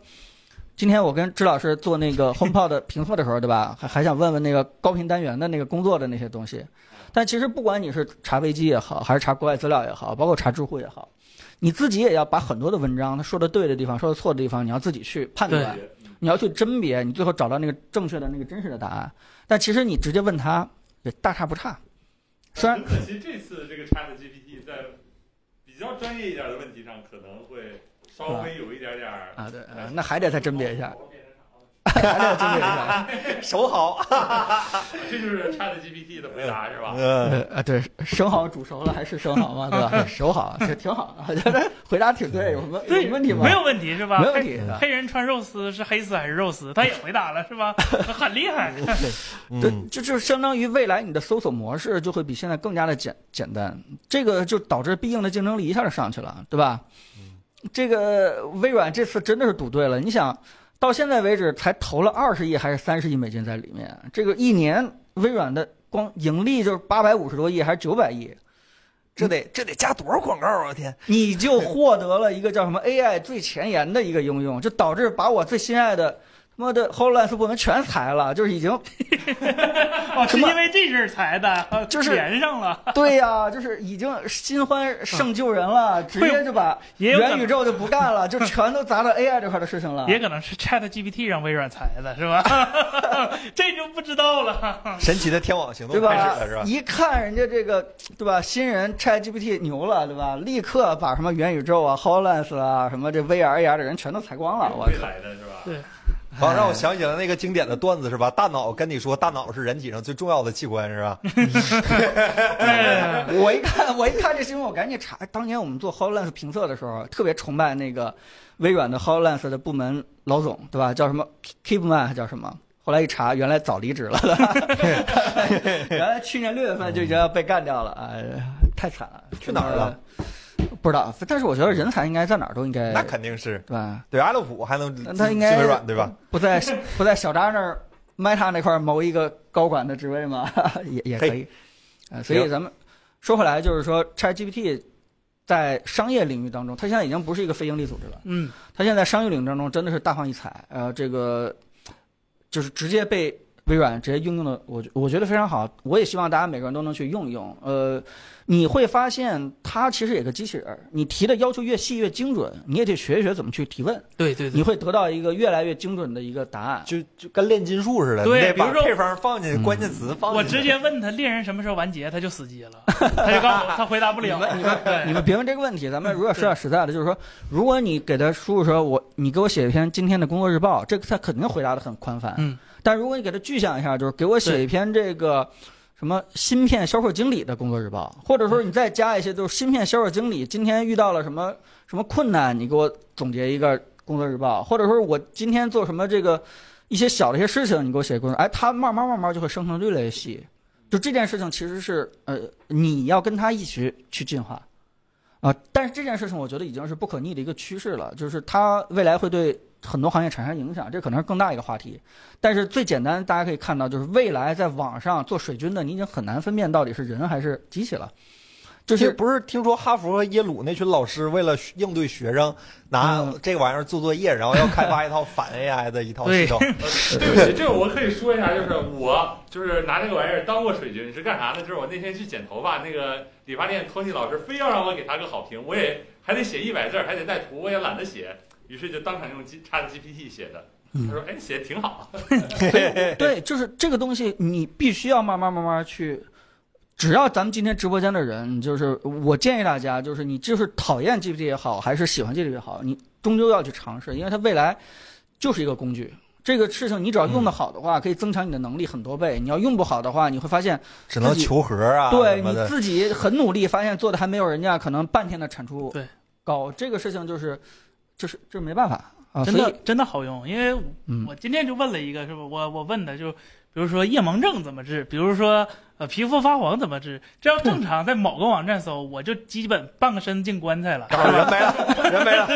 S2: 今天我跟支老师做那个 HomePod 的评测的时候，对吧？还还想问问那个高频单元的那个工作的那些东西，但其实不管你是查维基也好，还是查国外资料也好，包括查知乎也好，你自己也要把很多的文章，他说的对的地方，说的错的地方，你要自己去判断。
S4: 也嗯
S2: 你要去甄别，你最后找到那个正确的那个真实的答案。但其实你直接问他也大差不差。虽然
S4: 很可惜这次这个 Chat GPT 在比较专业一点的问题上可能会稍微有一点点儿，啊
S2: 啊，对，呃那还得再甄别一下， 还得再甄别一下。
S1: 手好，啊
S4: 这就是 Chat GPT 的回答是吧？
S1: 嗯，
S2: 呃啊，对，生蚝煮熟了还是生蚝嘛，对吧？熟好，这挺好的，我觉得回答挺对，有什么有
S3: 对，
S2: 什么问题吗？
S3: 没有问题是吧？
S2: 没有问
S3: 黑
S2: 题的
S3: 黑人穿肉丝是黑丝还是肉丝？他也回答 了是吧？很厉害。
S2: 对
S1: 嗯，
S2: 就就相当于未来你的搜索模式就会比现在更加的简简单，这个就导致必应的竞争力一下就上去了，对吧？这个微软这次真的是赌对了，你想到现在为止才投了二十亿还是三十亿美金在里面，这个一年微软的光盈利就是八百五十多亿还是九百亿，
S1: 这得这得加多少广告啊！天，
S2: 你就获得了一个叫什么 AI 最前沿的一个应用，就导致把我最心爱的他妈的 HoloLens 部门全裁了，就是已经
S3: 哦，是因为这事儿才的，
S2: 就是
S3: 连上了，
S2: 对呀、就是已经新欢胜旧人 了，直接就把
S3: 也有可
S2: 元
S3: 能
S2: 宇宙就不干 了，就全都砸到 AI 这块的事情了。
S3: 也可能是 Chat GPT 让微软裁的是吧？ 这就不知道了。
S1: 神奇的天网行动
S2: 对
S1: 开
S2: 吧
S1: 始了是吧？
S2: 一看人家这个，对吧？新人 ChatGPT 牛了，对吧？立刻把什么元宇宙啊、HoloLens 啊、什么这 VR、AR 的人全都裁光了。我
S4: 未
S2: 靠！
S4: 来的是吧？
S3: 对
S1: 好，让我想起了那个经典的段子是吧？大脑跟你说，大脑是人体上最重要的器官是吧？
S3: 哎
S2: 我一看，我一看这新闻，我赶紧查。哎当年我们做 HoloLens 评测的时候，特别崇拜那个微软的 HoloLens 的部门老总，对吧？叫什么 Keepman 还叫什么？后来一查，原来早离职了， 原来去年六月份就已经要被干掉了，哎，太惨了。呃
S1: 去哪儿了？
S2: 不知道，但是我觉得人才应该在哪儿都应该，
S1: 那肯定是
S2: 对吧？
S1: 对阿勒普还能
S2: 哎那
S1: 进
S2: 他应该
S1: 进微软对吧？
S2: 不在不在小扎那儿 Meta 那块儿谋一个高管的职位吗？ 也也可以，呃，所以
S1: 行
S2: 咱们说回来，就是说 ChatGPT 在商业领域当中，它现在已经不是一个非盈利组织了，
S3: 嗯，
S2: 它现在商业领域当中真的是大放异彩，呃，这个就是直接被微软直接应用的，我觉我觉得非常好，我也希望大家每个人都能去用一用，呃，你会发现它其实也个机器人儿，你提的要求越细越精准，你也得学一学怎么去提问。
S3: 对对
S2: 你，会得到一个越来越精准的一个答案。
S1: 就就跟炼金术似的，
S3: 对
S1: 你得把
S3: 比如说
S1: 配方放进去，
S2: 嗯
S1: 关键词放进
S3: 我
S1: 去
S3: 直接问他猎人什么时候完结，他就死机了，他就告诉我他回答不了。
S2: 你们
S3: 对
S2: 你们别问这个问题，咱们如果说点实在的，就是说，如果你给他输入说，我你给我写一篇今天的工作日报，这个他肯定回答的很宽泛。
S3: 嗯，
S2: 但如果你给他具象一下，就是给我写一篇这个什么芯片销售经理的工作日报，或者说你再加一些，就是芯片销售经理今天遇到了什么什么困难，你给我总结一个工作日报，或者说我今天做什么这个一些小的一些事情，你给我写工作，哎，他慢慢慢慢就会生成越来越细。就这件事情其实是呃，你要跟他一起去进化。啊、但是这件事情我觉得已经是不可逆的一个趋势了，就是它未来会对很多行业产生影响，这可能是更大一个话题。但是最简单，大家可以看到，就是未来在网上做水军的，你已经很难分辨到底是人还是机器了。就
S1: 这
S2: 是
S1: 不是听说哈佛和耶鲁那群老师为了应对学生，拿
S2: 嗯
S1: 这玩意儿做作业，然后要开发一套反 AI 的一套系统。
S4: 呃 对不起，这个我可以说一下，就是我就是拿这个玩意儿当过水军是干啥呢？就是我那天去剪头发，那个理发店托尼老师非要让我给他个好评，我也还得写一百字儿，还得带图，我也懒得写，于是就当场用 G 叉 GPT 写的。他说：“哎，写的挺好。
S2: 对，就是这个东西，你必须要慢慢慢慢去。只要咱们今天直播间的人，就是我建议大家，就是你就是讨厌 GPT 也好，还是喜欢 GPT 也好，你终究要去尝试，因为它未来就是一个工具。这个事情你只要用
S3: 嗯
S2: 得好的话，可以增强你的能力很多倍；你要用不好的话，你会发现，
S1: 只能求和啊，
S2: 对
S1: 什
S2: 你
S1: 么的。
S2: 自己很努力，发现做的还没有人家可能半天的产出
S3: 对
S2: 高。这个事情就是，就是这没办法啊，
S3: 真
S2: 所
S3: 的
S2: 以
S3: 真的好用，因为
S2: 嗯
S3: 我今天就问了一个，是吧？我我问的就，比比如说夜盲症怎么治，比如说呃皮肤发黄怎么治，这要正常在某个网站搜，我就基本半个身进棺材了。
S1: 然后人没了，人没了。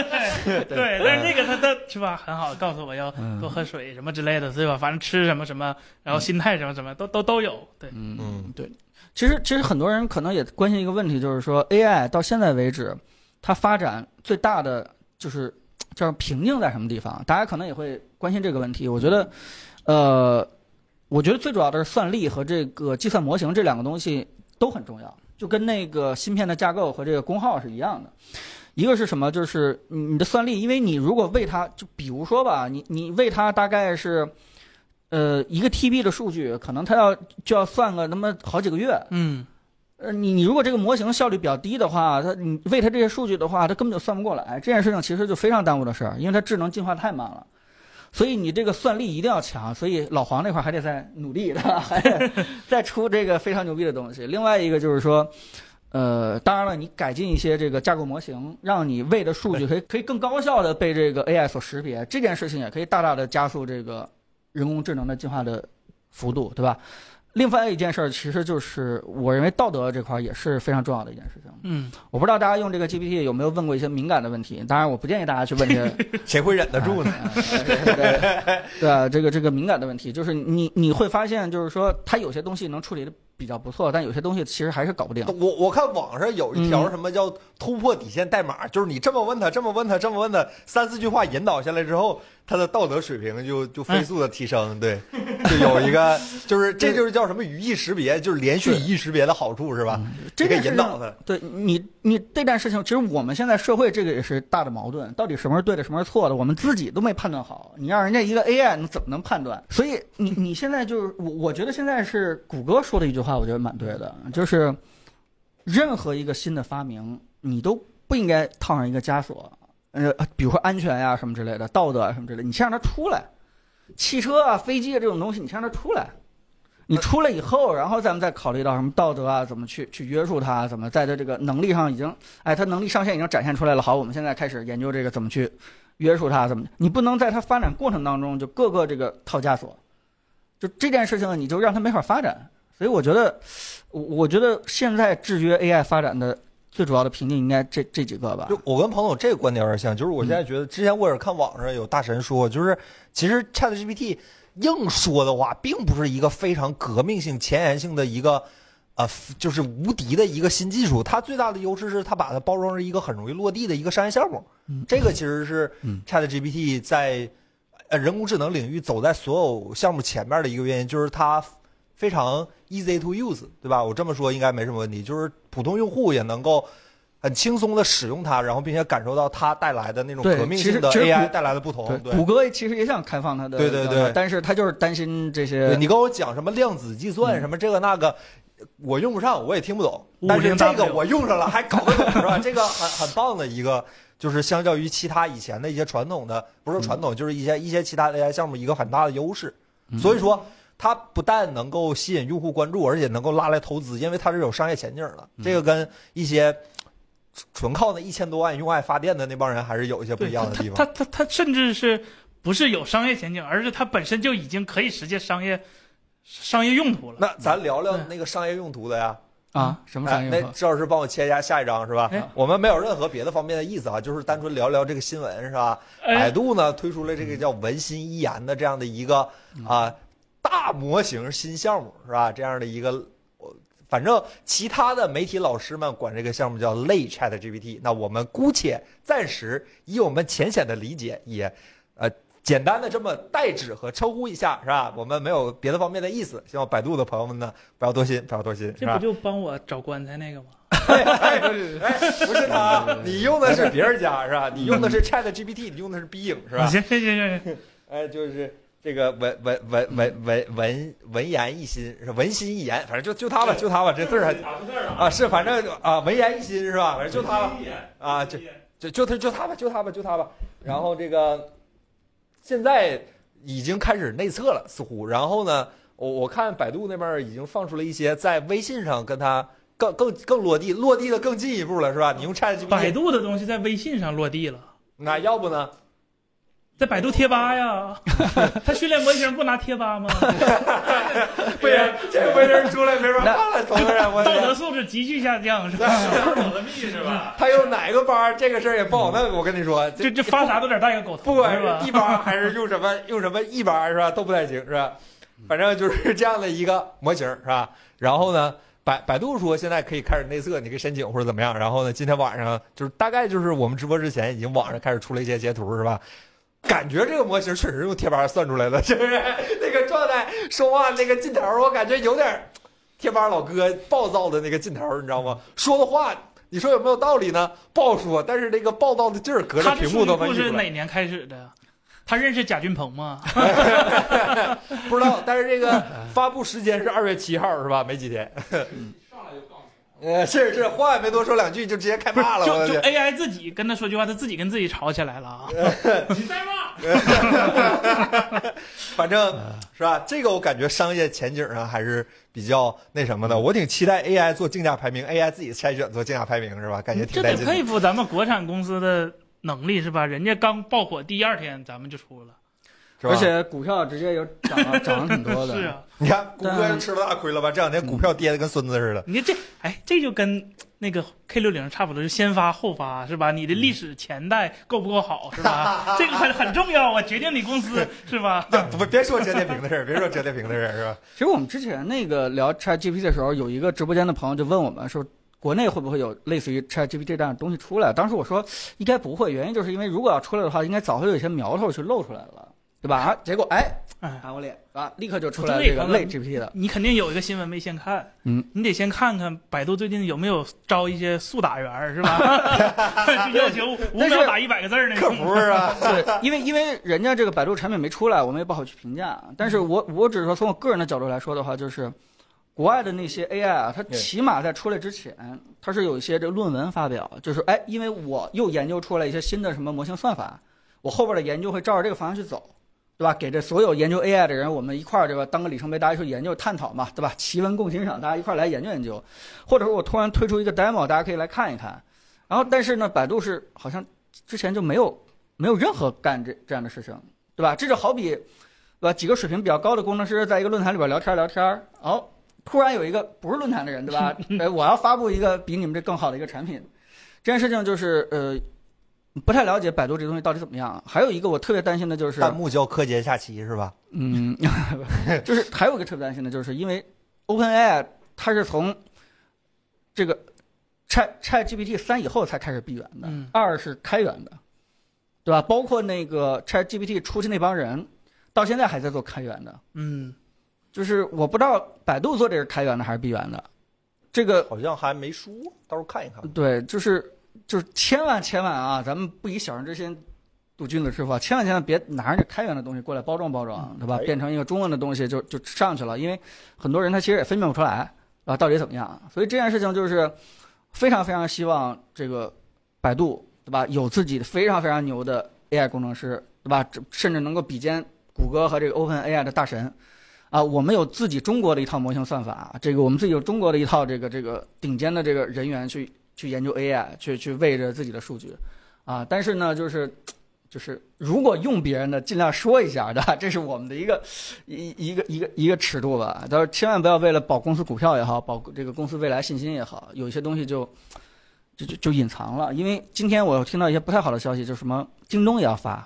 S3: 对，但是这个他他是吧，很好告诉我要
S1: 嗯
S3: 多喝水什么之类的，对吧？反正吃什么什么，然后心态什么什么都都都有。对，
S2: 嗯
S1: 嗯，
S2: 对。其实其实很多人可能也关心一个问题，就是说 AI 到现在为止，它发展最大的就是叫瓶颈在什么地方？大家可能也会关心这个问题。我觉得，呃，我觉得最主要的是算力和这个计算模型这两个东西都很重要，就跟那个芯片的架构和这个功耗是一样的。一个是什么？就是你你的算力，因为你如果喂它，就比如说吧，你你喂它大概是，呃，一个 TB 的数据，可能它要就要算个那么好几个月。
S3: 嗯，
S2: 呃，你你如果这个模型效率比较低的话，它你喂它这些数据的话，它根本就算不过来。这件事情其实就非常耽误的事儿，因为它智能进化太慢了。所以你这个算力一定要强，所以老黄那块儿还得再努力的，还得 再出这个非常牛逼的东西。另外一个就是说，呃，当然了，你改进一些这个架构模型，让你喂的数据可以可以更高效的被这个 AI 所识别，这件事情也可以大大的加速这个人工智能的进化的幅度，对吧？另外一件事儿，其实就是我认为道德这块儿也是非常重要的一件事情。
S3: 嗯，
S2: 我不知道大家用这个 GPT 有没有问过一些敏感的问题，当然我不建议大家去问这个
S1: 谁会 忍得住呢？
S2: 啊对对 对啊，这个这个敏感的问题，就是你你会发现，就是说它有些东西能处理的比较不错，但有些东西其实还是搞不定。
S1: 我我看网上有一条
S2: 嗯
S1: 什么叫突破底线代码，就是你这么问他，这么问他，这么问他，三四句话引导下来之后，他的道德水平就就飞速的提升。对，就有一个就是这就是叫什么语义识别，就是连续
S2: 对
S1: 语义识别的好处是吧？
S2: 这
S1: 这个
S2: 件事
S1: 引
S2: 情
S1: 导他，
S2: 对你，你这件事情，其实我们现在社会这个也是大的矛盾，到底什么是对的，什么是错的，我们自己都没判断好，你让人家一个 AI 你怎么能判断？所以你你现在就是我，我觉得现在是谷歌说的一句话，我觉得蛮对的，就是任何一个新的发明，你都不应该套上一个枷锁，呃，比如说安全呀、什么之类的，道德啊什么之类的，你先让它出来，汽车啊、飞机啊这种东西，你先让它出来。你出来以后，然后咱们再考虑到什么道德啊，怎么去去约束它，怎么在它这个能力上已经，哎，它能力上限已经展现出来了。好，我们现在开始研究这个怎么去约束它，怎么你不能在它发展过程当中就各个这个套枷锁，就这件事情你就让它没法发展。所以我觉得，我我觉得现在制约 AI 发展的最主要的瓶颈应该这这几个吧。
S1: 就我跟彭总这个观点有点像，就是我现在觉得，之前我也是看网上有大神说，就是其实 ChatGPT 硬说的话，并不是一个非常革命性、前沿性的一个。呃，就是无敌的一个新技术，它最大的优势是它把它包装成一个很容易落地的一个商业项目。这个其实是
S2: 嗯
S1: ChatGPT 在呃人工智能领域走在所有项目前面的一个原因，就是它非常 easy to use，对吧？我这么说应该没什么问题，就是普通用户也能够很轻松的使用它，然后并且感受到它带来的那种
S2: 对
S1: 革命
S2: 其实
S1: 性的
S2: 其实
S1: AI
S2: 谷
S1: 带来的不同。哦对
S2: 谷，歌其实也想开放它的，
S1: 对对对
S2: 但是它就是担心这
S1: 对
S2: 些。
S1: 你跟我讲什么量子计
S2: 嗯
S1: 算，什么这个那个，我用不上，我也听不懂。但是这个
S3: 50W
S1: 我用上了，还搞得懂是吧？这个很很棒的一个，就是相较于其他以前的一些传统的，不是说传统，就是一些一些其他的 AI 项目一个很大的优势。所以说，它不但能够吸引用户关注，而且能够拉来投资，因为它是有商业前景的。这个跟一些纯靠那一千多万用爱发电的那帮人还是有一些不
S3: 对，
S1: 一样
S3: 他
S1: 的地方。
S3: 他他他甚至是不是有商业前景，而是它本身就已经可以实现商业商业用途了。
S1: 那咱聊聊
S3: 对
S1: 那个商业用途的呀。
S2: 啊，什么商
S1: 哎
S2: 业化？
S1: 那赵老师帮我切一下下一章是吧
S3: 哎？
S1: 我们没有任何别的方面的意思啊，就是单纯聊聊这个新闻是吧？百
S3: 哎，
S1: 度呢推出了这个叫“文心一言”的这样的一个啊大模型新项目是吧？这样的一个，我反正其他的媒体老师们管这个项目叫类 Chat GPT，那我们姑且暂时以我们浅显的理解也呃。简单的这么代指和称呼一下是吧？我们没有别的方面的意思，希望百度的朋友们呢不要多心，不要多心，是
S3: 这
S1: 吧
S3: 不？就帮我找棺材那个吗？
S1: 哎，不是他，啊你用的是别人家是吧？你用的是 Chat GPT，你用的是 Bing 是吧？
S3: 行行行行，
S1: 哎，就是这个文文文文文文文言一心是文心一言，反正就就他吧，就他吧，啊这字 儿还
S4: 打错字儿了
S1: 啊是，反正啊文言一心是吧？反正就他吧，
S4: 第一眼
S1: 啊
S4: 第 一眼
S1: 就就他就他吧，就他吧，就他吧。然后这个现在已经开始内测了，似乎。然后呢，我我看百度那边已经放出了一些在微信上跟他更更更落地落地的更
S3: 哎
S1: 进一步了，是吧？你用 Chat
S3: 百
S1: GPT，
S3: 度的东西在微信上落地了。
S1: 那要不呢？
S3: 在百度贴 吧呀，他训练模型不拿贴吧吗？
S1: 不然这回人出来 没法看了，头发 染过
S3: 道德素质急剧下降是吧？
S4: 狗的密是吧？
S1: 他有哪个班儿，这个事儿也不好弄。我跟你说，
S3: 这这发啥都得带个狗头，
S1: 不管
S3: 是吧
S1: 是？地班还是用什么 用什么一班是吧，都不太行是吧？反正就是这样的一个模型是吧？然后呢，百百度说现在可以开始内测，你可以申请或者怎么样。然后呢，今天晚上就是大概就是我们直播之前，已经网上开始出了一些截图是吧？感觉这个模型确实用贴吧算出来的，是不是？ 那个状态说话那个劲头儿，我感觉有点儿贴吧老哥暴躁的那个劲头儿，你知道吗？说的话。你说有没有道理呢？不好说，但是那个暴躁的劲儿隔着
S3: 他这
S1: 屏
S3: 数
S1: 幕
S3: 据
S1: 都能
S3: 库
S1: 溢出来
S3: 是。哪年开始的呀？他认识贾俊 鹏吗？
S1: 不知道，但是这个发布时间是二月七号，是吧？没几天。
S4: 上来就杠起
S1: 呃，是是，话也没多说两 句就直接开
S3: 不是
S1: 骂了，，我
S3: 就
S1: 的
S3: 就
S1: 天！
S3: AI 自己跟他说句话，他自己跟自己吵起来了啊！
S4: 来，你在吗？
S1: 反正是吧？这个我感觉商业前景啊还是比较那什么的，我挺期待 AI 做竞价排名，AI 自己筛选做竞价排名是吧？感觉
S3: 嗯
S1: 哎
S3: 这
S1: 挺带
S3: 得
S1: 劲
S3: 佩
S1: 的。
S3: 服咱们国产公司的能力是吧？人家刚爆火第二天，咱们就出了，
S1: 是吧
S2: 而且股票直接有涨了，涨了挺多的。
S3: 是啊，
S1: 你看，谷歌
S2: 但
S1: 吃了大亏了吧？这两天股票跌的跟孙子似的。
S3: 你这哎，这就跟那个 K 六零差不多，就先发后发是吧？你的
S2: 嗯
S3: 历史前代够不够好 是吧？这个很很重要啊，决定你公司是吧？
S1: 不，别说折叠屏的事儿，别说折叠屏的事儿，是吧？
S2: 其实我们之前那个聊 ChatGPT 的时候，有一个直播间的朋友就问我们说，国内会不会有类似于 ChatGPT 这样的东西出来？当时我说应该不会，原因就是因为如果要出来的话，应该早就有一些苗头去露出来了，对吧？啊，结果哎，
S3: 哎，
S2: 打我脸啊，立刻就出来了这个类 GPT 的。
S3: 你肯定有一个新闻没先看，
S2: 嗯，
S3: 你得先看看百度最近有没有招一些速打员儿是吧？ 就要求五
S2: 但是
S3: 秒打一百个字儿那
S1: 客
S3: 种。
S1: 服是吧？
S2: 对，因为因为人家这个百度产品没出来，我们也不好去评价。但是我我只是说从我个人的角度来说的话，就是国外的那些 AI 啊，它
S1: 对
S2: 起码在出来之前，它是有一些这论文发表，就是哎，因为我又研究出来一些新的什么模型算法，我后边的研究会照着这个方向去走。对吧？给这所有研究 AI 的人，我们一块儿对吧？当个里程碑，大家去研究探讨嘛，对吧？奇闻共欣赏，大家一块儿来研究研究。或者说我突然推出一个 demo，大家可以来看一看。然后，但是呢，百度是好像之前就没有没有任何干这这样的事情，对吧？这就好比，对吧？几个水平比较高的工程师在一个论坛里边聊天聊天，哦，突然有一个不是论坛的人，对吧？哎，我要发布一个比你们这更好的一个产品，这件事情就是呃，不太了解百度这东西到底怎么样。啊还有一个我特别担心的就是，
S1: 弹幕叫柯洁下棋是吧？
S2: 嗯， 就是还有一个特别担心的，就是因为 OpenAI 它是从这个 Chat Chat GPT 三以后才开始闭源的，
S3: 嗯
S2: 二是开源的，对吧？包括那个 Chat GPT 出去那帮人，到现在还在做开源的，
S3: 嗯，
S2: 就是我不知道百度做这是开源的还是闭源的，这个
S1: 好像还没输，到时候看一看。
S2: 对，就是就是千万千万啊，咱们不以小人之心度君子之腹啊，千万千万别拿人家开源的东西过来包装包装，对吧？
S1: 哎
S2: 变成一个中文的东西就就上去了，因为很多人他其实也分辨不出来啊到底怎么样，所以这件事情就是非常非常希望这个百度对吧有自己非常非常牛的 AI 工程师对吧，这甚至能够比肩谷歌和这个 Open AI 的大神。啊，我们有自己中国的一套模型算法，啊这个我们自己有中国的一套这个这个顶尖的这个人员去去研究 AI，去去喂着自己的数据，啊，但是呢，就是就是如果用别人的，尽量说一下的，这是我们的一个一一个一个一个尺度吧。但是千万不要为了保公司股票也好，保这个公司未来信心也好，有一些东西就就就就隐藏了。因为今天我有听到一些不太好的消息，就什么京东也要发，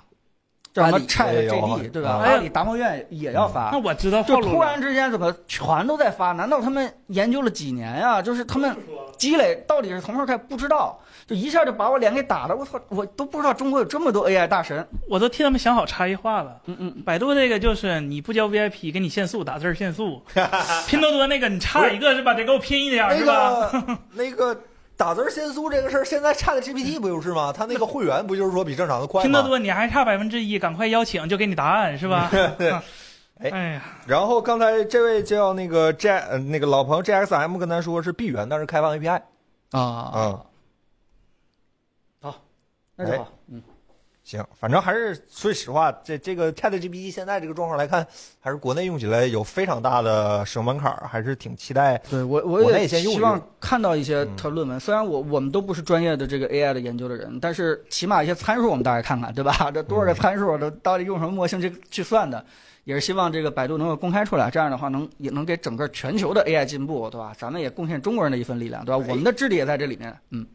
S2: 叫什
S1: 阿
S2: 么
S1: 里
S2: Chat
S1: 也有啊
S2: GD 对吧？
S1: 啊嗯
S2: 阿里达摩院也要发
S3: 那，我知道
S2: 就
S3: 哦套路了。
S2: 突然之间怎么全都在发？难道他们研究了几年呀、就是他们积累到底是从头开始不知道，就一下就把我脸给打的，我操，我都不知道中国有这么多 AI 大神。
S3: 我都替他们想好差异化了。
S2: 嗯嗯，
S3: 百度这个就是你不交 VIP 给你限速，打字儿限速； 拼多多那个你差一个是吧？得给我拼一点儿
S1: 那
S3: 是吧？
S1: 个那个打字限速这个事儿，现在 Chat GPT 不就是吗？它那个会员不就是说比正常的快吗？
S3: 拼多多你还差百分之一，赶快邀请就给你答案是 吧？
S1: 哎
S3: 哎呀，
S1: 然后刚才这位叫那个 J 呃那个老朋友 JXM 跟咱说是闭源，但是开放
S2: 嗯
S3: 啊
S1: API。
S2: 啊，
S1: 嗯，
S2: 那就好，嗯，
S1: 行，反正还是说实话，这这个 ChatGPT 现在这个状况来看，还是国内用起来有非常大的使用门槛儿，还是挺期待。
S2: 对我，
S1: 国内
S2: 也
S1: 先用嗯
S2: 希
S1: 一
S2: 望
S1: 用
S2: 看到一些他论文。虽然我我们都不是专业的这个 AI 的研究的人，但是起码一些参数我们大概看看，对吧？这多少个
S1: 嗯
S2: 参数，这到底用什么模型去去算的？也是希望这个百度能够公开出来，这样的话能也能给整个全球的 AI 进步，对吧？咱们也贡献中国人的一份力量，对吧？
S1: 哎
S2: 我们的智力也在这里面，嗯，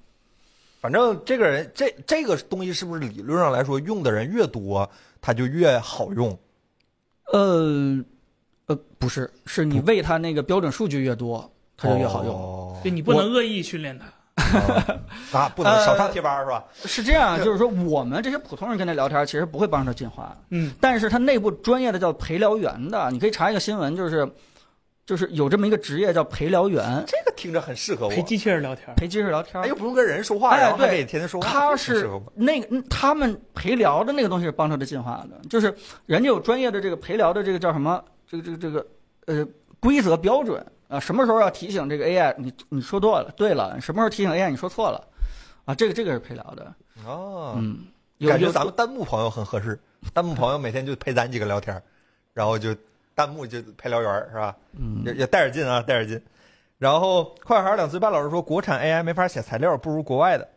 S1: 反正这个人，这这个东西是不是理论上来说，用的人越多，它就越好用？
S2: 呃，呃，不是，是你喂它那个标准数据越多，它就越好用。
S1: 哦
S3: 对你不能恶意训练它。
S1: 啊，不能少上
S2: 呃
S1: 贴吧是吧？
S2: 是这样，啊就是说我们这些普通人跟他聊天，其实不会帮助他进化。
S3: 嗯，
S2: 但是他内部专业的叫陪聊员的，你可以查一个新闻，就是就是有这么一个职业叫陪聊员，
S1: 这个听着很适合我
S3: 陪，机器人聊天儿，
S2: 陪机器人聊天
S1: 哎，。又不用跟人说话，
S2: 哎
S1: 然后还
S2: 对
S1: 可以天天说话，
S2: 他
S1: 很
S2: 是
S1: 适合我
S2: 那个嗯他们陪聊的那个东西是帮助他进化的，就是人家有专业的这个陪聊的这个叫什么，这个这个这个呃规则标准啊，什么时候要提醒这个 AI 你你说错了，对了，什么时候提醒 AI 你说错了，啊，这个这个是陪聊的，
S1: 哦。
S2: 嗯，有
S1: 感觉
S2: 有
S1: 咱们弹幕朋友很合 适，弹幕朋友每天就陪咱几个聊天儿，然后就弹幕就陪聊员儿是吧？
S2: 嗯
S1: 也也带点劲啊，带点劲。然后快孩儿两岁半老师说，国产 AI 没法写材料，不如国外的。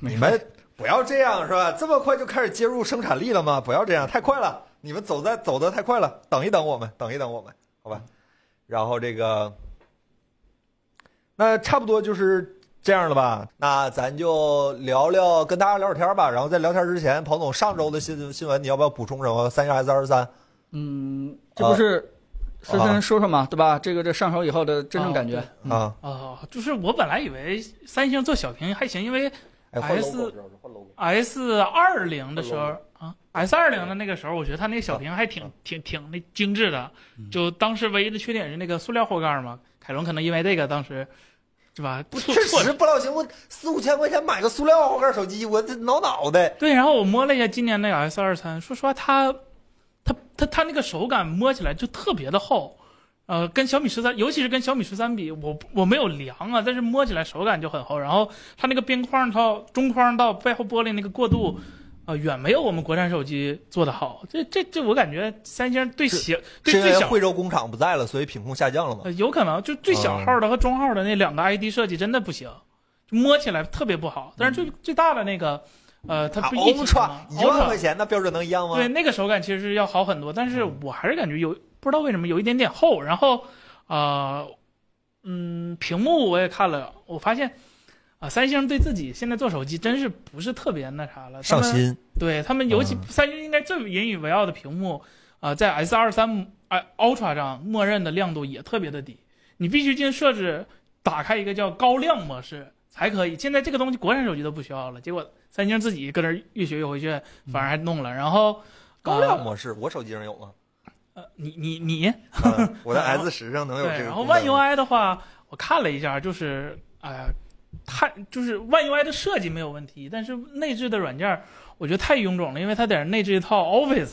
S2: 没
S1: 你们不要这样是吧？这么快就开始接入生产力了吗？不要这样，太快了，你们走在走的太快了，等一等我们，等一等我们，好吧？然后这个，那差不多就是这样了吧？那咱就聊聊，跟大家聊聊天儿吧。然后在聊天之前，彭总上周的新新闻你要不要补充什么？三月还是二十三？
S2: 嗯，这不
S1: 啊
S2: 是森森说说嘛，对吧？这个这上手以后的真正感觉
S3: 哦，
S2: 嗯
S1: 啊，
S3: 哦，就是我本来以为三星做小屏还行，因为
S1: 哎，换
S3: S-
S1: logo 知道吗换 logo。
S3: S 二零的时候
S1: 哦
S3: 啊，S 二零的那个时候，我觉得它那个小屏还
S1: 嗯
S3: 挺挺挺那精致的。就当时唯一的缺点是那个塑料后盖儿嘛，凯龙可能因为这个当时是吧
S1: 不，
S3: 错
S1: 确
S3: 错
S1: 实不老行，我四五千块钱买个塑料后盖手机，我这挠脑袋。
S3: 对，然后我摸了一下今年那个 S 二三，说实话它，它它它那个手感摸起来就特别的厚，呃，跟小米十三，尤其是跟小米十三比，我我没有量啊，但是摸起来手感就很厚。然后它那个边框到中框到背后玻璃那个过渡，呃，远没有我们国产手机做的好。这这这，我感觉三星对
S1: 是
S3: 小对
S1: 是因
S3: 最
S1: 为
S3: 小
S1: 惠州工厂不在了，所以品控下降了嘛？
S3: 呃，有可能就最小号的和中号的那两个
S1: 啊
S3: ID 设计真的不行，就摸起来特别不好。但是最、最大的那个，呃，它
S1: 嗯啊
S3: 不一体的
S1: ，Ultra
S3: 吗
S1: 一万
S3: Ultra
S1: 块钱，那标准能一样吗？嗯
S3: 对，那个手感其实是要好很多，但是我还是感觉有不知道为什么有一点点厚。然后，呃，嗯，屏幕我也看了，我发现啊、三星对自己现在做手机真是不是特别那啥了，他
S1: 上
S3: 们
S1: 新
S3: 对他们，尤其
S1: 嗯
S3: 三星应该最引以为傲的屏幕啊、呃在 S 二三哎 Ultra 上默认的亮度也特别的低，你必须进设置打开一个叫高亮模式才可以。现在这个东西国产手机都不需要了，结果三星自己搁那儿越学越回去，反而还弄了。然后
S1: 嗯高亮
S3: 呃
S1: 啊模式，我手机上有 吗？
S3: 呃，你你你
S1: 啊我的
S3: 然后
S1: S 十上能有这
S3: 对，
S1: 个
S3: 然后
S1: 功能吗。
S3: One UI 的话，我看了一下，就是哎呀，太就是 One UI 的设计没有问题，但是内置的软件儿我觉得太臃肿了，因为它得内置一套 Office，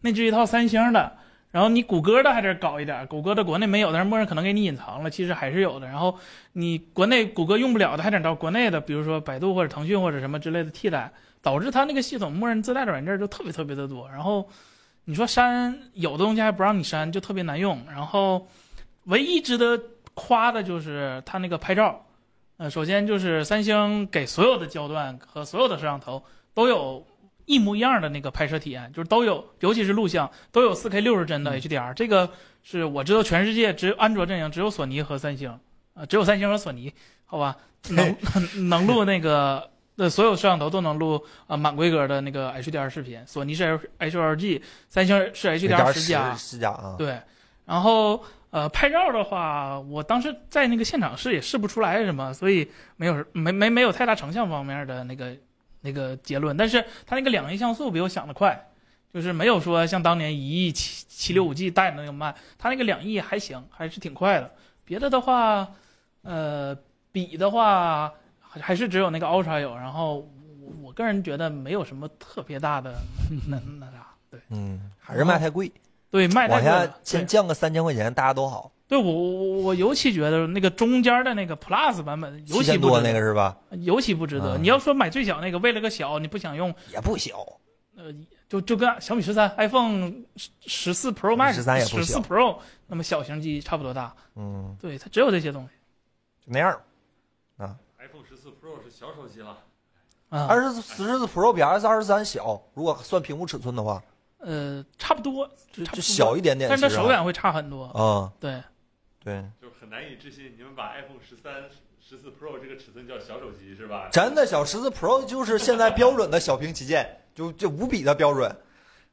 S3: 内置一套三星的，然后你谷歌的还得搞一点，谷歌的国内没有，但是默认可能给你隐藏了，其实还是有的。然后你国内谷歌用不了的，还得到国内的，比如说百度或者腾讯或者什么之类的替代，导致它那个系统默认自带的软件儿就特别特别的多，然后。你说删有的东西还不让你删，就特别难用。然后，唯一值得夸的就是它那个拍照，呃，首先就是三星给所有的焦段和所有的摄像头都有一模一样的那个拍摄体验，就是都有，尤其是录像都有 4K 六十帧的 HDR，、这个是我知道全世界只有安卓阵营只有索尼和三星，啊、只有三星和索尼，好吧，能能录那个。呃，所有摄像头都能录啊、呃满规格的那个呃 HDR 视频，索尼是 H HLG，三星是 HDR 十加，
S1: 十加啊，
S3: 对，然后呃，拍照的话，我当时在那个现场试也试不出来什么，所以没有没没没有太大成像方面的那个那个结论。但是它那个两亿像素比我想的快，就是没有说像当年一亿七七六五 G 带的那个慢，它那个两亿还行，还是挺快的。别的的话，呃，比的话还还是只有那个 Ultra 有，然后我我个人觉得没有什么特别大的 那那啥，对
S1: 嗯，还是卖太贵，
S3: 对，卖太
S1: 往
S3: 贵了
S1: 下先
S3: 对
S1: 降个三千块钱，大家都好。
S3: 对我我我我尤其觉得那个中间的那个 Plus 版本尤
S1: 七
S3: 其
S1: 千
S3: 不
S1: 多
S3: 值
S1: 那
S3: 得
S1: 个是吧？
S3: 尤其不值得。
S1: 嗯
S3: 你要说买最小那个，为了个小，你不想用，
S1: 也不小，
S3: 呃，就就跟小米十三、iPhone 十四 Pro Max、
S1: 13也不
S3: 十四
S1: 小
S3: Pro 那么小型机差不多大。
S1: 嗯，
S3: 对，它只有这些东西
S1: 就那样。
S4: iPhone 十四 Pro 是小手机了，
S3: 啊。
S1: 二十十四 Pro 比 S 二十三小，如果算屏幕尺寸的话，
S3: 呃，差不多，
S1: 就
S3: 差
S1: 就
S3: 不多
S1: 小一点点。
S3: 但是它
S1: 其实啊
S3: 手感会差很多。
S1: 啊，
S3: 对，
S1: 对，
S4: 就很难以置信，你们把 iPhone 十三、十四 Pro 这个尺寸叫小手机是吧？
S1: 真的小十四 Pro 就是现在标准的小屏旗舰，就就无比的标准。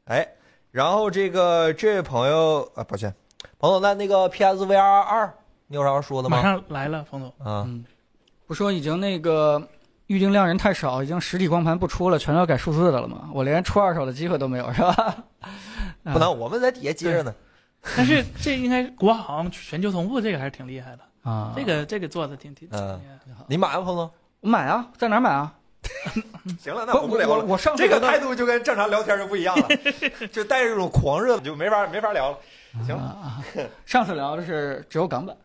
S1: 哎，然后这个这位朋友啊，抱歉，彭总，那那个 PSVR 二，你有啥要说的
S3: 马
S1: 吗？
S3: 上来了，冯总。
S1: 啊，
S2: 嗯，不说已经那个预定量人太少，已经实体光盘不出了，全都改数字的了吗？我连出二手的机会都没有，是吧？
S3: 嗯
S2: 啊
S1: 不能，我们在底下接着呢。
S3: 但是这应该国行全球同步，这个还是挺厉害的。
S2: 啊，
S3: 这个这个做的挺挺挺厉
S1: 嗯
S3: 害的。
S1: 你买吗，彭总？
S2: 我买啊，在哪儿买啊？
S3: 嗯
S1: 行了，
S2: 不，我我。我上次
S1: 这个
S2: 都
S1: 态度就跟正常聊天就不一 样了，就带着这种狂热就没法没法聊了。行
S2: 啊啊 上次聊的是只有港版，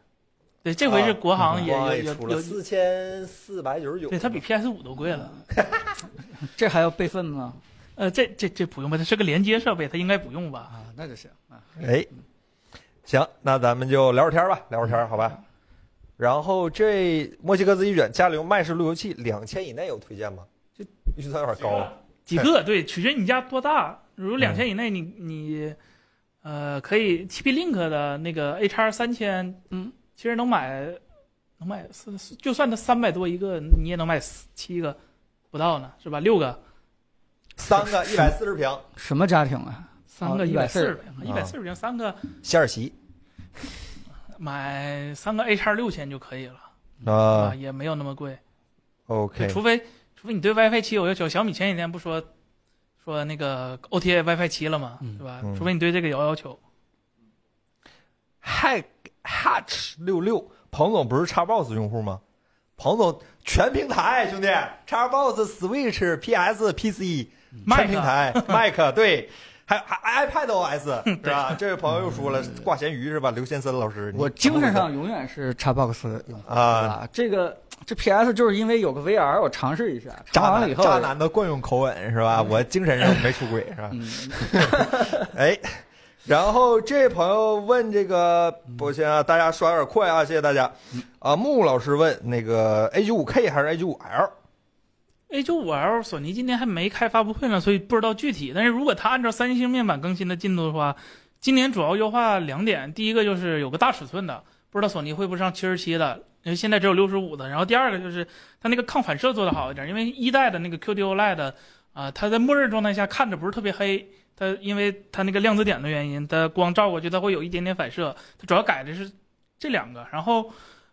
S3: 对，这回是国行也
S1: 啊嗯国行
S3: 有
S1: 也
S3: 有
S1: 出
S3: 有
S1: 了，四千四百九十九，
S3: 对它比 PS 五都贵了。
S2: 这还要备份吗？
S3: 呃，这这这不用吧？它是个连接设备，它应该不用吧？
S2: 啊，那就行啊。
S1: 哎，行，那咱们就聊会儿天儿吧，聊会儿天儿好吧？然后这墨西哥自己卷家里用麦式路由器两千以内有推荐吗？这预算有点高啊。
S3: 几个？对，嗯取决你家多大。如果两千以内你，你呃可以 TP Link 的那个 HR 三千，
S2: 嗯，
S3: 其实能买能买四，四就算它三百多一个，你也能买四七个不到呢，是吧？六个，
S1: 三个一百四十平
S2: 什么家庭啊？
S3: 三个
S2: 哦
S3: 一百四十
S2: 140
S3: 平，一百四十啊平三个
S1: 西尔奇
S3: 买三个 HR 六千就可以了啊，
S1: 啊
S3: 也没有那么贵。对，
S1: ，OK，
S3: 除非除非你对 WiFi 七有要求。小米前几天不说说那个 OTA WiFi 七了吗？
S2: 嗯
S3: 是吧
S1: 嗯？
S3: 除非你对这个有要求。
S1: Hack Hatch 六六，彭总不是 Xbox 用户吗？彭总全平台兄弟，Xbox、Switch、PS、PC 全平台，Mac 对，还还 iPad OS 是吧？这位朋友又说了，挂咸鱼是吧？刘先森老师，你
S2: 我精神上永远是 Xbox 用户
S1: 啊
S2: 对吧这个这 PS 就是因为有个 VR，我尝试一下，
S1: 渣
S2: 尝完了以
S1: 男
S2: 后，
S1: 渣男的惯用口吻是吧？我精神上没出轨 是吧？
S2: 嗯，
S1: 哎，然后这位朋友问这个，我先啊，大家刷有点快啊，谢谢大家。啊，木老师问那个 A 9 5 K 还是 A 9 5 L？
S3: A 9 5 L 索尼今天还没开发布会呢，所以不知道具体。但是如果它按照三星面板更新的进度的话，今年主要优化两点，第一个就是有个大尺寸的，不知道索尼会不会上七十七的，因为现在只有六十五的。然后第二个就是它那个抗反射做得好一点，因为一代的那个 QD OLED 啊、它在默认状态下看着不是特别黑，它因为它那个量子点的原因，它光照过去它会有一点点反射。它主要改的是这两个，然后。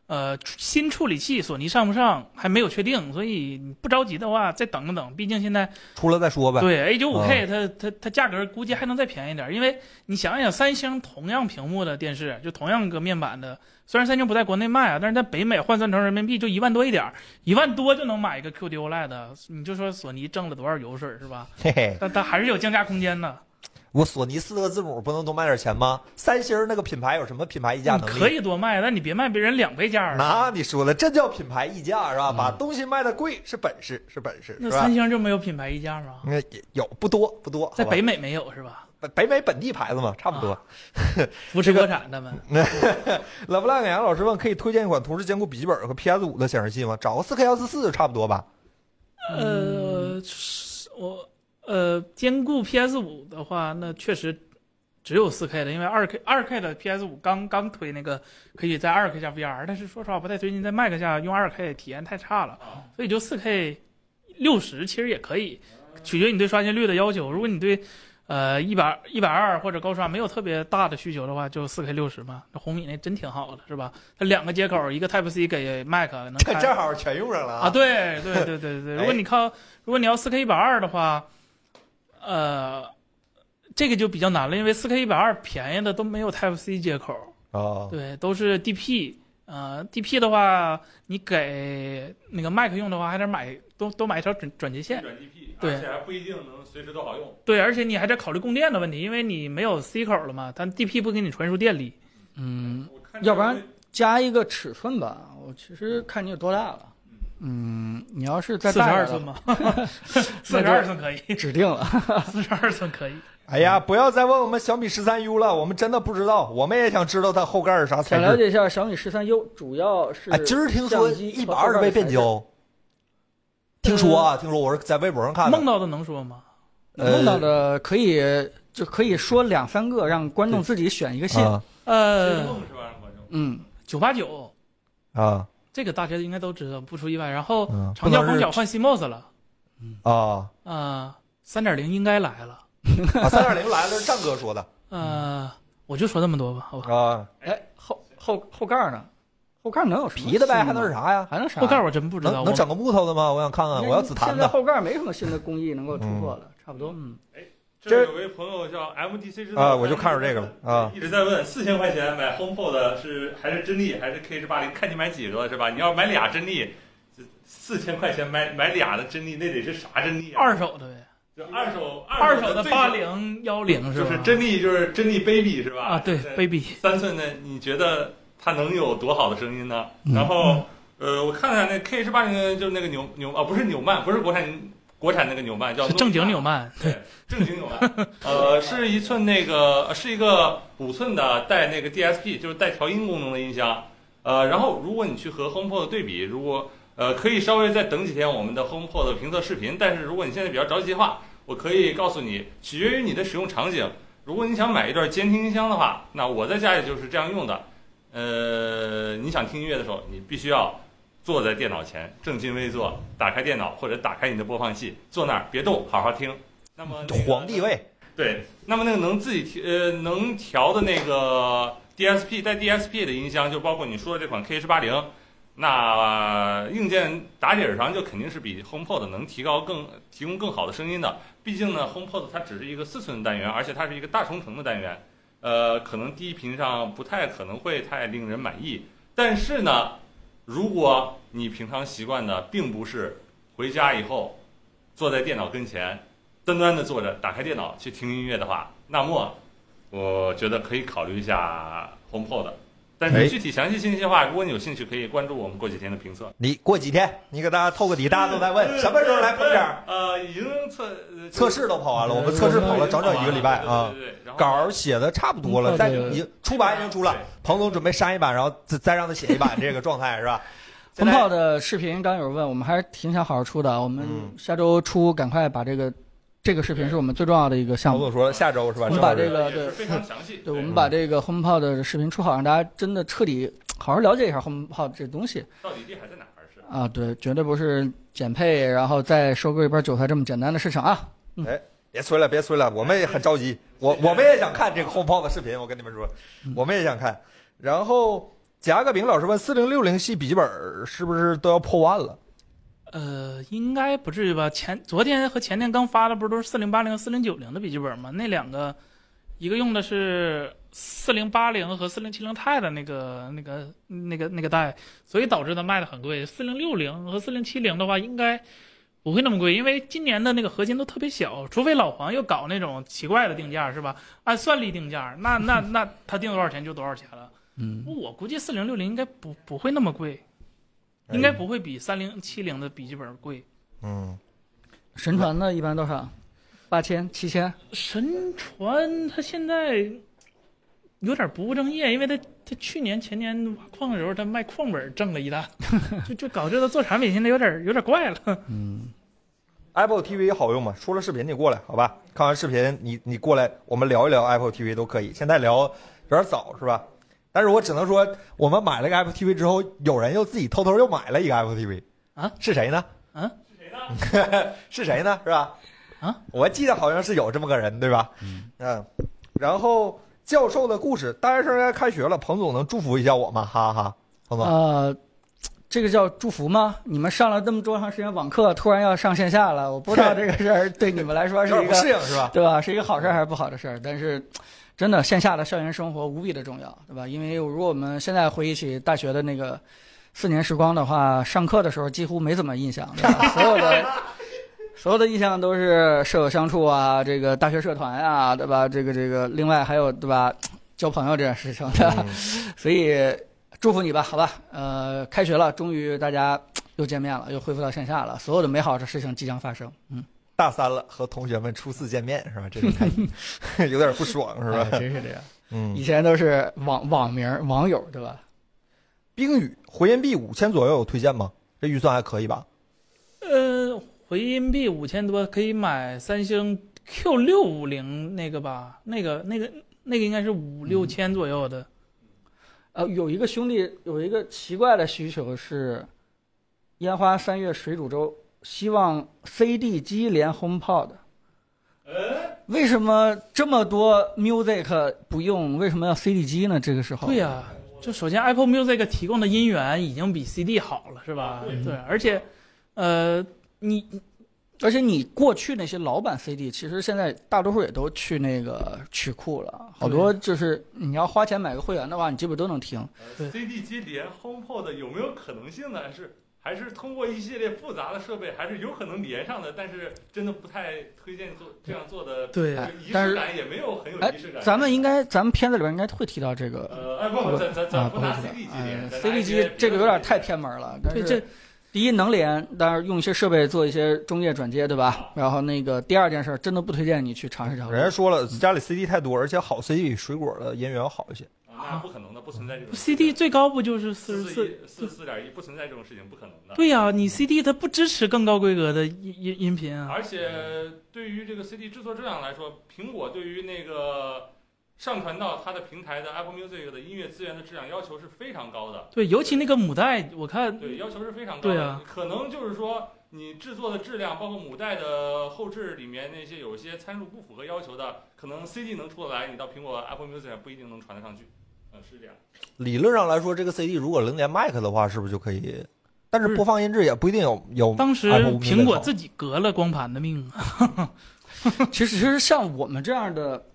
S3: 呃，出新处理器索尼上不上还没有确定，所以你不着急的话，再等一等。毕竟现在
S1: 出了再说呗。
S3: 对 A 9 5 K
S1: 嗯
S3: 它它它价格估计还能再便宜点儿，因为你想一想，三星同样屏幕的电视，就同样个面板的，虽然三星不在国内卖啊，但是在北美换算成人民币就一万多一点儿，一万多就能买一个 QD OLED E 的，你就说索尼挣了多少油水儿 是吧？
S1: 嘿嘿，
S3: 但它还是有降价空间的，
S1: 我索尼四个字母不能多卖点钱吗？三星儿那个品牌有什么品牌溢价
S3: 你
S1: 能力？
S3: 嗯可以多卖，但你别卖别人两倍价儿。嗯
S1: 那你说了，这叫品牌溢价是吧？把东西卖的贵是本事，是本事，
S3: 那
S1: 是
S3: 三
S1: 吧？
S3: 星就没有品牌溢价吗？
S1: 那也有不多不多，
S3: 在
S1: 好吧
S3: 北美啊没有是吧？
S1: 北北美本地牌子嘛，差不多。
S3: 扶持国产他们。
S1: 老布拉给杨老师问，可以推荐一款同时兼顾笔记本和 PS 五的显示器吗？找个4 K 幺四四差不多吧。
S3: 呃，是我呃兼顾 PS 五的话，那确实只有 4K 的，因为 2K 2K 的 PS 五刚刚推那个可以在 2K 下 VR，但是说实话不太推荐在 Mac 下用 2K，体验太差了，所以就 4K 六十其实也可以，取决于你对刷新率的要求。如果你对呃一百一百二或者高刷没有特别大的需求的话，就 4K 六十嘛。那红米那真挺好的，是吧？它两个接口，一个 Type C 给 Mac 能
S1: 这
S3: 开
S1: 正好全用上了
S3: 哎啊，，对对对对对，如果你靠，如果你要四 K 一百二的话，呃，这个就比较难了，因为四 K 一百二便宜的都没有 Type C 接口，
S1: 哦，
S3: 对，都是 DP。呃，DP 的话，你给那个 Mac 用的话，还得买多多买一条转转接线。
S4: 转 GP，
S3: 对
S4: 而且还不一定能随时都好用。
S3: 对，而且你还得考虑供电的问题，因为你没有 C 口了嘛，它 DP 不给你传输电力。
S2: 嗯，
S4: 我看看
S2: 要不然加一个尺寸吧，我其实看你有多大了。嗯，你要是再
S3: 四十
S2: 大
S3: 二
S2: 点了
S3: 寸吗？四十二寸可以，
S2: 指定了。
S3: 四十二寸可以。
S1: 哎呀，不要再问我们小米十三 U 了，我们真的不知道，我们也想知道它后盖是啥材
S2: 想了
S1: 质。
S2: 解一下小米十三 U，主要是
S1: 哎，今儿听说
S2: 相机
S1: 一百二十倍变焦，听说
S2: 嗯
S1: 啊，听说我是在微博上看的
S3: 梦。到的能说吗？
S1: 呃
S2: 梦到的可以就可以说两三个，让观众自己选一个信。
S1: 啊
S4: 这
S3: 呃，
S4: 梦是吧？观众
S2: 嗯，
S3: 九八九
S1: 啊
S3: 这个大家应该都知道，不出意外。然后
S1: 嗯
S3: 长
S1: 不
S3: 焦
S1: 能
S3: 广
S1: 是
S3: 角换 CMOS 了，
S1: 啊
S3: 呃，三点零应该来了，
S1: 啊！三点零来了，这是战哥说 的嗯
S3: 呃，我就说这么多吧，好吧。
S1: 啊，
S2: 哎，后后后盖呢？后盖能有什么
S1: 皮的呗，
S2: 新
S1: 还能是啥呀？
S2: 还能啥？
S3: 后盖我真不知道，
S1: 能
S3: 我
S1: 能整个木头的吗？我想看看，我要紫檀
S2: 现在
S1: 的。
S2: 后盖没什么新的工艺能够突破了，差不多。嗯，
S4: 这有位朋友叫 MDC 知道
S1: 啊我就看着这个了啊，
S4: 一直在问四千块钱买 HomePod 是还是真力还是 K 十八零？看你买几个是吧？你要买俩真力，四千块钱买买俩的真力，那得是啥真力啊？
S3: 二手的呗，
S4: 就二手
S3: 二
S4: 手
S3: 手的
S4: 最
S3: 八零幺零
S4: 就
S3: 吧
S4: 是？真力就是真力 Baby 是吧？
S3: 啊，对
S4: 那
S3: ，baby，
S4: 三寸的，你觉得它能有多好的声音呢？
S2: 嗯
S4: 然后，呃，我看看那 K 十八零，就是那个纽纽啊，不是纽曼，不是国产国产那个纽曼，叫
S3: 是正经纽
S4: 曼，
S3: 曼，
S4: 对，正经纽曼， 呃，是一寸那个呃是一个五寸的带那个 DSP，就是带调音功能的音箱。呃，然后如果你去和 HomePod 对比，如果呃可以稍微再等几天我们的 HomePod 评测视频，但是如果你现在比较着急的话，我可以告诉你，取决于你的使用场景。如果你想买一段监听音箱的话，那我在家里就是这样用的。呃，你想听音乐的时候，你必须要坐在电脑前，正襟危坐，打开电脑或者打开你的播放器，坐那儿别动，好好听。那么那个
S1: 皇帝位
S4: 对，那么那个能自己调呃能调的那个 DSP 带 DSP 的音箱，就包括你说的这款 K 1 8 0那硬件打底儿上就肯定是比 HomePod 能提高更提供更好的声音的。毕竟呢，HomePod 它只是一个四寸单元，而且它是一个大冲程的单元，呃，可能低频上不太可能会太令人满意。但是呢，如果你平常习惯的并不是回家以后坐在电脑跟前端端的坐着，打开电脑去听音乐的话，那么我觉得可以考虑一下 HomePod。但
S1: 哎
S4: 是具体详细信息的话，如果你有兴趣，可以关注我们过几天的评测。
S1: 你过几天你给大家透个底，大家都在问什么时候来碰
S4: 点？
S1: 点。
S4: 呃，已经测呃
S1: 测试都跑完了，我们测试跑了整整一个礼拜啊
S4: 对。对对对，然后
S1: 稿儿写的差不多
S2: 嗯
S1: 了，但
S2: 对对
S1: 已经出版已经出了
S4: 对，
S1: 彭总准备删一版，然后再再让他写一版，这个状态是 吧？现
S2: 红
S1: 在
S2: 炮的视频刚有人问，我们还是挺想好好出的。我们
S1: 嗯
S2: 下周初赶快把这个这个视频是我们最重要的一个项
S1: 彭
S2: 目。
S1: 总说下周是吧？
S2: 我
S1: 正
S2: 们把
S1: 好是
S2: 这个
S4: 也是
S2: 对
S4: 非常详细。
S2: 对，我们把
S1: 嗯
S2: 这个 HomePod 的视频出好，让大家真的彻底好好了解一下 HomePod 这东西
S4: 到底厉害在哪儿是？
S2: 啊！对，绝对不是减配然后再收割一波韭菜这么简单的事情啊！
S1: 别催了，别催了，我们也很着急，我我们也想看这个 HomePod 的视频，我跟你们说，
S2: 嗯
S1: 我们也想看。然后贾个饼老师问：四零六零系笔记本儿是不是都要破万了？
S3: 呃，应该不至于吧？前昨天和前天刚发的不是都是四零八零、四零九零的笔记本吗？那两个，一个用的是四零八零和四零七零 i 的那个、那个、那个、那个带，所以导致它卖的很贵。四零六零和四零七零的话，应该不会那么贵，因为今年的那个合金都特别小，除非老黄又搞那种奇怪的定价，是吧？按算力定价，那那那他定多少钱就多少钱了。
S2: 嗯，
S3: 我估计四零六零应该不不会那么贵，应该不会比三零七零的笔记本贵。
S1: 嗯，
S2: 神传的一般多少？八千、七千？
S3: 神传它现在有点不务正业，因为它它去年前年挖矿的时候，它卖矿本挣了一大，就就搞这个做产品，现在有点有点怪了。
S1: Apple TV 好用吗？出了视频你过来，好吧？看完视频你你过来，我们聊一聊 Apple TV 都可以。现在聊有点早是吧？但是我只能说，我们买了个 Apple TV 之后，有人又自己偷偷又买了一个 Apple TV
S3: 啊？
S1: 是谁呢？
S3: 啊？
S1: 是谁呢？是吧？
S3: 啊？
S1: 我记得好像是有这么个人，对吧？嗯。然后教授的故事，大学生该开学了，彭总能祝福一下我吗？哈哈，彭总。
S2: 呃，这个叫祝福吗？你们上了这么多长时间网课，突然要上线下了，我不知道这个事儿对你们来说
S1: 有
S2: 是
S1: 点
S2: 一
S1: 不适
S2: 个
S1: 应是 吧？
S2: 对吧？是一个好事儿还是不好的事儿？但是，真的线下的校园生活无比的重要，对吧？因为如果我们现在回忆起大学的那个四年时光的话，上课的时候几乎没怎么印象，对吧？所有 的。所有的印象都是舍友相处啊，这个大学社团啊，对吧？这个这个，另外还有对吧？交朋友这件事情的，所以祝福你吧，好吧，呃，开学了，终于大家又见面了，又恢复到线下了，所有的美好的事情即将发生，嗯，
S1: 大三了，和同学们初次见面是吧？这种感觉有点不爽是
S2: 哎
S1: 吧？
S2: 真是这样，以
S1: 嗯，
S2: 前都是网网名儿网友对吧？
S1: 冰雨回音壁五千左右有推荐吗？这预算还可以吧？
S3: 呃，回音壁五千多可以买三星 Q 六五零那个吧，那个那个那个应该是五六千左右的。
S2: 呃，有一个兄弟有一个奇怪的需求是，烟花三月水煮粥，希望 CD 机连 HomePod。
S4: 哎，
S2: 为什么这么多 music 不用？为什么要 CD 机呢？这个时候，
S3: 对呀、就首先 Apple Music 提供的音源已经比 CD 好了，是吧？
S4: 嗯
S3: 对，而且，呃，你
S2: 而且你过去那些老版 CD，其实现在大多数也都去那个曲库了，好多就是你要花钱买个会员的话，你基本都能听。
S3: 对
S4: CD 机连 HomePod 有没有可能性呢？是还是通过一系列复杂的设备，还是有可能连上的？但是真的不太推荐做这样做的，
S3: 对
S4: 就
S2: 哎
S4: 仪
S2: 但
S4: 式
S2: 是
S4: 感也没有很有
S2: 哎
S4: 仪式感。
S2: 咱们应该，咱们片子里边应该会提到这个
S4: 呃，哎，不不，咱咱
S2: 啊，
S4: 咱
S2: 不
S4: 不
S2: 会
S4: 拿
S2: 提到
S4: CD 机
S2: 哎
S4: 连
S2: CD 机这个有点太偏门了，但
S3: 对
S2: 是
S3: 这
S2: 第一能连，但是用一些设备做一些中介转接，对吧？然后那个第二件事儿，真的不推荐你去尝试尝
S1: 人家
S2: 试。
S1: 说了，家里 CD 太多，而且好 CD 比水果的音源要好一些。
S4: 啊，那不可能的，不存在这种
S3: CD 最高不就是四
S4: 四
S3: 十四？
S4: 四四点一，不存在这种事情，不可能的。
S3: 对呀、你 CD 它不支持更高规格的音音音频啊。
S4: 而且对于这个 CD 制作质量来说，苹果对于那个上传到它的平台的 Apple Music 的音乐资源的质量要求是非常高的，
S3: 对，尤其那个母带，我看
S4: 对，要求是非常高的。
S3: 对啊
S4: 可能就是说你制作的质量，包括母带的后置里面那些有一些参数不符合要求的，可能 CD 能出得来，你到苹果 Apple Music 上不一定能传得上去。嗯，是这样。
S1: 理论上来说，这个 CD 如果能连麦克的话，是不是就可以？但是播放音质也不一定有有。
S3: 当时
S1: Apple Music
S3: 苹果
S1: 好
S3: 自己革了光盘的命啊。
S2: 其实，其实像我们这样的，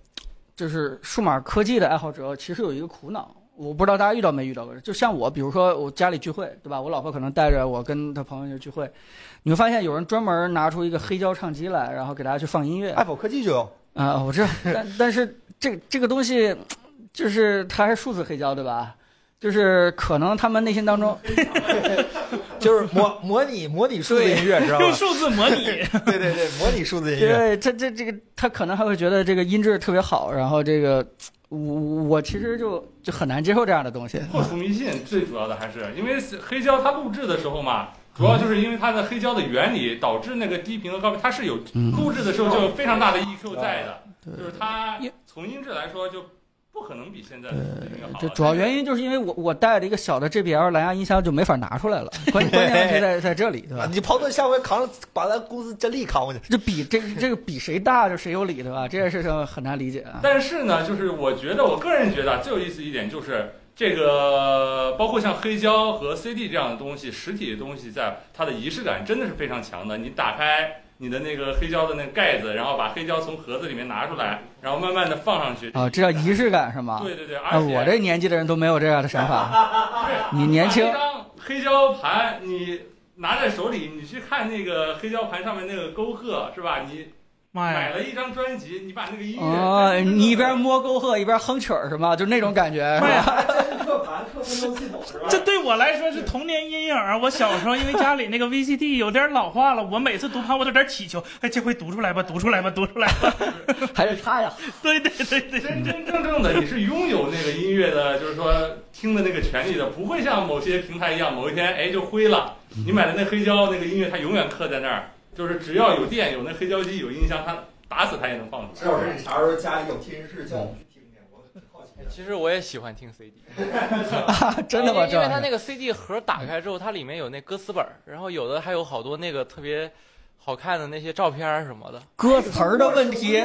S2: 就是数码科技的爱好者，其实有一个苦恼，我不知道大家遇到没遇到过。就像我，比如说我家里聚会，对吧？我老婆可能带着我跟她朋友去聚会，你会发现有人专门拿出一个黑胶唱机来，然后给大家去放音乐。
S1: Apple 科技就有，
S2: 啊、我知 道，但但是这这个东西，就是它还是数字黑胶，对吧？就是可能他们内心当中，
S1: 就是模模拟模拟数字音乐，知道
S3: 用
S1: 吧？
S3: 数字模拟，
S1: 对对对，模拟数字音乐。
S2: 对，这这这个他可能还会觉得这个音质特别好，然后这个我我其实就就很难接受这样的东西。
S4: 破除迷信最主要的还是因为黑胶它录制的时候嘛，主要就是因为它的黑胶的原理导致那个低频和高频，它是有
S2: 嗯
S4: 录制的时候就有非常大的 EQ 在的，
S2: 对
S4: 就是它从音质来说就不可能比现在的音乐好。
S2: 这主要原因就是因为我我带着一个小的 JBL 蓝牙音箱就没法拿出来了，关关键问题 在在这里，对
S1: 啊
S2: 吧？
S1: 你刨盾下回扛把咱公司真力扛过去。
S2: 这比这这个比谁大就谁有理，对吧？这件事情很难理解啊。
S4: 但是呢，就是我觉得我个人觉得啊最有意思一点就是。这个包括像黑胶和 CD 这样的东西，实体的东西在它的仪式感真的是非常强的。你打开你的那个黑胶的那个盖子，然后把黑胶从盒子里面拿出来，然后慢慢的放上去，
S2: 啊，这叫仪式感是吗？
S4: 对对对，
S1: 哎
S2: 啊，
S4: 而且
S2: 我这年纪的人都没有这样的想法。 你年轻
S1: 哎
S4: 把一张黑胶盘你拿在手里，你去看那个黑胶盘上面那个沟壑是吧？你
S3: 妈
S4: 买
S3: 呀！
S4: 了一张专辑，你把那个音乐
S2: 哎哦，你一边摸沟壑一边哼曲儿是吗？就那种感觉是
S3: 妈
S1: 哎
S2: 吧？
S3: 呀，
S1: 刻盘刻功能系统是吧
S3: 这对我来说是童年阴影啊！我小时候因为家里那个 VCD 有点老化了，我每次读盘我都有点祈求，哎，这回读出来吧，读出来吧，读出来 吧。
S2: 还是他呀？
S3: 对对对对，
S4: 真真正正的你是拥有那个音乐的，就是说听的那个权利的，不会像某些平台一样，某一天哎就灰了。
S2: 嗯
S4: 你买的那黑胶那个音乐，它永远刻在那儿，就是只要有电、有那黑胶机、有音箱，它打死它也能放出来。
S1: 要是你啥时候家里有听音室，叫我们去听听，我挺好奇的。啊
S5: 其实我也喜欢听 CD，
S2: 啊，真的吗？
S5: 哎因
S2: 这
S5: 为它
S2: 玩意
S5: 那
S2: 儿
S5: 个 CD 盒打开之后，它里面有那歌词本儿，然后有的还有好多那个特别好看的那些照片儿什么的。
S2: 歌词儿的问题，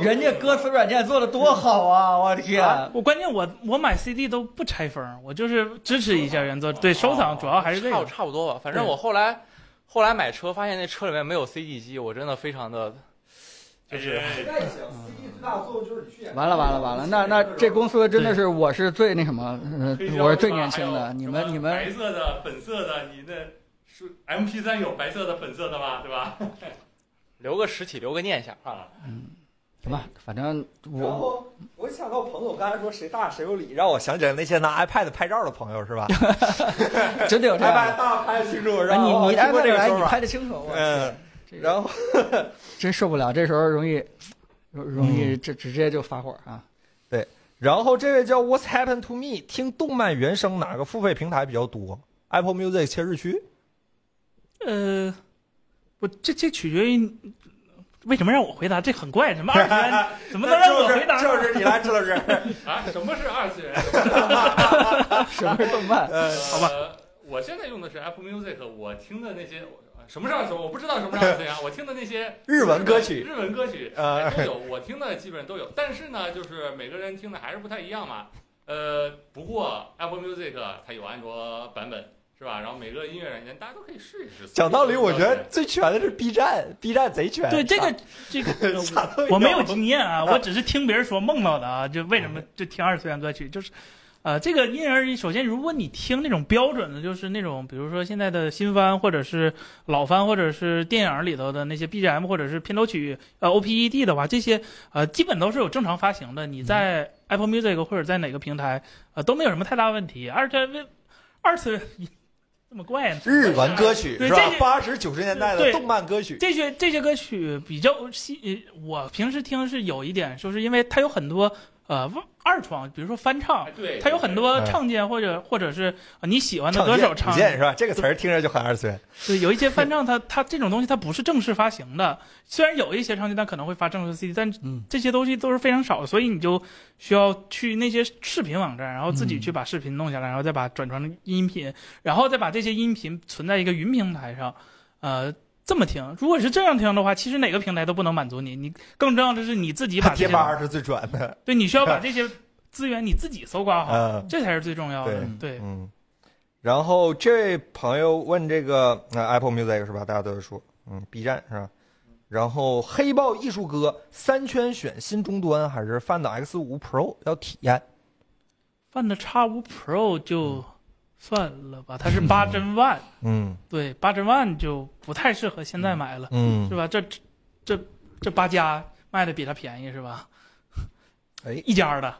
S2: 人家歌词软件做的多好 啊！我天，
S3: 我关键我我买 CD 都不拆封，我就是支持一下原作，呃对收藏主要还是这
S5: 哦差
S1: 哦
S5: 不
S3: 个。
S5: 差不多吧。反正
S3: 对
S5: 我后来后来买车，发现那车里面没有 CD 机，我真的非常的
S4: 哎
S5: 就是
S1: 现在也行，CD 最大的作用就是你去演
S2: 完了完了完了！那那这公司真的是我是最那什么，呃
S4: 黑胶
S2: 我是
S4: 是
S2: 最
S4: 吧
S2: 年轻
S1: 哎
S4: 还
S2: 的。
S4: 有
S2: 你
S4: 什
S2: 们
S4: 么
S2: 你们
S4: 白色的、粉色的，你那是 M P 3有白色的、粉色的吗？对吧？
S5: 留个实体，留个念想。
S4: 啊，
S2: 行吧，反正
S1: 然
S2: 我
S1: 后我我想到彭总刚才说谁大谁有理，让我想起来那些拿 iPad 拍照的朋 友是吧
S2: 真的有这样
S1: ？iPad
S2: 的。
S1: 大拍的清楚，
S2: 啊
S1: 哎然
S2: 你
S1: 后
S2: 你
S1: 听过
S2: iPad
S1: 这个
S2: 来，
S1: 说
S2: 你
S1: 法，
S2: 拍的清楚，我
S1: 嗯，
S2: 这个
S1: 然后
S2: 真受不了，这时候容易容容
S1: 嗯
S2: 易这直接就发火啊。
S1: 然后这位叫 What's Happened to Me，听动漫原声哪个付费平台比较多？Apple Music 切日区？
S3: 呃，不，这这取决于你为什么让我回答，这很怪，什么二次 元，怎么能让我回答呢？
S1: 就是就是你来，支老师。
S4: 啊，什么是二次元？
S2: 什么是动漫？
S1: 呃，
S4: 好吧，我现在用的是 Apple Music，我听的那些什么是二次元，我不知道什么是二次元啊，我听的那些
S1: 日文歌曲
S4: 日文歌曲
S1: 呃
S4: 哎都有，我听的基本都有，但是呢，就是每个人听的还是不太一样嘛。呃，不过 Apple Music 它有安卓版本。是吧？然后每个音乐软件大家都可以试一试。
S1: 讲道理，我觉得
S4: 对
S1: 最全的是 B 站，B 站贼全。
S3: 对这个 这个呃
S1: 啥啥都
S3: 我没有经验啊，我只是听别人说梦到的啊，就为什么就听二次元歌曲，就是，呃，这个因人而异。首先，如果你听那种标准的，就是那种比如说现在的新番或者是老番或者是电影里头的那些 BGM 或者是片头曲，呃 OPED 的话，这些呃基本都是有正常发行的，你在 Apple Music 或者在哪个平台呃都没有什么太大问题。二次元为二次元 这么怪呢？
S1: 日文歌曲
S3: 对
S1: 是吧
S3: 这？是
S1: 八十九十年代的
S3: 对
S1: 动漫歌曲，
S3: 这些这些歌曲比较吸，呃我平时听是有一点，就是因为它有很多呃二创，比如说翻唱
S4: 哎，对，嗯
S3: 它有很多
S1: 哎
S3: 唱见或者或者是呃你喜欢的
S1: 唱
S3: 歌
S1: 剑
S3: 手
S1: 舞
S3: 唱，
S1: 剑是吧？这个词儿听着就很二次元。
S3: 对，有一些翻唱它它这种东西它不是正式发行的，虽然有一些唱片它可能会发正式 CD，但
S2: 嗯
S3: 这些东西都是非常少的，所以你就需要去那些视频网站，然后
S1: 嗯
S3: 自己去把视频弄下来，然后再把转传成音频，然后再把这些音频存在一个云平台上，呃。这么听，如果是这样听的话，其实哪个平台都不能满足你。你更重要的是你自己把这
S1: 贴
S3: 些，
S1: 吧是最全的。
S3: 对，你需 要把这些资源你自己搜刮好，
S1: 嗯
S3: 这才是最重要的。对，
S1: 嗯。然后这位朋友问这个、呃、Apple Music 是吧？大家都是说，嗯，B 站是吧？然后黑豹艺术哥三圈选新终端还是 Find X 5 Pro 要体验？
S3: Find X5 Pro 就算了吧，它 是八帧万，
S1: 嗯
S3: 对，八十万就不太适合现在买了，
S1: 嗯
S3: 是，吧？这这这八家卖的比它便宜是吧？
S1: 哎
S3: 一家的，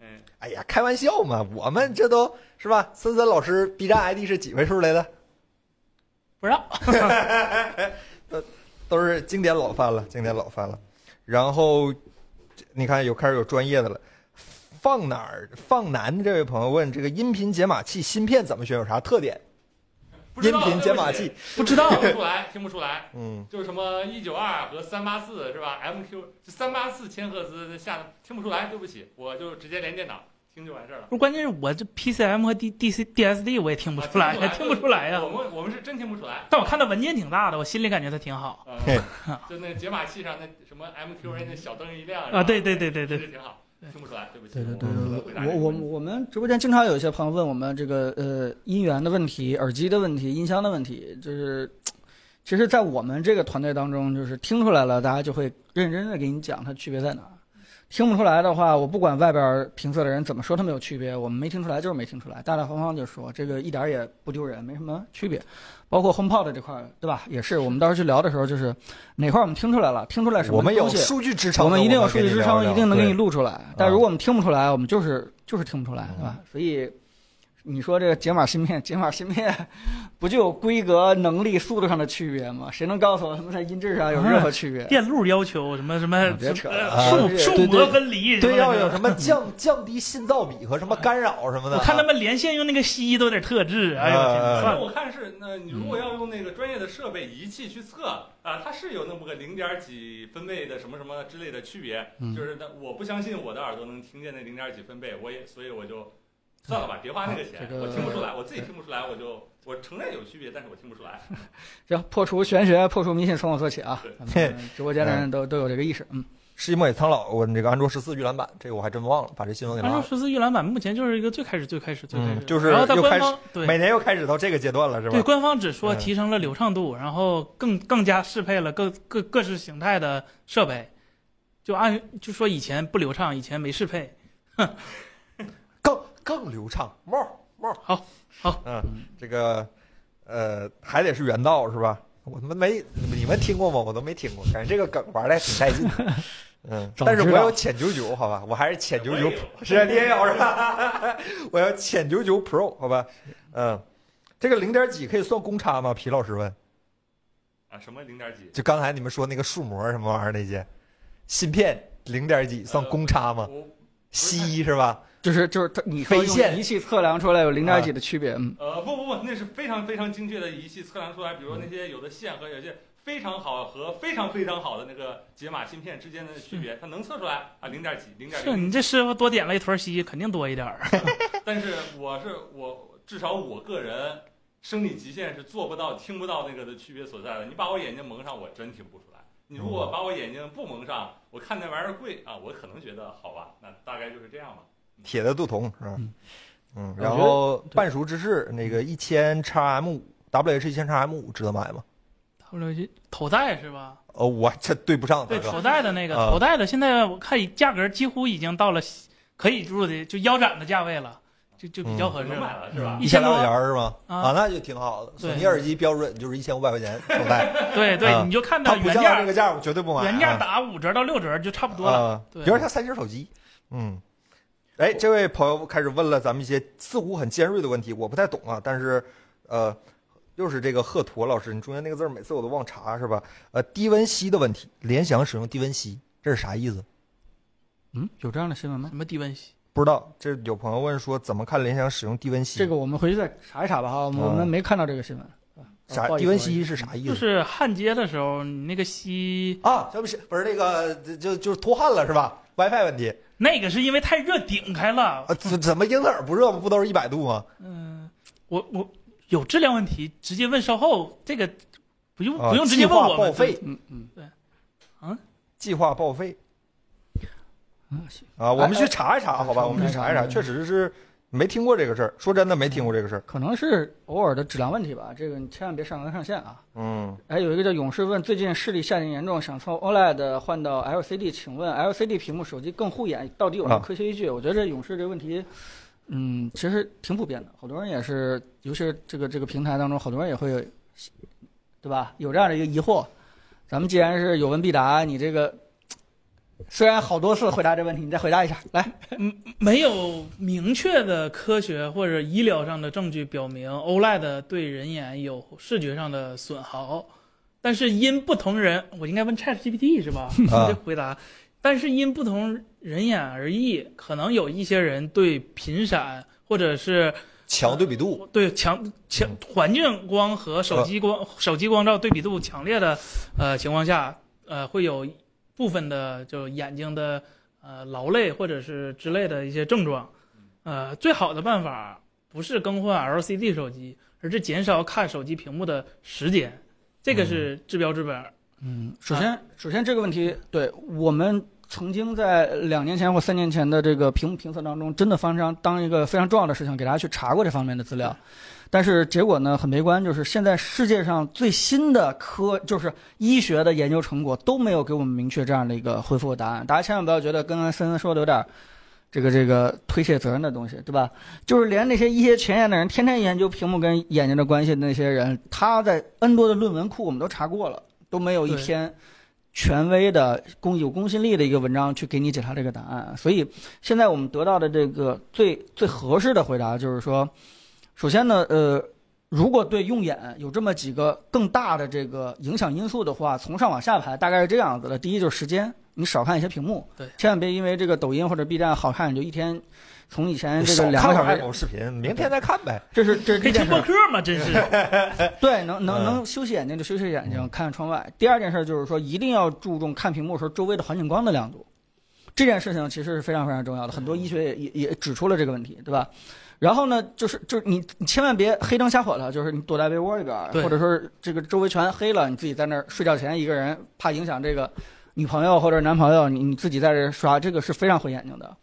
S4: 嗯，
S1: 哎呀，开玩笑嘛，我们这都是吧？森森老师 B 站 ID 是几位数来的？
S3: 不让。
S1: 都是经典老番了，经典老番了。然后你看有开始有专业的了。放哪儿？放南的这位朋友问这个音频解码器芯片怎么选，有啥特点？
S4: 不知
S1: 音
S4: 道
S1: 频解码器，，
S4: 不
S3: 知道
S4: 听不出来，听不出来。
S1: 嗯，
S4: 就是什么一九二和三八四是吧？MQ 这三八四千赫兹下听不出来，对不起，我就直接连电脑听就完事儿了。
S3: 不是，关键是我这 PCM 和 D D C D S D 我也听不出来，
S4: 啊
S3: 听不出来呀、
S4: 我们我们是真听不出来。
S3: 但我看它文件挺大的，我心里感觉它挺好
S4: 呃
S1: 嘿
S4: 就那解码器上那什么 MQA 那小灯一亮
S3: 啊。对对对对
S4: 对
S3: 对，
S4: 挺好，
S3: 对
S4: 听不出来，对不起。
S2: 对对 对
S4: 我
S2: 对
S4: 回答
S2: 对，
S4: 这
S2: 我
S4: 个
S2: 我
S4: 问题
S2: 我们直播间经常有一些朋友问我们这个呃音源的问题、耳机的问题、音箱的问题，就是其实，在我们这个团队当中，就是听出来了，大家就会认真的给你讲它区别在哪儿。听不出来的话，我不管外边评测的人怎么说它没有区别，我们没听出来就是没听出来，大大方方就说这个一点儿也不丢人，没什么区别。包括 HomePod 这块儿，对吧？也是我们到时候去聊的时候，就是哪块儿我们听出来了，听出来什么
S1: 我
S2: 东
S1: 们
S2: 西，
S1: 有数据支撑
S2: 我
S1: 的，
S2: 们一定有
S1: 有
S2: 数据支撑，一定能给你录出来。但
S1: 啊
S2: 如果我们听不出来，我们就是就是听不出来，对吧？所以你说这个解码芯片，解码芯片不就有规格、能力、速度上的区别吗？谁能告诉我他们在音质上有任何区别？
S3: 电路要求什么什么
S2: 啊别扯了
S3: 呃
S1: 啊
S3: 数
S2: 对
S3: 数
S2: 对
S3: 模分离，
S1: 对，
S3: 什么
S1: 要
S3: 的
S1: 有什么降 降低信噪比和什么干扰什么的。
S3: 我看他们连线用那个吸都有点特制，哎呦我天
S1: 啊
S3: 哪，
S4: 反
S3: 算了，
S4: 正我看是，那你如果
S2: 嗯
S4: 要用那个专业的设备仪器去测啊、它是有那么个零点几分贝的什么什么之类的区别，
S2: 嗯
S4: 就是那我不相信我的耳朵能听见那零点几分贝，我也所以我就算了吧，别花那个
S2: 嗯
S4: 钱，
S2: 这个
S4: 我听不出来，我自己听不出来，我就我承认有区别，但是我听不出来。
S2: 行，破除玄学，破除迷信，从我做起啊！咱
S1: 对
S2: 们直播间的人都都有这个意识，嗯，
S1: 世纪末野苍老问这个安卓十四预览版，这个我还真忘了，把这新闻给
S3: 安
S1: 忘
S3: 卓
S1: 了。
S3: 十四预览版目前就是一个最开始最开始最开始
S1: 啊嗯
S3: 的，
S1: 就是
S3: 然后它
S1: 又
S3: 官
S1: 开始
S3: 方对
S1: 每年又开始到这个阶段了，是吧？
S3: 对，官方只说
S1: 嗯
S3: 提升了流畅度，然后更更加适配了各各各式形态的设备，就按就说以前不流畅，以前没适配。
S1: 更更流畅。帽儿帽儿，
S3: 好，好，
S1: 嗯，这个呃还得是原道是吧？我他妈没你们听过吗？我都没听过，感觉这个梗玩的还挺带劲。嗯，
S2: 早
S1: 但是
S2: 知
S1: 我
S2: 道
S1: 有浅九九，好吧，我还是浅九九
S4: 我也有，
S1: 是你也有是吧？ 我要浅九九 Pro，好吧，嗯，这个零点几可以算公差吗？皮老师问，
S4: 啊，什么零点几？
S1: 就刚才你们说那个数模什么玩意儿那些，芯片零点几算公差
S2: 啊
S3: 呃
S1: 吗？
S4: 我
S1: 西是吧？
S2: 就是就是它，你
S1: 飞
S2: 说
S1: 线
S2: 用仪器测量出来有零点几的区别，嗯，
S4: 呃，不不不，那是非常非常精确的仪器测量出来，比如说那些有的线和有些非常好和非常非常好的那个解码芯片之间的区别，它能测出来啊，零点几，零点
S3: 是你这师傅多点了一坨稀，肯定多一点儿。
S4: 但是我是我，至少我个人生理极限是做不到听不到那个的区别所在的。你把我眼睛蒙上，我真听不出来。你如
S3: 哦
S4: 果把我眼睛不蒙上，我看那玩意儿贵啊，我可能觉得好吧，那大概就是这样吧。
S1: 铁的镀铜是吧
S2: 嗯？
S1: 嗯，
S2: 我觉得
S1: 然后半熟芝士那个一千 x M 五 WH 一千 x M 五值得买吗？
S3: WG 头戴是吧？
S1: 哦，我这对不上，
S3: 对
S1: 大哥
S3: 头戴的那个
S1: 啊
S3: 头戴的，现在我看价格几乎已经到了可以入的就腰斩的价位了，就就比较合
S4: 可
S3: 适
S4: 能
S3: 了。
S4: 买了是吧？
S1: 一
S3: 一
S1: 千
S3: 千
S1: 来
S3: 多
S1: 块钱是吗？
S3: 啊
S1: 啊，那就挺好的。索尼
S3: 对
S1: 耳机标准就是一千五百块钱口 袋，
S3: 对
S1: 啊
S3: 对，你就看
S1: 它
S3: 到
S1: 不
S3: 原
S1: 降到这
S3: 价
S1: 个价，我绝对不买啊。
S3: 原价打五折到六折就差不多了。
S1: 啊，
S3: 对
S1: 有点像三星手机。嗯，哎，这位朋友开始问了咱们一些似乎很尖锐的问题，我不太懂啊，但是呃，又是这个贺驼老师，你中间那个字儿每次我都忘查是吧？呃，低温吸的问题，联想使用低温吸，这是啥意思？
S2: 嗯，有这样的新闻吗？
S3: 什么低温吸？
S1: 不知道，这有朋友问说怎么看联想使用低温吸？
S2: 这个我们回去再查一查吧哈，我们我们没看到这个新闻。啊
S1: 啥
S2: 不好意
S1: 低
S2: 思
S1: 温
S2: 不好意
S1: 吸
S2: 思
S1: 是啥意
S3: 就
S1: 思？
S3: 是焊接的时候，你那个吸
S1: 啊，这不是不是那个就就就是脱焊了是吧？WiFi 问题
S3: 那个是因为太热顶开了。
S1: 啊，怎怎么英特尔不热吗？不都是一百度吗？
S3: 嗯，我我有质量问题，直接问售后，这个不用
S1: 啊
S3: 不用直接问
S1: 计
S3: 我
S1: 划报
S3: 们。
S1: 废，
S2: 嗯嗯
S1: 计划报废
S2: 嗯，行，
S1: 啊，我们去查一查，
S2: 哎
S1: 好吧，我们去查一查，
S2: 嗯
S1: 确实是没听过这个事儿，说真的没听过这个事儿，
S2: 可能是偶尔的质量问题吧，这个你千万别上纲上线啊。
S1: 嗯，
S2: 哎，有一个叫勇士问，最近视力下降严重，想从 OLED 换到 LCD，请问 LCD 屏幕手机更护眼，到底有什么科学依据？我觉得这勇士这个问题，嗯，其实挺普遍的，好多人也是，尤其是这个这个平台当中，好多人也会有，对吧？有这样的一个疑惑。咱们既然是有问必答，你这个虽然好多次回答这问题，你再回答一下，来，
S3: 没有明确的科学或者医疗上的证据表明 OLED 对人眼有视觉上的损耗，但是因不同人，我应该问 ChatGPT 是吧？
S1: 啊
S3: 这回答，但是因不同人眼而异，可能有一些人对频闪或者是
S1: 强对比度，
S3: 对强强
S1: 嗯
S3: 环境光和手机光、
S1: 啊
S3: 手机光照对比度强烈的呃情况下，呃会有部分的就眼睛的呃劳累或者是之类的一些症状。
S1: 嗯
S3: 呃，最好的办法不是更换 LCD 手机，而是减少看手机屏幕的时间，这个是治标治本。
S2: 嗯，首先，首先这个问题，对我们曾经在两年前或三年前的这个屏幕评测当中，真的非常当一个非常重要的事情，给大家去查过这方面的资料。但是结果呢，很悲观，就是现在世界上最新的科，就是医学的研究成果都没有给我们明确这样的一个回复答案。大家千万不要觉得跟刚才森森说的有点儿这个这个推卸责任的东西，对吧？就是连那些医学前沿的人，天天研究屏幕跟眼睛的关系的那些人，他在 N 多的论文库我们都查过了，都没有一
S3: 对
S2: 篇权威的公有公信力的一个文章去给你解答这个答案。所以现在我们得到的这个最最合适的回答就是说，首先呢，呃。如果对用眼有这么几个更大的这个影响因素的话，从上往下排大概是这样子的：第一就是时间，你少看一些屏幕，
S3: 对，
S2: 千万别因为这个抖音或者 B 站好看，你就一天从以前这
S1: 少
S2: 个两
S1: 看
S2: 个小
S1: 会儿
S2: 时
S1: 这种视频，明天再看呗。
S2: 这是这是
S3: 可
S2: 第
S3: 以
S2: 一件
S3: 听
S2: 事
S3: 播
S2: 儿，
S3: 客吗？真是
S2: 对，能能
S1: 嗯
S2: 能休息眼睛就休息眼睛，
S1: 嗯
S2: 看看窗外。第二件事就是说，一定要注重看屏幕的时候周围的环境光的亮度，这件事情其实是非常非常重要的，很多医学也也也指出了这个问题，对吧？然后呢，就是就是你你千万别黑灯瞎火的，就是你躲在被窝里边儿，
S3: 对
S2: 或者说是这个周围全黑了，你自己在那儿睡觉前一个人，怕影响这个女朋友或者男朋友，你你自己在这儿刷，这个是非常毁眼睛的。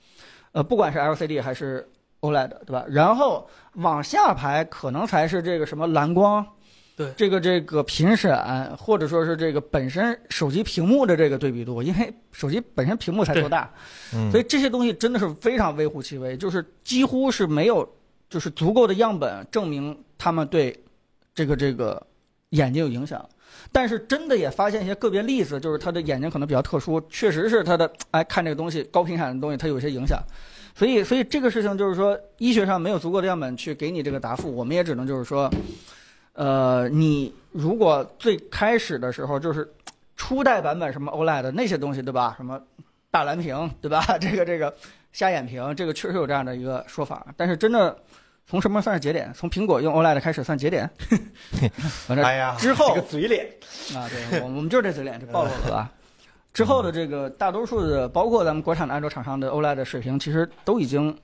S2: 呃，不管是 LCD 还是 OLED，对吧？然后往下排可能才是这个什么蓝光，
S3: 对
S2: 这个这个频闪，或者说是这个本身手机屏幕的这个对比度，因为手机本身屏幕才多大，
S1: 嗯
S2: 所以这些东西真的是非常微乎其微，就是几乎是没有就是足够的样本证明他们对这个这个眼睛有影响。但是真的也发现一些个别例子，就是他的眼睛可能比较特殊，确实是他的哎看这个东西高频闪的东西，它有些影响。所以，所以这个事情就是说，医学上没有足够的样本去给你这个答复，我们也只能就是说，呃，你如果最开始的时候就是初代版本什么 OLED 那些东西，对吧？什么大蓝屏，对吧？ 这个这个瞎眼屏，这个确实有这样的一个说法，但是真的。从什么算是节点？从苹果用 OLED 开始算节点？反正
S1: 哎呀，
S2: 之后
S1: 这个嘴脸，
S2: 啊，对，我我们就是这嘴脸，这暴露了吧？之后的这个大多数的，包括咱们国产的安卓厂商的 OLED 的水平，其实都已经，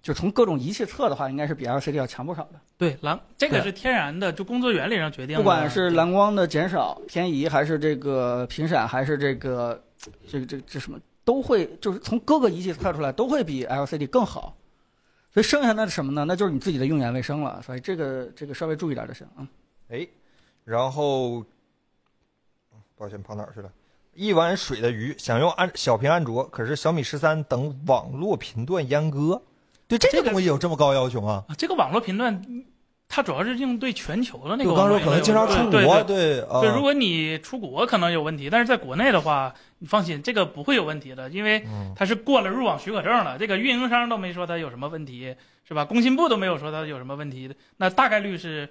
S2: 就从各种仪器测的话，应该是比 LCD 要强不少的。
S3: 对蓝这个
S2: 对
S3: 是天然的，就工作原理上决定
S2: 不
S3: 的。
S2: 管是蓝光的减少、偏移，还是这个频闪，还是这个这个这个这什么，都会就是从各个仪器测出来都会比 LCD 更好。所以剩下的是什么呢？那就是你自己的用眼卫生了。所以这个这个稍微注意点就行啊。
S1: 哎，然后，抱歉跑哪儿去了？一碗水的鱼想用安小屏安卓，可是小米十三等网络频段阉割，对这
S3: 这
S1: 个
S3: 个
S1: 东西有这么高要求吗？
S3: 啊这个网络频段，它主要是应对全球的那个
S1: 就
S3: 网
S1: 刚
S3: 络
S1: 说可
S3: 频段。
S1: 能经常出
S3: 对
S1: 国，
S3: 对对
S1: 对啊
S3: 对，，如果你出国可能有问题，但是在国内的话，你放心，这个不会有问题的，因为
S1: 嗯
S3: 它是过了入网许可证了，这个运营商都没说它有什么问题，是吧？工信部都没有说它有什么问题，那大概率是，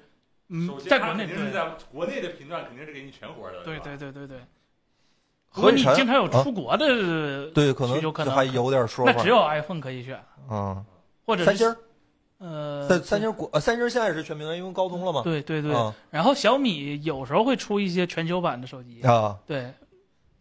S3: 嗯
S4: 首，
S3: 在
S4: 先，
S3: 国
S4: 它
S3: 内
S4: 肯定是
S3: 对
S4: 在国内的频段肯定是给你全活的，
S3: 对
S4: 吧？
S3: 对对对对。
S1: 何
S3: 如果
S1: 以
S3: 你
S1: 辰
S3: 经常有
S1: 啊
S3: 出国的，
S1: 对可能
S3: 有可能
S1: 还有点说
S3: 那
S1: 法，
S3: 只有 iPhone 可以选，
S1: 嗯，
S3: 或者是
S1: 三星儿
S3: 呃
S1: 三三星儿国呃三星儿现在是全平台，因为高通了嘛，
S3: 对对对，
S1: 啊
S3: 然后小米有时候会出一些全球版的手机，
S1: 啊，
S3: 对，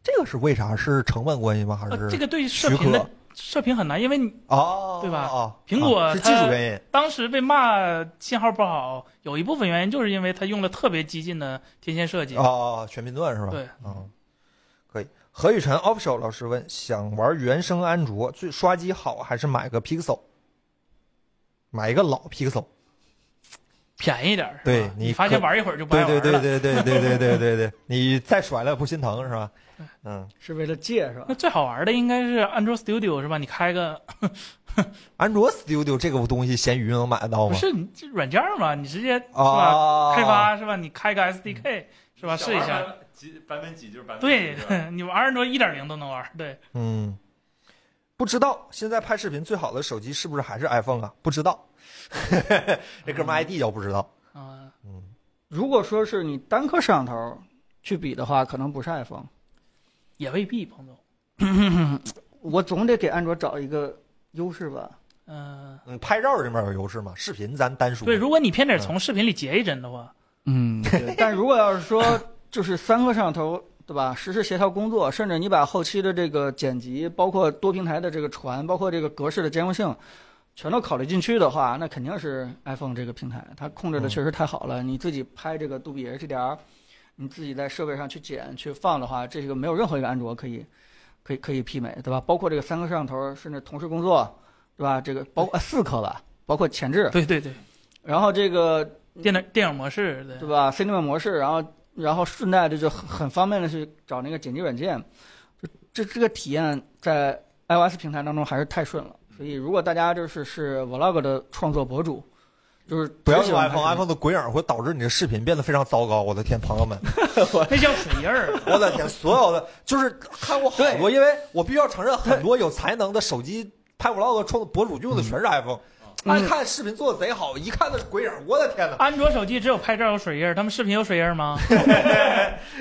S1: 这个是为啥？是成本关系吗？还
S3: 呃，这
S1: 是
S3: 个对
S1: 许
S3: 射
S1: 可
S3: 频的射频很难，因为你
S1: 哦，
S3: 对吧
S1: 哦，
S3: 苹果
S1: 啊是技术原因，
S3: 当时被骂信号不好，有一部分原因就是因为它用了特别激进的天线设计。
S1: 哦，全频段是吧？
S3: 对，
S1: 嗯，可以。何雨辰 official 老师问：想玩原生安卓，最刷机好还是买个 Pixel？买一个老 Pixel？
S3: 便宜点儿。是吧
S1: 对你
S3: 你发现
S1: 可
S3: 玩一会儿就不爱
S1: 对
S3: 玩了。
S1: 对对对对对对对对对，你再甩了不心疼是 吧？嗯，
S2: 是为了戒是吧
S3: 那？最好玩的应该是安卓 Studio 是吧？你开个
S1: 安卓 Studio 这个东西，闲鱼能买得到
S3: 不
S1: 吗？
S3: 是你这软件儿嘛？你直接是吧？
S1: 啊，嗯
S3: 开发是吧？你开个 SDK 是吧？
S4: 小
S3: 试一
S4: 玩
S3: 下。
S4: 版本几版本几就是版本
S3: 对
S4: 几，是吧，
S3: 你玩安卓一点零都能玩。对，
S1: 嗯，不知道现在拍视频最好的手机是不是还是 iPhone 啊？不知道， 这哥们儿 ID 要不知道，
S3: 嗯，
S1: 嗯，
S2: 如果说是你单颗摄像头去比的话，可能不是 iPhone。
S3: 也未必，彭总。
S2: 我总得给安卓找一个优势吧。
S3: 嗯，
S1: 嗯，拍照这面有优势嘛？视频咱单说，
S3: 对，如果你偏得
S1: 嗯
S3: 从视频里截一帧的话，
S2: 嗯，对。但如果要是说就是三颗摄像头，对吧？实时协调工作，甚至你把后期的这个剪辑，包括多平台的这个传，包括这个格式的兼容性，全都考虑进去的话，那肯定是 iPhone 这个平台，它控制的确实太好了。你自己拍这个杜比 HDR，你自己在设备上去剪去放的话，这个没有任何一个安卓可以可以可以媲美，对吧？包括这个三颗摄像头，甚至同时工作，对吧？这个包括四颗吧，包括前置，
S3: 对对对，
S2: 然后这个
S3: 电脑电影模式，对
S2: 对吧？Cinema 模式，然后然后顺带着就很很方便的去找那个剪辑软件，这这这个体验在 iOS 平台当中还是太顺了。所以如果大家就是是 Vlog 的创作博主，就是
S1: 不要
S2: 只
S1: 用
S2: 喜欢拍
S1: iPhone，iPhone 的鬼影会导致你的视频变得非常糟糕。我的天，朋友们，
S3: 那叫水印儿。
S1: 我的天，所有的就是看过好多，因为我必须要承认，很多有才能的手机拍 vlog 创博主用的全是 iPhone，
S2: 嗯
S1: 爱看视频做的贼好，一看那是鬼影，我的天哪！
S3: 安卓手机只有拍照有水印儿，他们视频有水印 儿吗？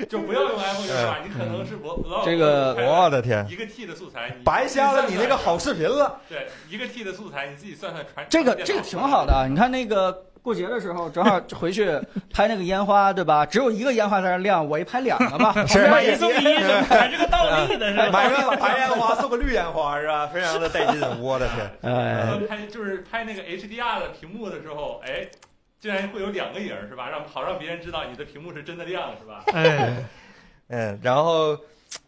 S4: 就不要用 iPhone 就是吧？你可能是博博
S2: 这个
S1: 我的天，
S4: 一个 T 的素材，你
S1: 白瞎了你那个好视频了。
S4: 对一个 T 的素材，你自己算算传
S2: 这个
S4: 传
S2: 这个
S4: 电脑
S2: 挺好的啊。你看那个过节的时候，正好回去拍那个烟花，对吧？只有一个烟花在那亮，我一拍两个吧，
S1: 是
S3: 买一送一是吧？还是个倒立的 是吧？
S1: 买个白烟花送个绿烟花是吧？非常的带劲，我的天！
S2: 哎
S4: 然后拍就是拍那个 HDR 的屏幕的时候，哎，竟然会有两个影儿是吧？让好让别人知道你的屏幕是真的亮是吧？
S3: 哎，
S1: 嗯，然后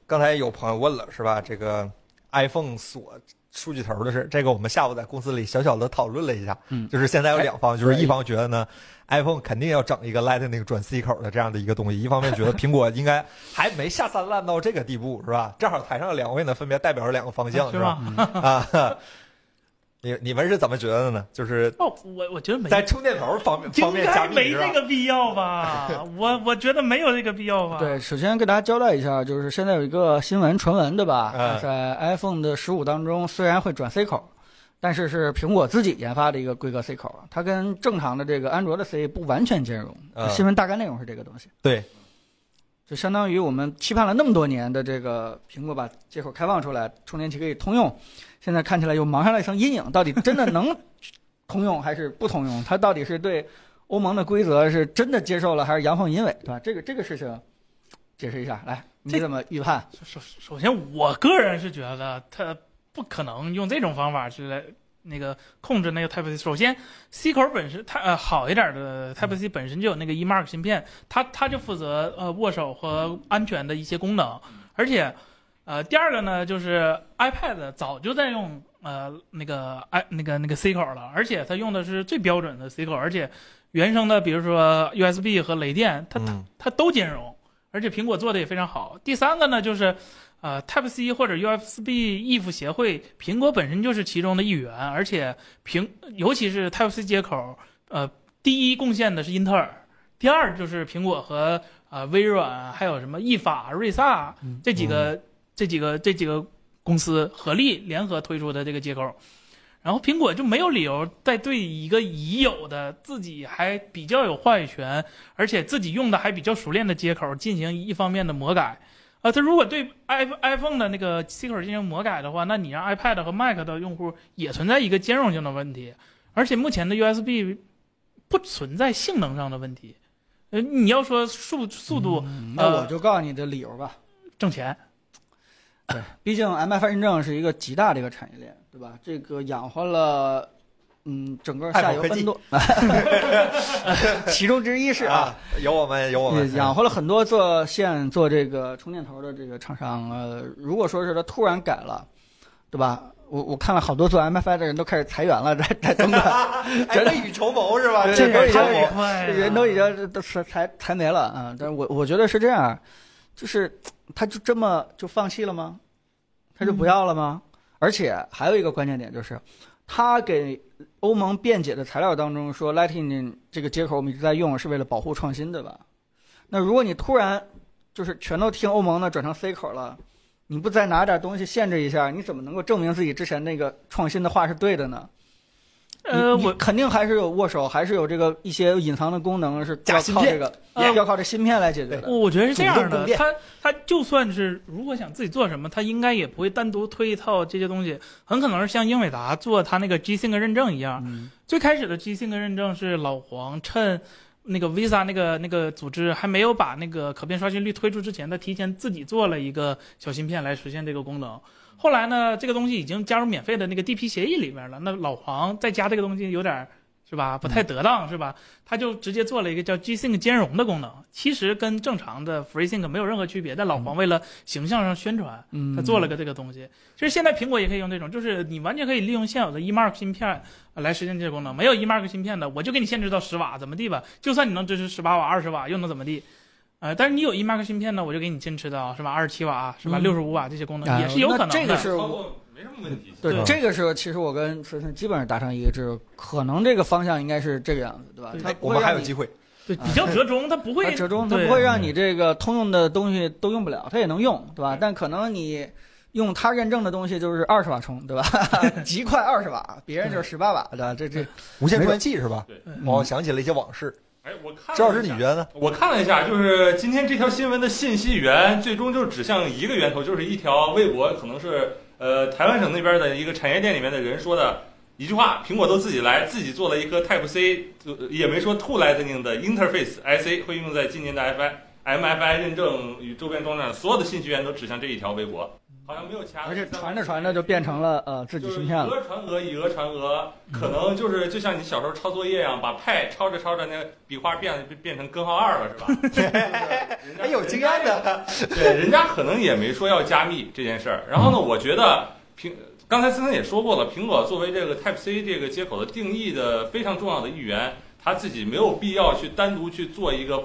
S1: 刚才有朋友问了是吧？这个 iPhone 锁数据头的事，这个我们下午在公司里小小的讨论了一下，
S2: 嗯
S1: 就是现在有两方，就是
S2: 对
S1: 一方觉得呢，iPhone 肯定要整一个 Lightning 转 C 口的这样的一个东西，一方面觉得苹果应该还没下三滥到这个 地步是吧？正好台上有两位呢，分别代表着两个方向
S3: 啊是
S1: 是吧？
S3: 吧？
S1: 啊， 你你们是怎么觉得的呢？就是
S3: 哦，我我觉得没
S1: 在充电头方面方
S3: 应
S1: 面加
S3: 该
S1: 密
S3: 没
S1: 是吧
S3: 这？个必要吧？我我觉得没有这个必要吧？，
S2: 对，首先给大家交代一下，就是现在有一个新闻传闻，对吧？
S1: 嗯
S2: 在 iPhone 的十五当中，虽然会转 C 口，但是是苹果自己研发的一个规格 C 口，啊它跟正常的这个安卓的 C 不完全兼容。
S1: 嗯
S2: 新闻大概内容是这个东西。
S1: 对，
S2: 就相当于我们期盼了那么多年的这个苹果把接口开放出来，充电器可以通用，现在看起来又蒙上了一层阴影，到底真的能通用还是不通用？它到底是对欧盟的规则是真的接受了，还是阳奉阴违，对吧？这个这个事情解释一下，来，你
S3: 这
S2: 怎么预判？
S3: 首首先，我个人是觉得它不可能用这种方法去来那个控制那个 Type C。首先，C 口本身它呃好一点的 Type C 本身就有那个 eMark 芯片，它它就负责呃握手和安全的一些功能，而且呃第二个呢就是 iPad 早就在用呃那个 i 那个那个 C 口了，而且它用的是最标准的 C 口，而且原生的比如说 USB 和雷电，它它
S1: 嗯
S3: 它都兼容，而且苹果做的也非常好。第三个呢，就是呃 Type C 或者 USB EF 协会，苹果本身就是其中的一员，而且苹尤其是 Type C 接口，呃，第一贡献的是英特尔，第二就是苹果和呃微软，还有什么意法、啊瑞萨
S2: 嗯
S3: 这几个、这几个这几个公司合力联合推出的这个接口。然后苹果就没有理由再对一个已有的、自己还比较有话语权，而且自己用的还比较熟练的接口进行一方面的魔改。啊，它如果对 i iPhone 的那个 C 口进行魔改的话，那你让 iPad 和 Mac 的用户也存在一个兼容性的问题，而且目前的 USB 不存在性能上的问题。呃，你要说速速度
S2: 嗯那我就告诉你的理由吧。
S3: 挣钱，
S2: 毕竟 MFI 认证是一个极大的一个产业链，对吧？这个养活了，嗯，整个下游
S1: 爱普科技
S2: N 多，其中之一是啊，
S1: 啊，有我们有我
S2: 也
S1: 们
S2: 养活了很多做线、做这个充电头的这个厂商。呃，如果说是他突然改了，对吧？我我看了好多做 MFI 的人都开始裁员了，在在东莞，
S1: 哎未雨绸缪是吧？
S2: 对
S1: 这个
S2: 未雨
S1: 绸
S2: 绸
S1: 缪
S2: 缪
S3: 太快了，
S2: 人都已经都裁裁裁没了啊。但是我我觉得是这样，就是他就这么就放弃了吗？他就不要了吗？而且还有一个关键点就是，他给欧盟辩解的材料当中说，Lightning 这个接口我们一直在用是为了保护创新，对吧？那如果你突然就是全都听欧盟的转成 C 口了，你不再拿点东西限制一下，你怎么能够证明自己之前那个创新的话是对的呢？你
S3: 呃，
S2: 你
S3: 我
S2: 肯定还是有握手，还是有这个一些隐藏的功能是
S1: 加
S2: 要
S1: 芯
S2: 靠
S1: 片嗯
S2: 这个，
S3: 呃
S2: 要靠这芯片来解决的。
S3: 我觉得是这样
S1: 主动供
S3: 的，
S1: 电
S3: 他他就算是如果想自己做什么，他应该也不会单独推一套这些东西，很可能是像英伟达做他那个 G-Sync 认证一样，
S2: 嗯
S3: 最开始的 G-Sync 认证是老黄趁那个 Visa 那个那个组织还没有把那个可变刷新率推出之前，他提前自己做了一个小芯片来实现这个功能。后来呢，这个东西已经加入免费的那个 DP 协议里面了。那老黄再加这个东西有点儿是吧，不太得当、是吧？他就直接做了一个叫 G-Sync 兼容的功能，其实跟正常的 FreeSync 没有任何区别。但老黄为了形象上宣传，
S2: 嗯
S3: 他做了个这个东西。其实现在苹果也可以用这种，就是你完全可以利用现有的 eMark 芯片呃来实现这个功能。没有 eMark 芯片的，我就给你限制到十瓦，怎么地吧？就算你能支持十八瓦、二十瓦，又能怎么地？呃，但是你有 eMark 芯片呢，我就给你坚持到是吧？二十七瓦是吧？
S2: 嗯
S3: 六十五瓦这些功能、
S2: 啊
S3: 也是有可能的。
S2: 那这个是
S4: 操作没什么问题。
S2: 对
S3: 对
S2: 这个时候，其实我跟孙森基本上达成一个致，可能这个方向应该是这个样子，对吧？
S3: 对
S2: 它
S1: 哎
S2: 不
S1: 我
S2: 会
S1: 们还
S2: 让
S1: 有
S2: 你
S1: 机会，
S3: 对比较折中，它不
S2: 它
S3: 会
S2: 折中，它
S3: 对
S2: 不会让你这个通用的东西都用不了，它也能用，对吧？但可能你用它认证的东西就是二十瓦充，对吧？ 极快二十瓦，别人就是十八瓦，对吧？这这，
S1: 无线充电器是吧？
S2: 嗯
S1: 我想起了一些往事。
S4: 哎，我看
S1: 周老
S4: 了
S1: 师，
S4: 一
S1: 你
S4: 下
S1: 觉得呢？
S4: 我看了一下，就是今天这条新闻的信息源，最终就指向一个源头，就是一条微博，可能是呃台湾省那边的一个产业链里面的人说的一句话：苹果都自己来，自己做了一颗 Type C，就也没说 To Lightning 的 Interface IC 会用在今年的 F I。MFI 认证与周边装置，所有的信息源都指向这一条微博，好像没有其他的。
S2: 而且传着传着就变成了呃自己芯片
S4: 以
S2: 了。
S4: 讹传讹，以讹传讹，可能就是就像你小时候抄作业一样，把派抄着抄着，那个笔画变变变成根号二了，是吧？就是
S1: 哎，有经验。的，
S4: 人家对，人家可能也没说要加密这件事儿。然后呢，我觉得苹刚才森森也说过了，苹果作为这个 Type C 这个接口的定义的非常重要的一员，它自己没有必要去单独去做一个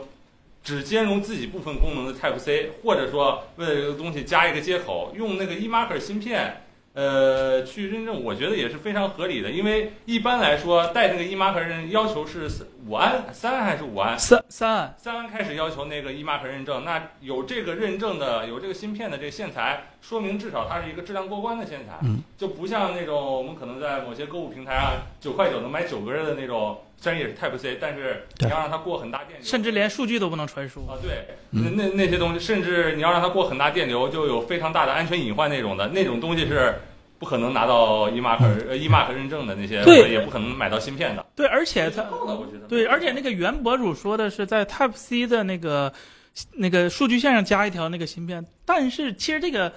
S4: 只兼容自己部分功能的 Type C，或者说为了这个东西加一个接口，用那个 eMark e 芯片。呃，去认证我觉得也是非常合理的，因为一般来说带那个 e 姨妈和认证要求是四五安三还是五安？
S3: 三三安，
S4: 三安开始要求那个姨妈和认证，那有这个认证的，有这个芯片的这个线材，说明至少它是一个质量过关的线材，
S2: 嗯
S4: 就不像那种我们可能在某些购物平台上九块九能买九根的那种，虽然也是 Type C，但是你
S2: 对
S4: 要让它过很大电流，
S3: 甚至连数据都不能传输。
S4: 啊，对，那
S2: 嗯
S4: 那那些东西，甚至你要让它过很大电流，就有非常大的安全隐患那种的，那种东西是不可能拿到
S2: 嗯
S4: EMARC 呃 EMARC 认证的那些，
S3: 对
S4: 也不可能买到芯片的。
S3: 对，而且它
S4: 它够的，我觉得。
S3: 对，而且那个原博主说的是在 Type C 的那个那个数据线上加一条那个芯片，但是其实这个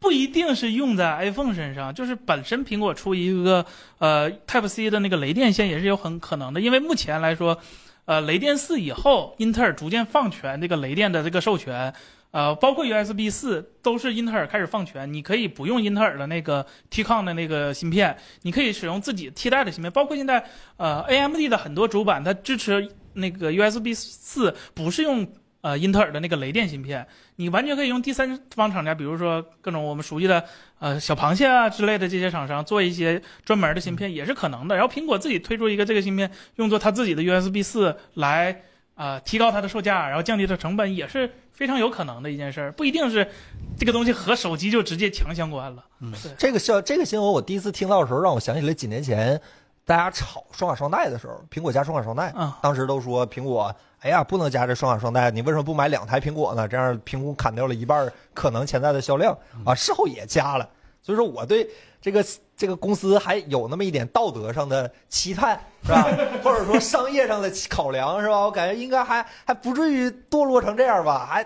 S3: 不一定是用在 iPhone 身上，就是本身苹果出一个呃 Type C 的那个雷电线也是有很可能的，因为目前来说，呃，雷电四以后，英特尔逐渐放权这个雷电的这个授权。呃，包括 USB 四都是英特尔开始放权，你可以不用英特尔的那个 Tcon 的那个芯片，你可以使用自己替代的芯片，包括现在呃，AMD 的很多主板它支持那个 USB 四，不是用呃英特尔的那个雷电芯片，你完全可以用第三方厂家，比如说各种我们熟悉的呃小螃蟹啊之类的这些厂商做一些专门的芯片也是可能的。然后苹果自己推出一个这个芯片，用作它自己的 USB 四来啊、呃提高它的售价，然后降低它成本，也是非常有可能的一件事儿，不一定是这个东西和手机就直接强相关了。
S1: 这个消这个新闻我第一次听到的时候，让我想起来几年前大家炒双卡双待的时候，苹果加双卡双待，
S3: 啊
S1: 当时都说苹果，哎呀，不能加这双卡双待，你为什么不买两台苹果呢？这样苹果砍掉了一半儿可能潜在的销量啊，事后也加了，所以说我对这个这个公司还有那么一点道德上的期盼，是吧？或者说商业上的考量，是吧？我感觉应该还还不至于堕落成这样吧，还。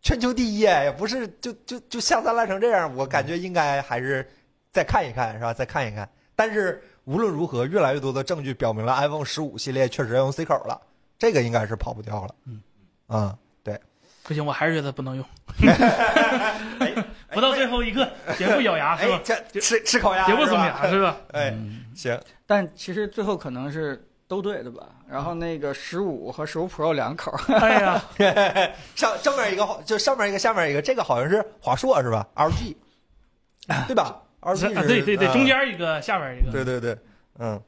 S1: 全球第一哎，也不是就就就下三滥成这样，我感觉应该还是再看一看，是吧？再看一看。但是无论如何，越来越多的证据表明了 iPhone 十五系列确实要用 C 口了，这个应该是跑不掉了。
S2: 嗯，
S1: 啊、
S3: 不行，我还是觉得不能用，
S1: 哎
S3: 不到最后一刻，绝不咬牙是
S1: 哎
S3: 吧，？
S1: 这吃吃烤鸭，
S3: 绝不
S1: 是
S3: 松
S1: 吧
S3: 牙是吧？
S1: 哎，
S2: 嗯
S1: 行，
S2: 但其实最后可能是都对的吧。然后那个十五和十五 Pro 两口儿，
S3: 哎呀，
S1: 上正面一个好就上面一个，下面一个，这个好像是华硕是吧？LG，对吧？LG
S3: 是
S1: 是
S3: 啊，对对对，
S1: 啊
S3: 中间一个，下边一个，
S1: 对对对，嗯。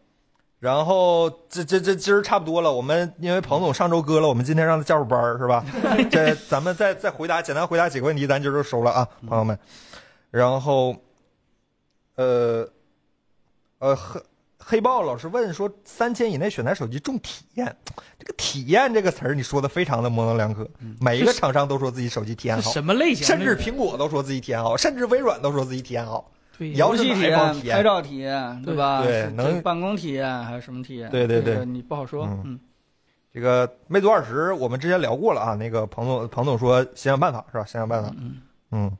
S1: 然后这这这今儿差不多了，我们因为彭总上周割了，我们今天让他加会儿班儿是 吧？这咱们再再回答简单回答几个问题，咱今儿就收了啊，朋友们。然后，呃，呃黑黑豹老师问说，三千以内选材手机重体验，这个体验这个词儿你说的非常的模棱两可，每一个厂商都说自己手机体验
S3: 这
S1: 好，
S3: 什么类型
S1: 甚
S3: 的？
S1: 至苹果都说自己体验好，甚至微软都说自己体验好。
S3: 对
S1: 摇
S2: 游戏体
S1: 摇着
S2: 验、
S1: 呢
S2: 拍照体验，
S3: 对
S2: 吧？
S1: 对
S2: 是
S1: 能
S2: 这办公体验还是什么体验？
S1: 对对对
S2: 这个你不好说。
S1: 嗯
S2: 嗯，
S1: 这个魅族二十，我们之前聊过了啊。那个彭总，彭总说想想办法是吧？想想办法。
S2: 嗯
S1: 嗯，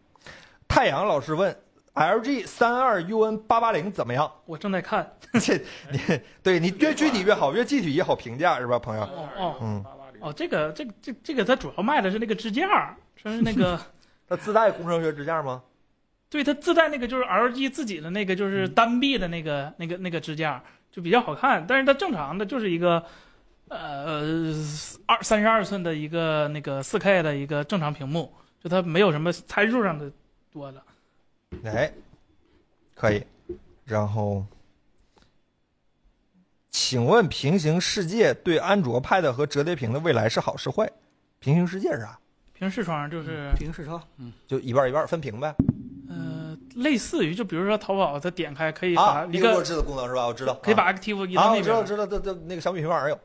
S1: 太阳老师问 LG 三二 UN 八八零怎么样？
S3: 我正在看，
S1: 这你对你越具体越好，越具体越好评价是吧，朋友？
S3: 哦哦
S1: 嗯，
S3: 哦，这个这个这这个它主要卖的是那个支架，就是那个
S1: 它自带工程学支架吗？
S3: 对它自带那个就是 LG 自己的那个就是
S1: 嗯
S3: 单臂的那个那个那个支架就比较好看，但是它正常的就是一个。呃，二三十二寸的一个那个四 K 的一个正常屏幕，就它没有什么参数上的多的。
S1: 哎，可以。然后，请问平行世界对安卓 Pad 和折叠屏的未来是好是坏？平行世界是啥？
S3: 平视窗就是
S2: 平视窗，嗯，
S1: 就一半儿一半儿分屏呗。
S3: 呃，类似于就比如说淘宝，它点开可以把
S1: 嗯啊，
S3: 一
S1: 那
S3: 个
S1: 弱智的功能是吧？我知道。
S3: 可以
S1: 啊
S3: 把 Active 移
S1: 啊，
S3: 到
S1: 我
S3: 那
S1: 知
S3: 边。
S1: 道，知道，这这那个小米平板上有，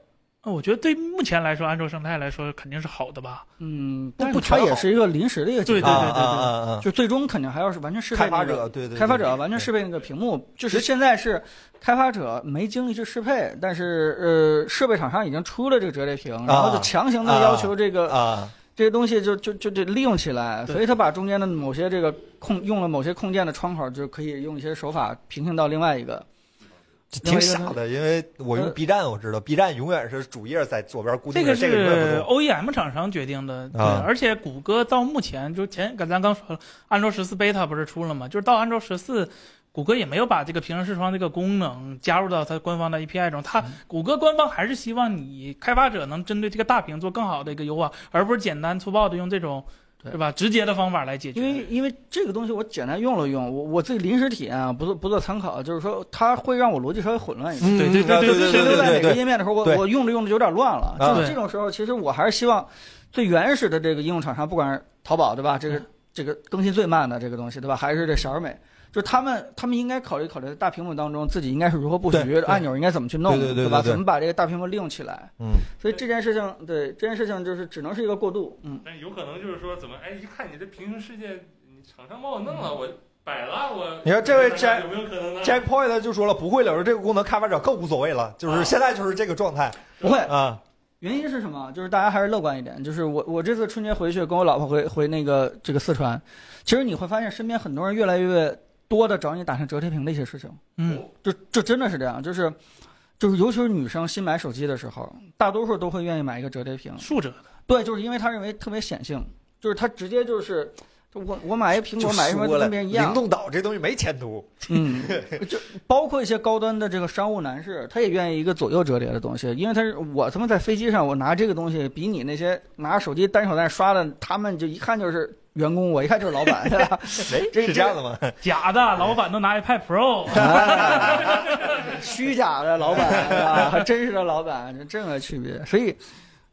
S3: 呃我觉得对目前来说，安卓生态来说肯定是好的吧。
S2: 嗯，但
S1: 不
S2: 是它
S1: 全
S2: 也
S1: 好
S2: 是一个临时的一个解
S3: 对
S2: 决
S3: 对
S2: 方
S3: 对
S2: 案，
S1: 啊啊啊啊
S2: 就最终肯定还要是完全适配
S1: 开发
S2: 那个
S1: 者对对，
S2: 开发
S1: 对
S2: 者完全适配那个屏幕，就是现在是开发者没精力去适配，但是呃，设备厂商已经出了这个折叠屏，然后就强行的要求这个、
S1: 啊，
S2: 这些东西就就就得利用起来，所以他把中间的某些这个控用了某些控件的窗口，就可以用一些手法平行到另外一个。
S1: 这挺傻的，因为我用 B 站，我知道 B 站永远是主页在左边固
S3: 这
S1: 定
S3: 个
S1: 的，
S3: 是
S1: 这个永远不动
S3: OEM 厂商决定的，对
S1: 啊
S3: 而且谷歌到目前就前咱刚说了，安卓十四 beta 不是出了吗？就是到安卓十四。谷歌也没有把这个平行视窗这个功能加入到它官方的 API 中，它谷歌官方还是希望你开发者能针对这个大屏做更好的一个优化，而不是简单粗暴的用这种
S2: 对
S3: 是吧？直接的方法来解决。
S2: 因为因为这个东西我简单用了用，我我自己临时体验啊，不做不啊做参考，就是说它会让我逻辑稍微混乱一点。
S1: 嗯
S3: 对对对
S1: 啊
S3: 对
S1: 对
S2: 停留在
S1: 对
S2: 哪个
S1: 对对，
S2: 页面的时候，我
S1: 对
S2: 我用着用着有点乱了。
S1: 啊
S2: 就是这种时候，其实我还是希望最原始的这个应用厂商，不管是淘宝对吧，这个这个更新最慢的这个东西对吧，还是这小而美，就是他们他们应该考虑考虑在大屏幕当中自己应该是如何布
S1: 对
S2: 局
S1: 对
S2: 按钮应该怎么去弄，
S1: 对对对
S2: 吧？
S1: 对对
S2: 怎么把这个大屏幕利用起来？
S1: 嗯，
S2: 所以这件事情，对这件事情就是只能是一个过渡，嗯。
S4: 但有可能就是说，怎么哎，一看你这平行世界，你厂商帮我弄了，我摆了，我
S1: 你说这位
S4: 这有没有可能呢？
S1: Jackpoint 就说了，不会了，这个功能开发者更无所谓了，就是
S4: 啊
S1: 现在就是这个状态
S2: 不会，
S1: 啊。
S2: 原因是什么？就是大家还是乐观一点。就是我我这次春节回去跟我老婆回回那个这个四川，其实你会发现身边很多人越来越多的找你打成折叠屏的一些事情，
S3: 嗯，
S2: 就就真的是这样，就是就是尤其是女生新买手机的时候，大多数都会愿意买一个折叠屏。
S3: 竖着的，
S2: 对，就是因为她认为特别显性，就是她直接就是。就我我买一苹
S1: 就
S2: 果买什么都
S1: 说了
S2: 跟别人一
S1: 灵
S2: 样，
S1: 动岛这东西没前途，
S2: 嗯， 就包括一些高端的这个商务男士，他也愿意一个左右折叠的东西，因为他是我他妈在飞机上，我拿这个东西比你那些拿手机单手在那刷的，他们就一看就是员工，我一看就是老板，对吧？
S1: 哎，
S2: 这
S1: 是这样的吗？
S3: 假的，老板都拿 iPad Pro，
S2: 哎虚假的老板啊，和真实的老板，这这个区别。所以，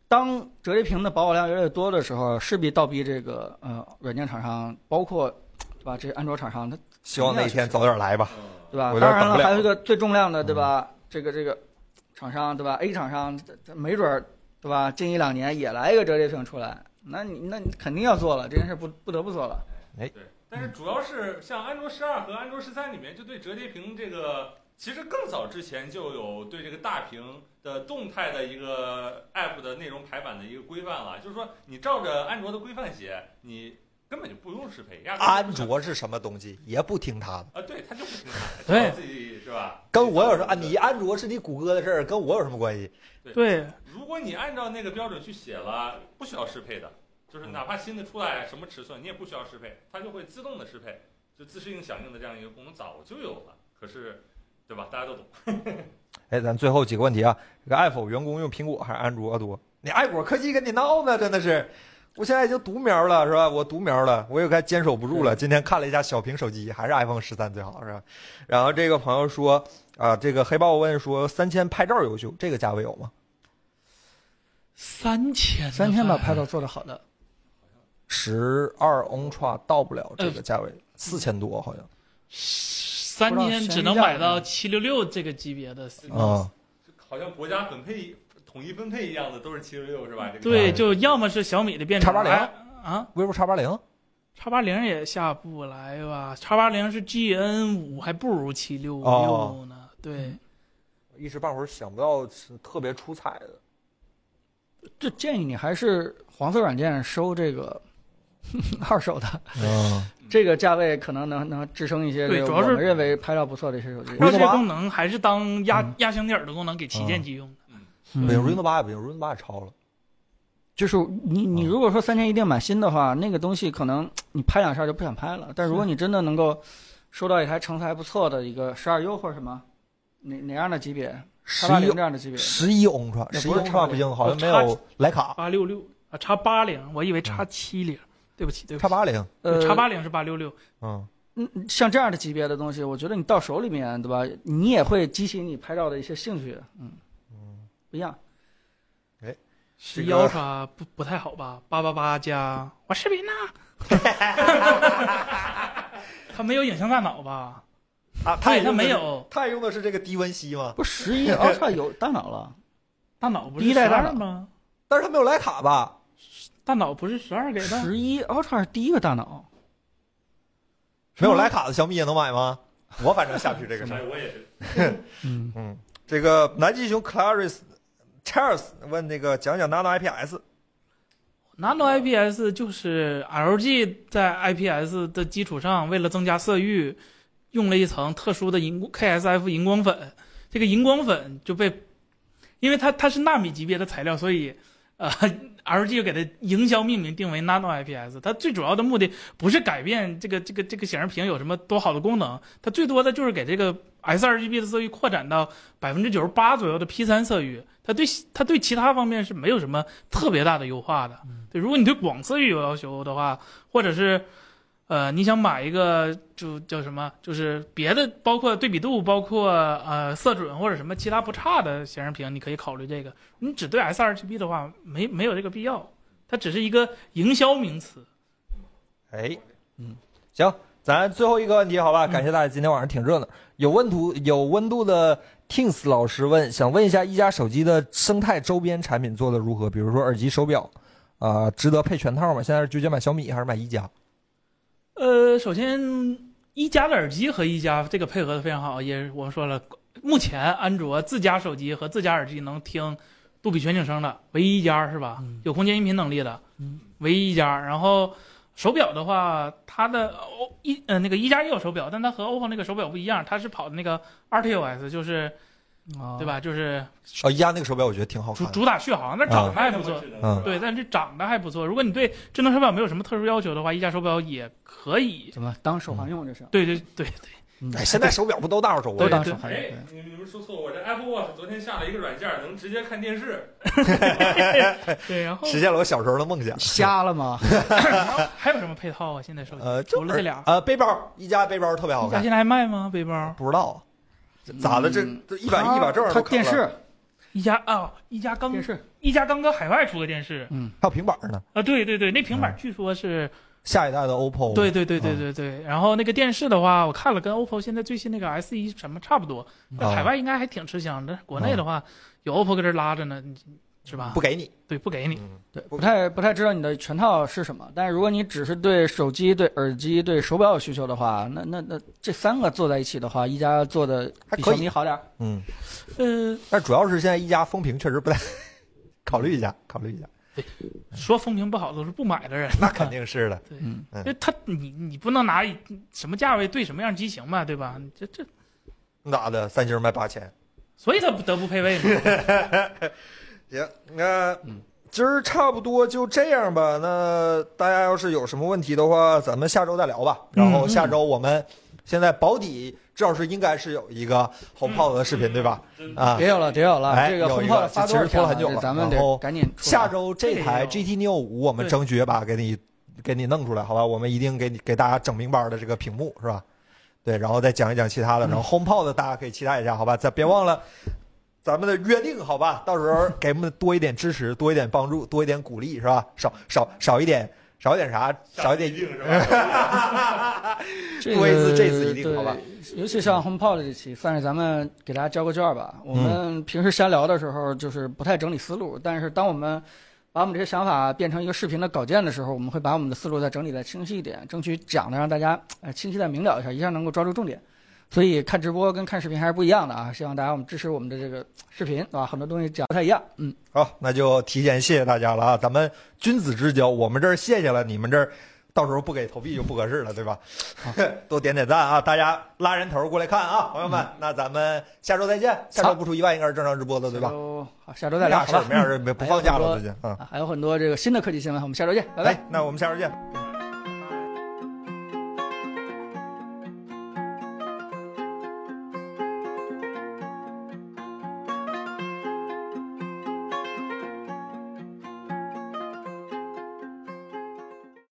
S2: 当折叠屏的保有量越来越多的时候，势必倒逼这个呃软件厂商，包括对吧这些安卓厂商，它
S1: 希望那一天早点来吧。
S2: 对吧？
S1: 我有点
S2: 当然
S1: 等不了嗯
S2: 还有一个最重量的，对吧？这个这个厂商，对吧？A 厂商，这这没准儿，对吧？近一两年也来一个折叠屏出来，那你那你肯定要做了，这件事不不得不做了。
S4: 对，但是主要是像安卓十二和安卓十三里面，就对折叠屏这个，其实更早之前就有对这个大屏的动态的一个 app 的内容排版的一个规范了。就是说，你照着安卓的规范写，你根本就不用适配，压根
S1: 安卓是什么东西，也不听他的，
S4: 啊，对，它就不听话，
S3: 对
S4: 自己是吧？
S1: 跟我有什么？啊你安卓是你谷歌的事儿，跟我有什么关系？
S3: 对，
S4: 如果你按照那个标准去写了，不需要适配的，就是
S1: 嗯
S4: 哪怕新的出来什么尺寸，你也不需要适配，它就会自动的适配，就自适应响应的这样一个功能早就有了。可是，对吧？大家都懂。
S1: 哎，咱最后几个问题啊，这个爱否员工用苹果还是安卓啊多？你爱果科技跟你闹呢，真的是。我现在已经读苗了，是吧？我读苗了，我也该坚守不住了。今天看了一下小屏手机，还是 iPhone 十三最好，是吧？然后这个朋友说，啊、这个黑豹问说，三千拍照优秀，这个价位有吗？
S3: 三千
S2: 三天把拍照做得好的，
S1: 十二 Ultra 到不了这个价位，四千多好像。
S3: 三千只能买到七六六这个级别的 C
S1: 啊、
S4: 好像国家分配统一分配一样的，都是七十六是吧？这个
S3: 对，
S1: 嗯
S3: 就要么是小米的变成
S1: 叉八零
S3: 哎啊，
S1: v i v o 叉八零，
S3: 叉八零也下不来吧？叉八零是 GN 五，还不如七六
S1: 哦
S3: 六呢。对，
S1: 一时半会儿想不到是特别出彩的。
S2: 就建议你还是黄色软件收这个 二手的，
S1: 嗯，
S2: 这个价位可能能能支撑一些
S3: 对
S2: 这个
S3: 主
S2: 我
S3: 要是
S2: 们认为拍照不错的一些手机。
S3: 它这
S1: 我懂
S3: 些
S1: 了
S3: 功能还是当压、
S1: 嗯
S3: 压箱底儿的功能给旗舰机用的。
S1: 不行
S2: 嗯
S1: ，Reno 八也不行，Reno 八也超了。
S2: 就是你你
S1: 嗯
S2: 如果说三天一定买新的话，那个东西可能你拍两下就不想拍了。但如果你真的能够收到一台成色还不错的一个十二 U 或者什么哪哪样的级别，
S1: 十
S2: 叉八
S1: 一
S2: 零这样的级别，
S1: 十一 Ultra，
S2: 那
S1: 十一
S2: 不是叉
S1: Ultra
S2: 八零
S1: 不行，好像没
S3: 哦
S1: 有徕卡，
S3: 八六六啊，叉八零，我以为叉七零，对不起，对不
S1: 叉
S3: 起，
S1: 八零。
S2: 呃，
S3: 叉八零是八六六，
S1: 嗯，
S2: 嗯像这样的级别的东西，我觉得你到手里面对吧，你也会激起你拍照的一些兴趣，嗯不一样。
S3: 十
S1: 这
S3: 一
S1: 个
S3: Ultra 不不太好吧？八八八加我视频呢？它没有影像大脑吧？
S1: 啊，他
S3: 对，它没，有
S1: 他用的是这个低温吸吗？
S2: 不，十一 Ultra 有大脑了，
S3: 大脑，不
S2: 第
S3: 是
S2: 一
S3: 十
S2: 代大脑
S3: 二吗？
S1: 但是他没有徕卡吧？
S3: 大脑不是十二给的？
S2: 十一 Ultra 是第一个大脑，
S1: 没有徕卡的小米也能买吗？我反正下不去这个事儿
S4: 哎，。我也 是。
S2: 嗯，
S1: 嗯，这个南极熊 Clarice Charles 问那个讲讲 Nano IPS。
S3: Nano IPS 就是 LG 在 IPS 的基础上，为了增加色域，用了一层特殊的荧光 KSF 荧光粉。这个荧光粉就被，因为它它是纳米级别的材料，所以呃 LG 就给它营销命名定为 Nano IPS。它最主要的目的不是改变这个这个这个显示屏有什么多好的功能，它最多的就是给这个 sRGB 的色域扩展到百分之九十八左右的 P 3色域，它对它对其他方面是没有什么特别大的优化的。对，如果你对广色域有要求的话，或者是呃你想买一个就叫什么，就是别的包括对比度、包括呃色准或者什么其他不差的显示屏，你可以考虑这个。你只对 sRGB 的话，没没有这个必要，它只是一个营销名词。
S1: 哎，嗯，行，咱最后一个问题好吧？感谢大家今天晚上挺热闹，有温度有温度的 Tings 老师问，想问一下一加手机的生态周边产品做的如何？比如说耳机、手表，啊、值得配全套吗？现在是纠结买小米还是买一加？
S3: 呃，首先一加的耳机和一加这个配合的非常好，也我说了，目前安卓自家手机和自家耳机能听杜比全景声的，唯一一家是吧？
S2: 嗯
S3: 有空间音频能力的，
S2: 嗯
S3: 唯一一家。然后手表的话，它的哦一呃那个一加也有手表，但它和 OPPO 那个手表不一样，它是跑的那个 RTOS，就是
S2: 啊
S3: 对？吧？就是
S1: 哦，一加那个手表我觉得挺好
S3: 主
S1: 看的。
S3: 主打续航，那
S4: 哎
S3: 长得还不错。
S1: 嗯
S3: 对，但是长得还不错。如果你对智能手表没有什么特殊要求的话，一加手表也可以
S2: 什么当手环用这是？
S3: 对对对对，
S2: 嗯
S1: 哎，现在手表不都大手
S2: 都
S1: 环？
S2: 当手环用
S4: 哎
S2: 对。，
S4: 你你们说错，我这 Apple Watch 昨天下了一个软件，能直接看电视。
S3: 对，然后
S1: 实现了我小时候的梦想。
S2: 瞎了吗？
S3: 还有什么配套啊？现在手机
S1: 呃，就
S3: 除了这俩，
S1: 呃，背包，一加背包特别好
S3: 你家
S1: 看
S3: 现，在还卖吗？背包？
S1: 不知道啊咋的，这
S2: 嗯
S1: 这一百一百正
S2: 它电视
S3: 一加啊、一加刚
S2: 电视，
S3: 一加刚刚海外出个电视
S2: 嗯，
S1: 还有平板呢，
S3: 啊、对对对，那平板
S1: 嗯哦
S3: 据说是，
S1: 下一代的 OPPO。
S3: 对对对对对对。然后那个电视的话，我看了跟 OPPO 现在最新那个 S 1什么差不多，那
S1: 啊
S3: 海外应该还挺吃香的。国内的话，有 OPPO 搁这拉着呢，你是
S1: 哦
S3: 吧？
S1: 不给你，
S3: 对，不给你。
S2: 对，不太不太知道你的全套是什么。但是如果你只是对手机、对耳机、对手表有需求的话，那那那这三个做在一起的话，一加做的
S1: 还
S2: 比
S1: 可
S2: 小
S1: 以
S2: 米好点儿。
S1: 嗯，
S3: 呃，
S1: 但主要是现在一加风评确实不 太，考虑一下，考虑一下，
S3: 说风评不好都是不买的人，
S1: 嗯那肯定是的。
S2: 嗯，
S3: 因为他你你不能拿什么价位对什么样机型嘛，对吧？你这这
S1: 那咋的？三星卖八千，
S3: 所以他不得不配位嘛。
S1: 行，那
S2: 嗯
S1: 今儿差不多就这样吧。那大家要是有什么问题的话，咱们下周再聊吧。然后下周我们现在保底至少是应该是有一个红炮的视
S4: 嗯
S1: 频，对吧？啊，
S2: 别有了，别有了，
S1: 哎
S2: 这个
S1: 有
S2: 红
S1: 一
S2: 炮
S1: 个
S2: 发
S1: 其
S2: 多少
S1: 实
S2: 天
S1: 拖很久
S2: 这
S1: 了
S2: 咱们
S1: 然后
S2: 得赶紧出来
S1: 下周这台
S3: 这
S1: GT Neo 五，我们
S3: 对
S1: 争取把给你给你弄出来，好吧？我们一定给你给大家整明白的这个屏幕，是吧？对，然后再讲一讲其他的，然后 HomePod 的大家可以期待一下，好吧？咱别忘了咱们的约定，好吧？到时候给我们多一点支持，多一点帮助，多一点鼓励，是吧？少少少一点，少一点啥？少一
S4: 一
S1: 点
S4: 定是吧？
S2: 这
S1: 多一次
S2: 个
S1: 这次一定好吧？
S2: 对尤其像 HomePod 这期，算是咱们给大家交个卷儿吧。我
S1: 嗯
S2: 们平时瞎聊的时候，就是不太整理思路，但是当我们把我们这些想法变成一个视频的稿件的时候，我们会把我们的思路再整理的清晰一点，争取讲的让大家呃清晰的明了一下，一下能够抓住重点。所以看直播跟看视频还是不一样的啊！希望大家我们支持我们的这个视频，对吧？很多东西讲不太一样，嗯，
S1: 好，那就提前谢谢大家了啊！咱们君子之交，我们这儿谢谢了，你们这儿到时候不给投币就不合适了，对吧？ 多点点赞啊！大家拉人头过来看啊，朋友们，那咱们下周再见。下周不出意外，应该是正常直播的，对
S2: 下
S1: 吧？
S2: 周好，下周再
S1: 没
S2: 聊
S1: 啥
S2: 好
S1: 事儿，
S2: 吧？哎
S1: 没啥事儿，没不放假了，最近啊。
S2: 啊，还有很多这个新的科技新闻，我们下周见，拜拜。
S1: 哎，那我们下周见，拜拜。